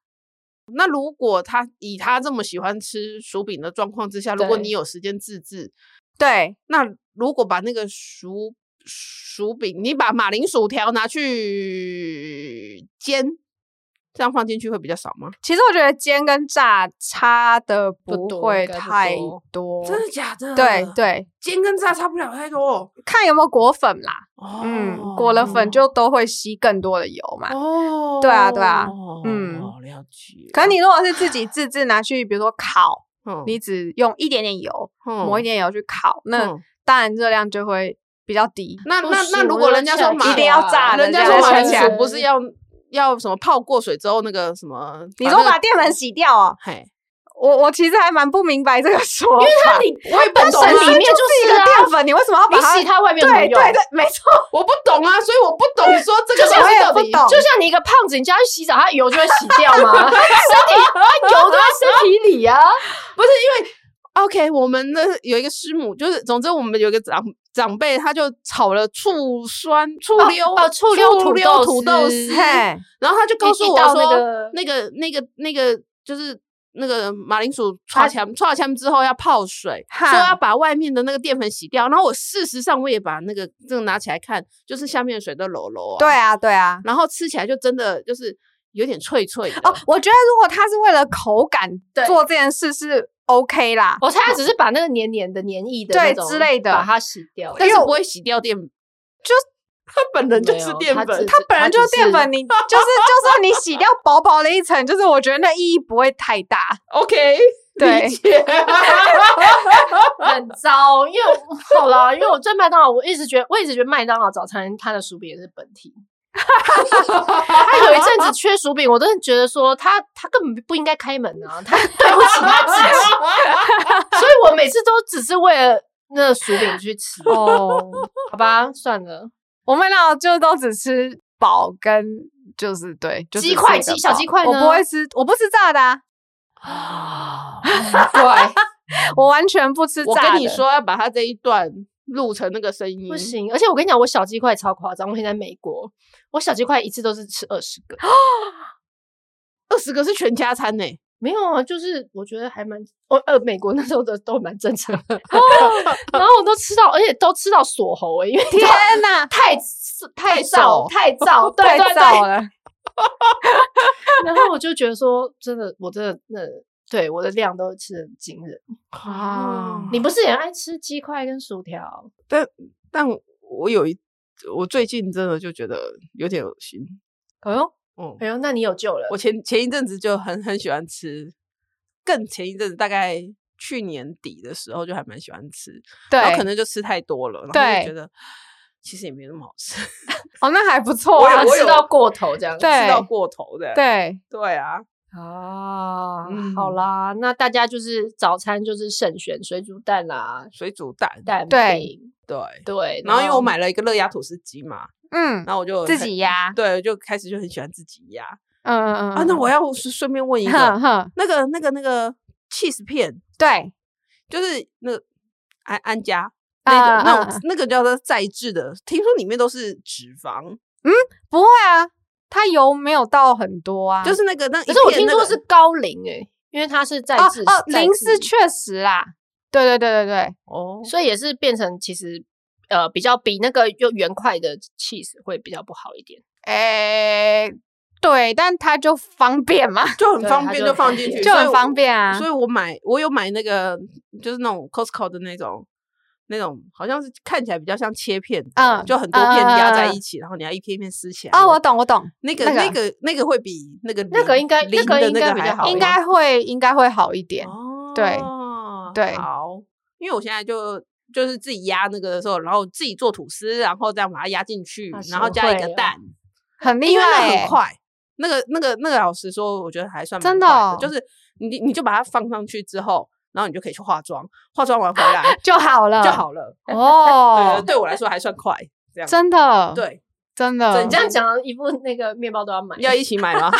[SPEAKER 1] 那如果他以他这么喜欢吃薯饼的状况之下，如果
[SPEAKER 2] 对
[SPEAKER 1] 你有时间自制，
[SPEAKER 3] 对，
[SPEAKER 1] 那如果把那个薯薯饼，你把马铃薯条拿去煎，这样放进去会比较少吗？
[SPEAKER 3] 其实我觉得煎跟炸差的
[SPEAKER 2] 不
[SPEAKER 3] 不
[SPEAKER 2] 多
[SPEAKER 3] 会
[SPEAKER 2] 应该不
[SPEAKER 3] 太
[SPEAKER 2] 多
[SPEAKER 3] 多，
[SPEAKER 1] 真的假的？
[SPEAKER 3] 对，对，
[SPEAKER 1] 煎跟炸差不了太多。
[SPEAKER 3] 看有没有裹粉啦，
[SPEAKER 1] 哦
[SPEAKER 3] 嗯，裹了粉就都会吸更多的油嘛。
[SPEAKER 1] 哦，
[SPEAKER 3] 对啊对啊嗯
[SPEAKER 1] 嗯，了解。
[SPEAKER 3] 可你如果是自己自制拿去，比如说烤，
[SPEAKER 1] 嗯
[SPEAKER 3] 你只用一点点油，
[SPEAKER 2] 嗯
[SPEAKER 3] 抹一
[SPEAKER 1] 点，
[SPEAKER 3] 点油去烤，那
[SPEAKER 1] 嗯
[SPEAKER 3] 当然热量就会比较低。
[SPEAKER 1] 那
[SPEAKER 2] 不
[SPEAKER 1] 那
[SPEAKER 2] 行
[SPEAKER 1] 那，如
[SPEAKER 2] 我
[SPEAKER 1] 果
[SPEAKER 2] 要
[SPEAKER 1] 人家
[SPEAKER 2] 呛
[SPEAKER 1] 说马
[SPEAKER 2] 起
[SPEAKER 3] 一定要
[SPEAKER 2] 来
[SPEAKER 3] 炸的
[SPEAKER 1] 人家
[SPEAKER 3] 这
[SPEAKER 1] 说
[SPEAKER 3] 样
[SPEAKER 1] 马
[SPEAKER 3] 才
[SPEAKER 1] 铃
[SPEAKER 3] 香
[SPEAKER 1] 薯不是
[SPEAKER 2] 嗯
[SPEAKER 1] 要要什么泡过水之后那个什么？
[SPEAKER 3] 你
[SPEAKER 1] 把
[SPEAKER 3] 说
[SPEAKER 1] 那
[SPEAKER 3] 把
[SPEAKER 1] 个
[SPEAKER 3] 淀粉洗掉哦，
[SPEAKER 1] 嘿，
[SPEAKER 3] 我我其实还蛮不明白这个说法，
[SPEAKER 2] 你
[SPEAKER 1] 我也不
[SPEAKER 2] 本
[SPEAKER 1] 懂
[SPEAKER 2] 身
[SPEAKER 1] 啊
[SPEAKER 2] 里面
[SPEAKER 3] 就
[SPEAKER 2] 就是
[SPEAKER 3] 一
[SPEAKER 2] 啊
[SPEAKER 3] 个淀粉，你为什么要把
[SPEAKER 2] 你
[SPEAKER 3] 它
[SPEAKER 2] 洗？它外面有什么
[SPEAKER 3] 对对
[SPEAKER 2] 用？
[SPEAKER 3] 对，没 错，
[SPEAKER 1] 我不懂啊，所以我不懂说这个
[SPEAKER 2] 就像
[SPEAKER 1] 东西
[SPEAKER 3] 我也
[SPEAKER 1] 到
[SPEAKER 3] 不
[SPEAKER 1] 底
[SPEAKER 3] 懂
[SPEAKER 2] 就像你一个胖子，你叫他洗澡，他油就会洗掉吗？ 身体它油都在身体里啊。
[SPEAKER 1] 不是因为 OK，我们的有一个师母，就是总之我们有一个长长辈，他就炒了醋酸醋溜
[SPEAKER 2] 哦醋溜土豆
[SPEAKER 1] 土豆
[SPEAKER 2] 丝
[SPEAKER 1] 丝，
[SPEAKER 3] 嘿，
[SPEAKER 1] 然后他就告诉
[SPEAKER 2] 一
[SPEAKER 1] 我
[SPEAKER 2] 道
[SPEAKER 1] 说
[SPEAKER 2] 那个，
[SPEAKER 1] 那个那个那个就是。那个马铃薯串枪串枪之后要泡水，
[SPEAKER 3] 哈
[SPEAKER 1] 说要把外面的那个淀粉洗掉。然后我事实上我也把那个这个拿起来看，就是下面的水都柔柔啊。
[SPEAKER 3] 对，啊对啊。
[SPEAKER 1] 然后吃起来就真的就是有点脆脆的。
[SPEAKER 3] 哦，我觉得如果他是为了口感
[SPEAKER 2] 对哦
[SPEAKER 3] 做这件事是 OK 啦，
[SPEAKER 2] 我猜他只是把那个黏黏的、黏液的那
[SPEAKER 3] 对
[SPEAKER 2] 种
[SPEAKER 3] 之类的
[SPEAKER 2] 把它洗掉。
[SPEAKER 1] 但
[SPEAKER 3] 因
[SPEAKER 1] 是
[SPEAKER 3] 为
[SPEAKER 1] 不会洗掉淀，就他本人就
[SPEAKER 2] 没
[SPEAKER 1] 吃
[SPEAKER 2] 有
[SPEAKER 1] 淀
[SPEAKER 2] 他
[SPEAKER 1] 粉
[SPEAKER 2] 只，
[SPEAKER 3] 它本来就是淀
[SPEAKER 2] 它
[SPEAKER 3] 粉，你就是就算你洗掉薄薄的一层，就是我觉得那意义不会太 大。
[SPEAKER 1] OK，
[SPEAKER 3] 对
[SPEAKER 1] 理 解。
[SPEAKER 2] 很糟，因为我好啦，因为我在麦当劳，我一直觉得，我一直觉得麦当劳早餐它的薯饼也是本 体。他有一阵子缺薯饼，我真的觉得说他他根本不应该开门啊， 他对不起他自己。 所以我每次都只是为了那薯饼去吃，
[SPEAKER 3] 哦，
[SPEAKER 2] 好吧，算了，
[SPEAKER 3] 我们俩就都只吃饱跟就是对，就只
[SPEAKER 2] 鸡块
[SPEAKER 3] 吃一个
[SPEAKER 2] 鸡小鸡块呢
[SPEAKER 3] 我不会吃，我不吃炸的、啊，
[SPEAKER 2] 对，
[SPEAKER 3] 我完全不吃炸
[SPEAKER 1] 我
[SPEAKER 3] 的。
[SPEAKER 1] 跟你，说，要把他这一段录成那个声音，
[SPEAKER 3] 嗯
[SPEAKER 2] 不行。而且我跟你讲，我小鸡块超夸张，我以前在美国，我小鸡块一次都是吃二十个，
[SPEAKER 1] 二十个是全家餐呢、
[SPEAKER 2] 没有啊，就是我觉得还蛮，我呃，美国那时候的都蛮正常的， 然后我都吃到，而且都吃到锁喉、欸，因为
[SPEAKER 3] 天哪，
[SPEAKER 2] 太
[SPEAKER 1] 太
[SPEAKER 2] 太
[SPEAKER 1] 燥
[SPEAKER 2] 燥太燥， 对
[SPEAKER 3] 太
[SPEAKER 2] 对
[SPEAKER 3] 燥
[SPEAKER 2] 对。
[SPEAKER 3] 了。
[SPEAKER 2] 然后我就觉得说，真的，我真的那对我的量都吃的惊人。
[SPEAKER 1] 啊
[SPEAKER 3] 啊！
[SPEAKER 2] 你不是也爱吃鸡块跟薯条？
[SPEAKER 1] 但我有一，我最近真的就觉得有点恶心。
[SPEAKER 2] 哎呦
[SPEAKER 1] 嗯，
[SPEAKER 2] 哎呦，那你有救了
[SPEAKER 1] 我！前前一阵子就很很喜欢吃，更前一阵子大概去年底的时候就还蛮喜欢吃，然后可
[SPEAKER 3] 对，
[SPEAKER 1] 能就吃太多了，然后
[SPEAKER 3] 对
[SPEAKER 1] 就觉得其实也没那么好吃，
[SPEAKER 3] 哦，那还不错
[SPEAKER 2] 然
[SPEAKER 3] 啊
[SPEAKER 2] 后。吃到过头这样子。
[SPEAKER 3] 对
[SPEAKER 1] 吃到过头的。
[SPEAKER 3] 对，
[SPEAKER 1] 对啊，
[SPEAKER 2] 啊
[SPEAKER 1] 嗯
[SPEAKER 2] 好啦，那大家就是早餐就是慎选水煮蛋啦、
[SPEAKER 1] 水煮蛋，
[SPEAKER 2] 蛋
[SPEAKER 3] 对
[SPEAKER 2] 饼，
[SPEAKER 1] 对。
[SPEAKER 2] 对。
[SPEAKER 1] 然后因为我买了一个热压吐司机嘛，
[SPEAKER 3] 嗯，
[SPEAKER 1] 然后我就
[SPEAKER 3] 自
[SPEAKER 1] 很
[SPEAKER 3] 己压，
[SPEAKER 1] 对，就开始就很喜欢自己压
[SPEAKER 3] 嗯嗯嗯。
[SPEAKER 1] 啊。那我要顺顺便问一
[SPEAKER 3] 哼
[SPEAKER 1] 个，
[SPEAKER 3] 哼，
[SPEAKER 1] 那个那个那个 cheese 片，
[SPEAKER 3] 对，
[SPEAKER 1] 就是那个安安家那个
[SPEAKER 3] 啊
[SPEAKER 1] 那
[SPEAKER 3] 啊啊
[SPEAKER 1] 种那个叫做再制的，听说里面都是脂肪，
[SPEAKER 3] 不会啊，它油没有到很多啊，
[SPEAKER 1] 就是那个那一
[SPEAKER 2] 可是我
[SPEAKER 1] 片
[SPEAKER 2] 听
[SPEAKER 1] 那
[SPEAKER 2] 说
[SPEAKER 1] 个
[SPEAKER 2] 是高龄诶、因为它是在
[SPEAKER 3] 哦
[SPEAKER 2] 制
[SPEAKER 3] 哦，
[SPEAKER 2] 在
[SPEAKER 3] 零
[SPEAKER 2] 制
[SPEAKER 3] 是确实啦。对对对对对，
[SPEAKER 1] 哦，
[SPEAKER 2] 所以也是变成其实呃比较比那个又圆块的 cheese 会比较不好一点。
[SPEAKER 3] 诶、对，但它就方 便嘛，
[SPEAKER 1] 就很
[SPEAKER 2] 对
[SPEAKER 1] 方
[SPEAKER 2] 它
[SPEAKER 1] 便
[SPEAKER 2] 就
[SPEAKER 1] 就
[SPEAKER 2] 很
[SPEAKER 1] 放
[SPEAKER 2] 方
[SPEAKER 1] 进去，
[SPEAKER 2] 便
[SPEAKER 3] 就
[SPEAKER 1] 所以
[SPEAKER 3] 很
[SPEAKER 1] 我
[SPEAKER 3] 方。便啊
[SPEAKER 1] 所。以我买我有买那个就是那种 Costco 的那种。那种好像是看起来比较像切片的，
[SPEAKER 3] 嗯
[SPEAKER 1] 就很多片
[SPEAKER 3] 嗯
[SPEAKER 1] 压
[SPEAKER 3] 嗯
[SPEAKER 1] 在
[SPEAKER 3] 嗯
[SPEAKER 1] 一起，然后你要一片一片撕起来。
[SPEAKER 3] 哦，我懂，我懂，
[SPEAKER 1] 那个那
[SPEAKER 3] 那
[SPEAKER 1] 个那个会比那个
[SPEAKER 2] 那个
[SPEAKER 1] 零
[SPEAKER 2] 应该
[SPEAKER 1] 零
[SPEAKER 2] 那个
[SPEAKER 1] 的
[SPEAKER 2] 应该比
[SPEAKER 1] 还
[SPEAKER 2] 较好
[SPEAKER 1] 好吗，
[SPEAKER 2] 一
[SPEAKER 3] 应该会应该会好一点。
[SPEAKER 1] 哦，
[SPEAKER 3] 对对
[SPEAKER 1] 好，因为我现在就就是自己压那个的时候，然后自己做吐司，然后这样把它压进去
[SPEAKER 2] 啊，
[SPEAKER 1] 然后
[SPEAKER 2] 学
[SPEAKER 1] 加一
[SPEAKER 2] 会
[SPEAKER 1] 个
[SPEAKER 2] 了
[SPEAKER 1] 蛋，
[SPEAKER 3] 很厉
[SPEAKER 1] 因为
[SPEAKER 3] 害、
[SPEAKER 1] 那很
[SPEAKER 3] 欸，
[SPEAKER 1] 快。那个那个那个老师说，我觉得还算蛮
[SPEAKER 3] 真的
[SPEAKER 1] 快
[SPEAKER 3] 哦
[SPEAKER 1] 就是你你就把它放上去之后，然后你就可以去化妆，化妆完回来
[SPEAKER 3] 就好了，
[SPEAKER 1] 就好了。 对，
[SPEAKER 3] 哦。
[SPEAKER 1] 对我来说还算快，这样
[SPEAKER 3] 真的，
[SPEAKER 1] 对，
[SPEAKER 3] 真的
[SPEAKER 1] 整
[SPEAKER 2] 你这样讲，一副那个面包都要买，
[SPEAKER 1] 要一起买吗？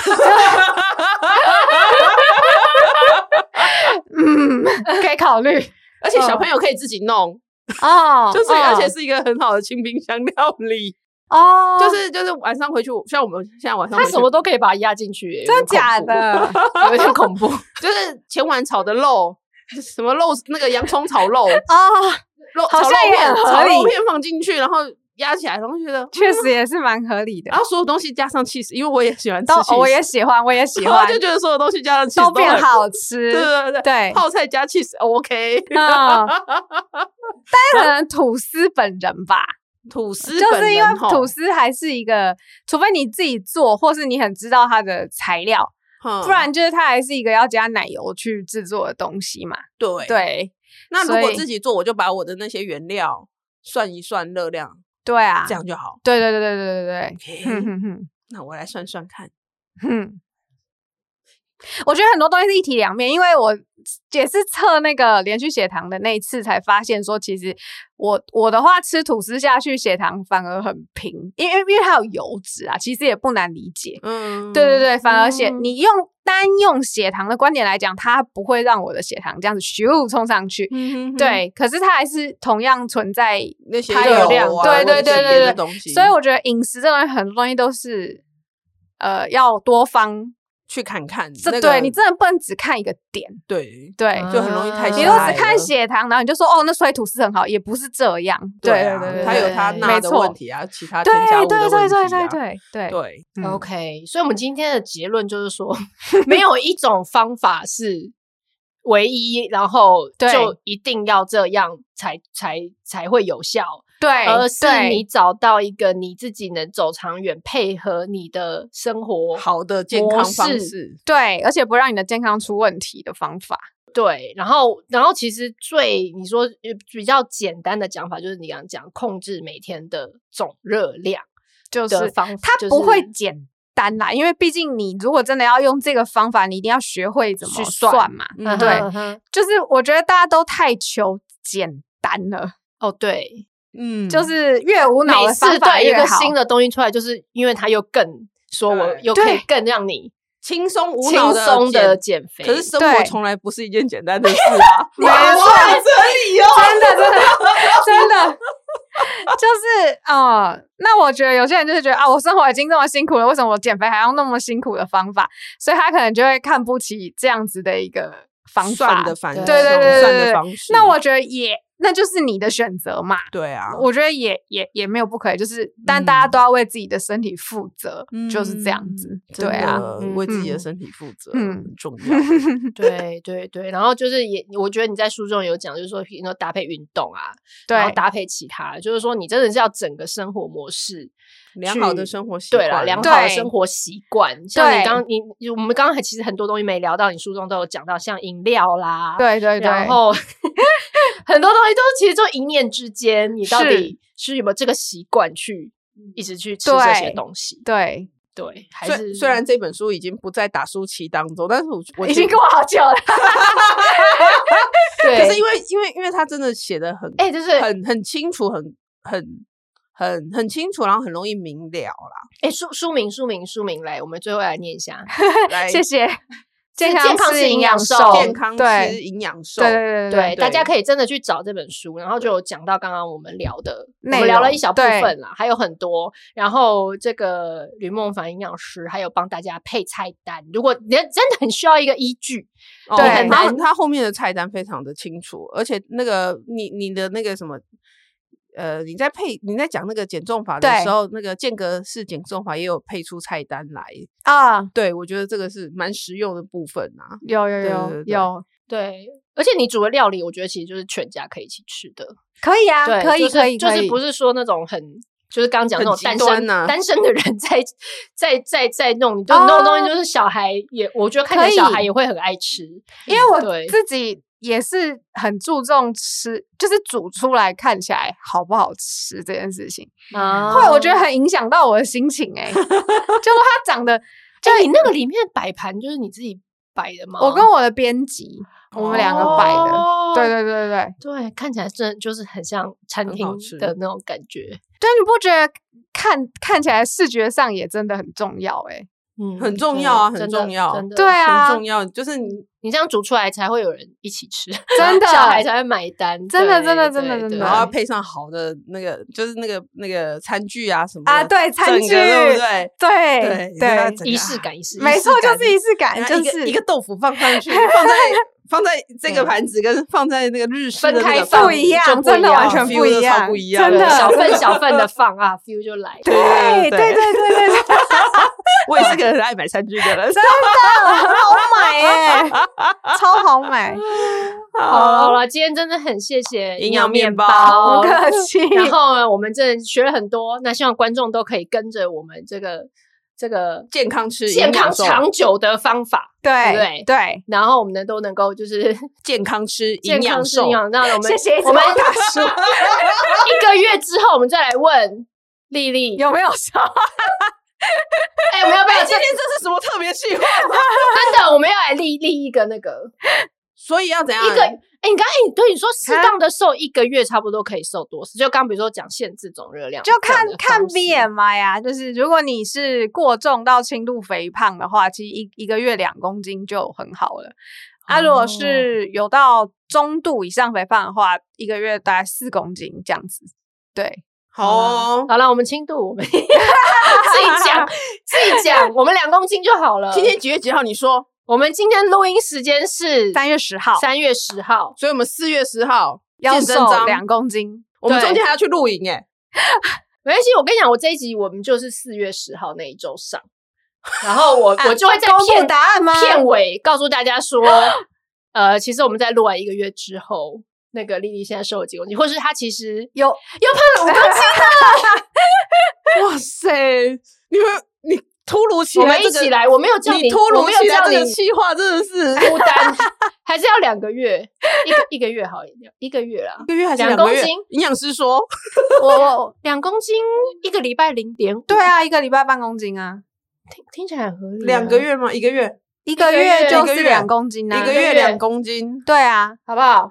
[SPEAKER 3] 嗯，可以 考虑
[SPEAKER 1] 而且小朋友可以自己弄，
[SPEAKER 3] 哦。
[SPEAKER 1] 就是而且
[SPEAKER 3] 哦
[SPEAKER 1] 是一个很好的清冰箱料理。
[SPEAKER 3] 哦，
[SPEAKER 1] 就是就是晚上回去，像我们现在晚上
[SPEAKER 2] 他
[SPEAKER 1] 回
[SPEAKER 2] 什
[SPEAKER 1] 去
[SPEAKER 2] 么都可以把它压进去、欸，有
[SPEAKER 3] 真的
[SPEAKER 2] 点
[SPEAKER 3] 假
[SPEAKER 2] 恐怖？
[SPEAKER 3] 的？
[SPEAKER 2] 有点恐 怖。
[SPEAKER 1] 就是前晚炒的肉，什么肉那个洋葱炒肉，
[SPEAKER 3] 哦，
[SPEAKER 1] 肉
[SPEAKER 3] 好
[SPEAKER 1] 炒
[SPEAKER 3] 像
[SPEAKER 1] 肉
[SPEAKER 3] 也
[SPEAKER 1] 片
[SPEAKER 3] 很合
[SPEAKER 1] 炒肉
[SPEAKER 3] 理
[SPEAKER 1] 片放进去，然后压起来，然后觉得
[SPEAKER 3] 确实也是蛮合理的
[SPEAKER 1] 然。后所有东西加上 cheese，因为我也喜欢吃
[SPEAKER 3] 都哦
[SPEAKER 1] cheese，
[SPEAKER 3] 我也喜欢，我也喜
[SPEAKER 1] 然后
[SPEAKER 3] 欢，
[SPEAKER 1] 就觉得所有东西加上 cheese
[SPEAKER 3] 都变
[SPEAKER 1] 很
[SPEAKER 3] 好吃。
[SPEAKER 1] 对对对
[SPEAKER 3] 对
[SPEAKER 1] 泡菜加 cheese，OK、
[SPEAKER 3] 嗯，但可能吐司本人吧，
[SPEAKER 1] 吐司
[SPEAKER 3] 就
[SPEAKER 1] 本
[SPEAKER 3] 是因
[SPEAKER 1] 人
[SPEAKER 3] 为
[SPEAKER 1] 吼
[SPEAKER 3] 吐，司还是一个，除非你自己做，或是你很知道它的材料，
[SPEAKER 1] 哼
[SPEAKER 3] 不然就是它还是一个要加奶油去制作的东西嘛。
[SPEAKER 1] 对。
[SPEAKER 3] 对，
[SPEAKER 1] 那如
[SPEAKER 3] 所
[SPEAKER 1] 果
[SPEAKER 3] 以
[SPEAKER 1] 自己做，我就把我的那些原料算一算热量，
[SPEAKER 3] 对啊，
[SPEAKER 1] 这样嗯就 好。
[SPEAKER 3] 对对对对对对对，嗯哼
[SPEAKER 1] OK，
[SPEAKER 3] 哼哼
[SPEAKER 1] 那我来算算看。嗯
[SPEAKER 3] 哼。我觉得很多东西是一体两面，因为我也是测那个连续血糖的那一次才发现，说其实我我的话吃吐司下去血糖反而很平，因为因为它有油脂啊，其实也不难理解。
[SPEAKER 1] 嗯，
[SPEAKER 3] 对对对，反而血、
[SPEAKER 1] 嗯
[SPEAKER 3] 你用单用血糖的观点来讲，它不会让我的血糖这样子咻冲上去。
[SPEAKER 1] 嗯哼哼，
[SPEAKER 3] 对，可是它还是同样存在，
[SPEAKER 1] 那些
[SPEAKER 3] 它
[SPEAKER 1] 油
[SPEAKER 3] 有量
[SPEAKER 1] 啊
[SPEAKER 3] 对
[SPEAKER 1] 或
[SPEAKER 3] 对
[SPEAKER 1] 者
[SPEAKER 3] 对
[SPEAKER 1] 是
[SPEAKER 3] 对
[SPEAKER 1] 别的
[SPEAKER 3] 对
[SPEAKER 1] 东西，
[SPEAKER 3] 所以我觉得饮食这种很多东西都是，呃，要多方。
[SPEAKER 1] 去看看
[SPEAKER 3] 这、
[SPEAKER 1] 那个
[SPEAKER 3] 对你真的不能只看一个点，
[SPEAKER 1] 对，
[SPEAKER 3] 对。
[SPEAKER 1] 就很容易太
[SPEAKER 2] 啊
[SPEAKER 3] 你
[SPEAKER 1] 狭
[SPEAKER 3] 如果
[SPEAKER 1] 隘
[SPEAKER 3] 只看
[SPEAKER 1] 了
[SPEAKER 3] 血糖，然后你就说哦，那所以吐司很好，也不是这样。对
[SPEAKER 1] 啊
[SPEAKER 3] 对对，
[SPEAKER 1] 它有
[SPEAKER 3] 对
[SPEAKER 1] 它
[SPEAKER 2] 对
[SPEAKER 1] 钠
[SPEAKER 3] 没
[SPEAKER 1] 的
[SPEAKER 3] 错
[SPEAKER 1] 问题啊，其他
[SPEAKER 3] 对
[SPEAKER 1] 添加物的
[SPEAKER 3] 对
[SPEAKER 1] 问
[SPEAKER 3] 对
[SPEAKER 1] 题
[SPEAKER 3] 对
[SPEAKER 1] 啊，
[SPEAKER 3] 对对对
[SPEAKER 1] 对，
[SPEAKER 3] 嗯
[SPEAKER 2] OK，所以我们今天的结论就是 说，没有一种方法是唯一，然后
[SPEAKER 3] 对
[SPEAKER 2] 就一定要这样才才才会有效，
[SPEAKER 3] 对，
[SPEAKER 2] 而是
[SPEAKER 3] 对
[SPEAKER 2] 你找到一个你自己能走长远、配合你的生活
[SPEAKER 1] 好的健
[SPEAKER 2] 模
[SPEAKER 1] 康方
[SPEAKER 2] 式
[SPEAKER 1] 式，
[SPEAKER 3] 对，而且不让你的健康出问题的方法。
[SPEAKER 2] 对，然后然后其实最你说呃比较简单的讲法就是你刚刚讲控制每天的总热量
[SPEAKER 3] 就
[SPEAKER 2] 的
[SPEAKER 3] 是
[SPEAKER 2] 方法，
[SPEAKER 3] 它
[SPEAKER 2] 就
[SPEAKER 3] 不会
[SPEAKER 2] 是
[SPEAKER 3] 简单啦，因为毕竟你如果真的要用这个方法，你一定要学会怎么
[SPEAKER 2] 去算
[SPEAKER 3] 算嘛。
[SPEAKER 1] 嗯
[SPEAKER 3] 对
[SPEAKER 2] 嗯哼
[SPEAKER 3] 就是我觉得大家都太求简单了，
[SPEAKER 2] 哦对，
[SPEAKER 1] 嗯，
[SPEAKER 3] 就是越无脑
[SPEAKER 2] 每
[SPEAKER 3] 的
[SPEAKER 2] 次
[SPEAKER 3] 方法
[SPEAKER 2] 对一
[SPEAKER 3] 越
[SPEAKER 2] 个
[SPEAKER 3] 好。
[SPEAKER 2] 新的东西出来，就是因为它又更说我
[SPEAKER 1] 对
[SPEAKER 2] 又可以
[SPEAKER 3] 对
[SPEAKER 2] 更让你
[SPEAKER 1] 轻松无
[SPEAKER 2] 轻
[SPEAKER 1] 脑地
[SPEAKER 2] 松的
[SPEAKER 1] 减
[SPEAKER 2] 减肥，
[SPEAKER 1] 可是生活
[SPEAKER 3] 对
[SPEAKER 1] 从来不是一件简单的事啊，
[SPEAKER 3] 没
[SPEAKER 1] 哇
[SPEAKER 3] 错
[SPEAKER 1] 好哲理哦，
[SPEAKER 3] 真的真的真的。就是呃，那我觉得有些人就是觉得啊，我生活已经这么辛苦了，为什么我减肥还要那么辛苦的方法？所以他可能就会看不起这样子的一个方
[SPEAKER 1] 算
[SPEAKER 3] 法。
[SPEAKER 1] 的反
[SPEAKER 2] 对
[SPEAKER 3] 对对对
[SPEAKER 1] 算
[SPEAKER 3] 对
[SPEAKER 1] 的
[SPEAKER 3] 对
[SPEAKER 1] 方式，
[SPEAKER 3] 那我觉得也，那就是你的选择嘛。
[SPEAKER 1] 对啊，
[SPEAKER 3] 我觉得也也也没有不可以，就是但
[SPEAKER 1] 嗯
[SPEAKER 3] 大家都要为自己的身体负责，就是这样子
[SPEAKER 1] 嗯。真
[SPEAKER 3] 对啊，
[SPEAKER 1] 的
[SPEAKER 2] 嗯
[SPEAKER 1] 为自己的
[SPEAKER 3] 嗯
[SPEAKER 1] 身体负责
[SPEAKER 3] 嗯
[SPEAKER 1] 很重要，
[SPEAKER 2] 对对对，然后就是也，我觉得你在书中有讲，就是说，你要搭配运动啊，然后
[SPEAKER 3] 对
[SPEAKER 2] 搭配其他，就是说你真的是要整个生活模式，
[SPEAKER 1] 良好的生活习
[SPEAKER 2] 对啦，
[SPEAKER 1] 惯
[SPEAKER 2] 良好的
[SPEAKER 3] 对
[SPEAKER 2] 生活习惯。像你
[SPEAKER 3] 对
[SPEAKER 2] 刚你你我们刚刚还其实很多东西没聊到，你书中都有讲到，像饮料啦，
[SPEAKER 3] 对对对，
[SPEAKER 2] 然后 很多东西都是其实就一念之间，你到
[SPEAKER 3] 是
[SPEAKER 2] 底是有没有这个习惯去一直去吃这些
[SPEAKER 3] 对
[SPEAKER 2] 东西？
[SPEAKER 3] 对，
[SPEAKER 2] 对，还
[SPEAKER 1] 嗯虽
[SPEAKER 2] 是
[SPEAKER 1] 虽然这本书已经不在打书期当中，但是我我
[SPEAKER 3] 已
[SPEAKER 1] 觉
[SPEAKER 3] 经
[SPEAKER 1] 得
[SPEAKER 3] 过好久了。
[SPEAKER 2] 对，
[SPEAKER 1] 可是因为因为因为他真的写的很
[SPEAKER 2] 哎，就是
[SPEAKER 1] 很很清楚，很很很很清楚，然后很容易明了啦。
[SPEAKER 2] 哎，书书名书名书名来，我们最后来念一下。
[SPEAKER 1] 来，
[SPEAKER 3] 谢谢，健
[SPEAKER 2] 健康是
[SPEAKER 3] 是
[SPEAKER 2] 营
[SPEAKER 3] 营
[SPEAKER 2] 养
[SPEAKER 3] 兽
[SPEAKER 2] 兽，
[SPEAKER 1] 健康吃
[SPEAKER 3] 对
[SPEAKER 1] 营养瘦，
[SPEAKER 3] 对对对
[SPEAKER 2] 对，
[SPEAKER 3] 对
[SPEAKER 2] 大
[SPEAKER 1] 对
[SPEAKER 2] 家可以真的去找这本书，然后就有讲到刚刚我们聊的，我
[SPEAKER 3] 内
[SPEAKER 2] 们聊了一
[SPEAKER 3] 容
[SPEAKER 2] 小部
[SPEAKER 3] 对
[SPEAKER 2] 分啦，还有很多。然后这个吕梦凡营养师还有帮大家配菜单，如果你真的很需要一个依据，
[SPEAKER 1] 哦
[SPEAKER 3] 对
[SPEAKER 1] 很难。
[SPEAKER 2] 难
[SPEAKER 1] 他后面的菜单非常的清楚，而且那个你你的那个什么。呃，你在配你在讲那个减重法的
[SPEAKER 3] 对
[SPEAKER 1] 时候，那个间隔式减重法也有配出菜单来。
[SPEAKER 3] 啊，
[SPEAKER 1] 对，我觉得这个是蛮实用的部分啊。
[SPEAKER 3] 有
[SPEAKER 1] 对
[SPEAKER 3] 有
[SPEAKER 1] 对
[SPEAKER 3] 有
[SPEAKER 1] 对
[SPEAKER 3] 有，
[SPEAKER 2] 对，而且你煮的料理，我觉得其实就是全家可以一起吃的，
[SPEAKER 3] 可以啊，
[SPEAKER 2] 对，
[SPEAKER 3] 可以
[SPEAKER 2] 就是
[SPEAKER 3] 可以，
[SPEAKER 2] 就
[SPEAKER 3] 可
[SPEAKER 2] 是
[SPEAKER 3] 以
[SPEAKER 2] 不是说那种很。就是刚刚讲那
[SPEAKER 1] 很
[SPEAKER 2] 种
[SPEAKER 1] 极
[SPEAKER 2] 单
[SPEAKER 1] 端
[SPEAKER 2] 身、
[SPEAKER 1] 呐
[SPEAKER 2] 单身的人 在在在在弄，你就弄东西，
[SPEAKER 3] 啊哦
[SPEAKER 2] 就是小孩也，我觉得看起来小
[SPEAKER 3] 可以
[SPEAKER 2] 孩也会很爱吃，
[SPEAKER 3] 因为
[SPEAKER 2] 对
[SPEAKER 3] 我自己也是很注重吃，就是煮出来看起来好不好吃这件事情，
[SPEAKER 2] 啊
[SPEAKER 3] 会我觉得很影响到我的心情 哎、欸，就是它长得。
[SPEAKER 2] 就你那个里面摆盘就是你自己摆的吗？
[SPEAKER 3] 我跟我的编辑，我们两个摆的。
[SPEAKER 2] 哦
[SPEAKER 3] 对对对对对，
[SPEAKER 2] 对，看起来真的就是很像餐
[SPEAKER 1] 很
[SPEAKER 2] 厅
[SPEAKER 1] 好吃
[SPEAKER 2] 的那种感觉。
[SPEAKER 3] 但你不觉得看看起来视觉上也真的很重要哎、
[SPEAKER 2] 嗯
[SPEAKER 1] 很重要啊
[SPEAKER 2] 真的
[SPEAKER 1] 很重要
[SPEAKER 2] 真的。
[SPEAKER 3] 对啊
[SPEAKER 1] 很重要，就是你
[SPEAKER 2] 你这样煮出来才会有人一起吃，
[SPEAKER 3] 真 的
[SPEAKER 2] 小孩才会买单，
[SPEAKER 3] 真的
[SPEAKER 2] 对
[SPEAKER 3] 真的真的
[SPEAKER 2] 对
[SPEAKER 3] 真的
[SPEAKER 2] 对啊
[SPEAKER 1] 然后要配上好的那个，就是那个那个餐具啊什么的
[SPEAKER 3] 啊，对，餐
[SPEAKER 1] 整
[SPEAKER 3] 具，
[SPEAKER 1] 个对不对？
[SPEAKER 3] 对
[SPEAKER 1] 对让它
[SPEAKER 3] 对
[SPEAKER 1] 整，个
[SPEAKER 2] 仪式感，仪式
[SPEAKER 3] 没
[SPEAKER 2] 感。
[SPEAKER 3] 错，就是仪式
[SPEAKER 1] 然
[SPEAKER 3] 感，
[SPEAKER 1] 后
[SPEAKER 3] 就
[SPEAKER 1] 一个
[SPEAKER 3] 是
[SPEAKER 1] 一个豆腐放上去， 放在放在这个盘子跟放在那个日式的
[SPEAKER 2] 分开
[SPEAKER 1] 那个
[SPEAKER 2] 放
[SPEAKER 1] 盘
[SPEAKER 3] 不
[SPEAKER 1] 子
[SPEAKER 3] 一
[SPEAKER 2] 就
[SPEAKER 3] 样，
[SPEAKER 2] 不
[SPEAKER 3] 真的
[SPEAKER 2] 一
[SPEAKER 3] 完
[SPEAKER 2] 样
[SPEAKER 3] 全
[SPEAKER 1] feel
[SPEAKER 3] 不一
[SPEAKER 1] 都超
[SPEAKER 3] 样，
[SPEAKER 1] 不一样
[SPEAKER 3] 真
[SPEAKER 2] 对
[SPEAKER 3] 的
[SPEAKER 2] 小 份小份的放啊，feel 就来了。
[SPEAKER 1] 对
[SPEAKER 3] 对对
[SPEAKER 1] 对
[SPEAKER 3] 对对对对，
[SPEAKER 1] 我也是个很爱买餐具的 人。
[SPEAKER 3] 很好买耶，超好买，
[SPEAKER 2] 好了，今天真的很谢谢
[SPEAKER 1] 营养面
[SPEAKER 2] 面
[SPEAKER 1] 包
[SPEAKER 3] 不客气。
[SPEAKER 2] 然后呢，我们真的学了很多，那希望观众都可以跟着我们这个这个
[SPEAKER 1] 健康吃，
[SPEAKER 2] 健
[SPEAKER 1] 营养
[SPEAKER 2] 康
[SPEAKER 1] 瘦
[SPEAKER 2] 长久的方法，对
[SPEAKER 3] 对对，
[SPEAKER 2] 然后我们呢都能够就是
[SPEAKER 1] 健康吃，
[SPEAKER 2] 健
[SPEAKER 1] 营养
[SPEAKER 2] 康
[SPEAKER 1] 瘦
[SPEAKER 2] 营。养。那我们
[SPEAKER 3] 谢谢一直
[SPEAKER 2] 我们
[SPEAKER 3] 帮我打
[SPEAKER 2] 一个月之后，我们再来问丽丽，
[SPEAKER 3] 有没有收？
[SPEAKER 2] 哎、我们要不要
[SPEAKER 1] 哎
[SPEAKER 2] 真
[SPEAKER 1] 今天这是什么特别计划？
[SPEAKER 2] 真的我们要来立立一个那个
[SPEAKER 1] 所以要怎样？
[SPEAKER 2] 一个？哎、你刚才你对你说适当的瘦一个月差不多可以瘦多少？就刚比如说讲限制总热量，
[SPEAKER 3] 就看看
[SPEAKER 2] 变。
[SPEAKER 3] BMI 啊，就是如果你是过重到轻度肥胖的话，其实一一个月两公斤就很好了。啊，如果是有到中度以上肥胖的话，一个月大概四公斤这样子。对，
[SPEAKER 1] 好哦，
[SPEAKER 2] 好了，我们轻度，我们 自己讲，自己讲，我们两公斤就好
[SPEAKER 3] 嗯
[SPEAKER 2] 了。
[SPEAKER 1] 今天几月几号？你说，
[SPEAKER 2] 我们今天录音时间是
[SPEAKER 3] 三月十号
[SPEAKER 2] 三月十号，
[SPEAKER 1] 所以我们四月十号
[SPEAKER 3] 要
[SPEAKER 1] 见真
[SPEAKER 3] 瘦
[SPEAKER 1] 章
[SPEAKER 3] 两公斤，
[SPEAKER 1] 我们
[SPEAKER 2] 对
[SPEAKER 1] 中间还要去露营哎，
[SPEAKER 2] 没关系。我跟你讲，我这一集我们就是四月十号那一周上，然 后我
[SPEAKER 3] 啊
[SPEAKER 2] 我就会在
[SPEAKER 3] 公布
[SPEAKER 2] 片
[SPEAKER 3] 答案吗？
[SPEAKER 2] 片尾告诉大家说， 呃，其实我们在录完一个月之后，那个丽丽现在瘦了几公斤，或是她其实
[SPEAKER 3] 有
[SPEAKER 2] 又胖了五公斤。
[SPEAKER 1] 哇塞，你们你突如其
[SPEAKER 2] 我
[SPEAKER 1] 来
[SPEAKER 2] 们
[SPEAKER 1] 这
[SPEAKER 2] 一
[SPEAKER 1] 个，
[SPEAKER 2] 起来，我没有叫
[SPEAKER 1] 你突
[SPEAKER 2] 我
[SPEAKER 1] 如
[SPEAKER 2] 没有
[SPEAKER 1] 其来
[SPEAKER 2] 叫
[SPEAKER 1] 这个
[SPEAKER 2] 你
[SPEAKER 1] 计划真的是
[SPEAKER 2] 孤单，还是要两个月，一 个一个月好一点，一个月啦
[SPEAKER 1] 一，个月还是
[SPEAKER 2] 两
[SPEAKER 1] 两个
[SPEAKER 2] 公
[SPEAKER 1] 月
[SPEAKER 2] 斤？
[SPEAKER 1] 营养师说，
[SPEAKER 3] 我我
[SPEAKER 2] 两公斤一个礼拜零点五，
[SPEAKER 3] 对啊，一个礼拜半公斤啊，
[SPEAKER 2] 听听起来很合理啊。
[SPEAKER 1] 两个月吗？一个月，
[SPEAKER 3] 一个
[SPEAKER 2] 个月
[SPEAKER 3] 月
[SPEAKER 1] 一
[SPEAKER 3] 就
[SPEAKER 1] 个
[SPEAKER 3] 是
[SPEAKER 1] 月
[SPEAKER 3] 两公斤啊，
[SPEAKER 1] 一个
[SPEAKER 2] 一
[SPEAKER 1] 月
[SPEAKER 2] 个月
[SPEAKER 1] 两公斤。
[SPEAKER 3] 对啊，
[SPEAKER 2] 好不好？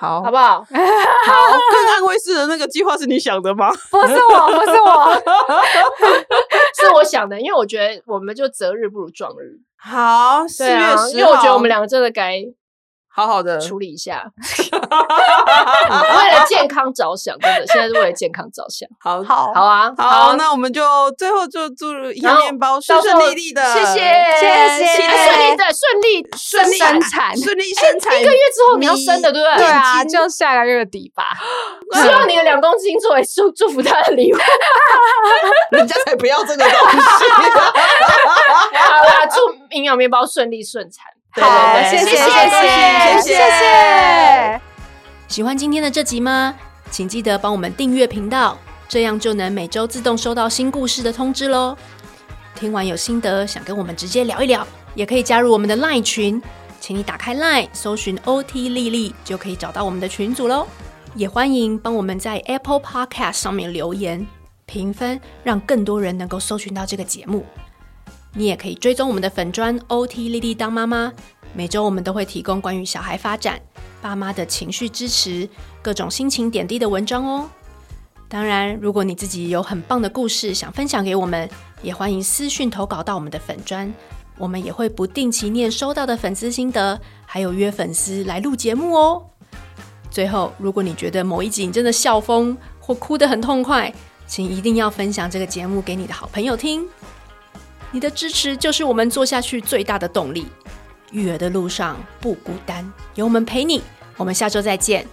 [SPEAKER 1] 好，
[SPEAKER 2] 好不好？
[SPEAKER 1] 好， 跟安徽市的那个计划是你想的 吗？
[SPEAKER 3] 不是我，不是我，
[SPEAKER 2] 是我想的，因为我觉得我们就择日不如撞日。
[SPEAKER 1] 好，四
[SPEAKER 2] 对
[SPEAKER 1] 月
[SPEAKER 2] 啊，因
[SPEAKER 1] 十
[SPEAKER 2] 为
[SPEAKER 1] 号，
[SPEAKER 2] 我觉得我们两个真的该
[SPEAKER 1] 好好的，
[SPEAKER 2] 处理一下，为了健康着想，真的，现在是为了健康着想。
[SPEAKER 1] 好
[SPEAKER 3] 好
[SPEAKER 2] 好啊，
[SPEAKER 1] 好，那我们就最后就祝营
[SPEAKER 2] 然
[SPEAKER 1] 养
[SPEAKER 2] 后
[SPEAKER 1] 面包顺
[SPEAKER 2] 到时候
[SPEAKER 1] 顺利利的，
[SPEAKER 2] 谢谢，
[SPEAKER 3] 谢谢
[SPEAKER 2] 哎顺利的，顺利顺利
[SPEAKER 3] 生产。
[SPEAKER 1] 顺利生产
[SPEAKER 2] 一个月之后你要生的，对不
[SPEAKER 3] 对
[SPEAKER 2] 对？
[SPEAKER 3] 啊，就下个月底吧。
[SPEAKER 2] 希望你的两公斤作为祝祝福他的礼物。
[SPEAKER 1] 人家才不要这个东西。
[SPEAKER 2] 好啦，祝营养面包顺利顺产。对
[SPEAKER 3] 好，
[SPEAKER 2] 对
[SPEAKER 3] 谢
[SPEAKER 2] 对
[SPEAKER 1] 谢
[SPEAKER 3] 谢
[SPEAKER 1] 谢
[SPEAKER 3] 谢谢
[SPEAKER 1] 谢
[SPEAKER 3] 谢谢。
[SPEAKER 4] 喜欢今天的这集吗？请记得帮我们订阅频道，这样就能每周自动收到新故事的通知喽。听完有心得，想跟我们直接聊一聊，也可以加入我们的 LINE 群，请你打开 LINE 搜寻 OT 丽丽，就可以找到我们的群组喽。也欢迎帮我们在 Apple Podcast 上面留言评分，让更多人能够搜寻到这个节目。你也可以追踪我们的粉砖 OT 丽丽当妈妈，每周我们都会提供关于小孩发展、爸妈的情绪支持、各种心情点滴的文章哦。当然，如果你自己有很棒的故事想分享给我们，也欢迎私讯投稿到我们的粉砖，我们也会不定期念收到的粉丝心得，还有约粉丝来录节目哦。最后，如果你觉得某一集你真的笑疯或哭得很痛快，请一定要分享这个节目给你的好朋友听。你的支持就是我们做下去最大的动力。育儿的路上不孤单，有我们陪你。我们下周再见，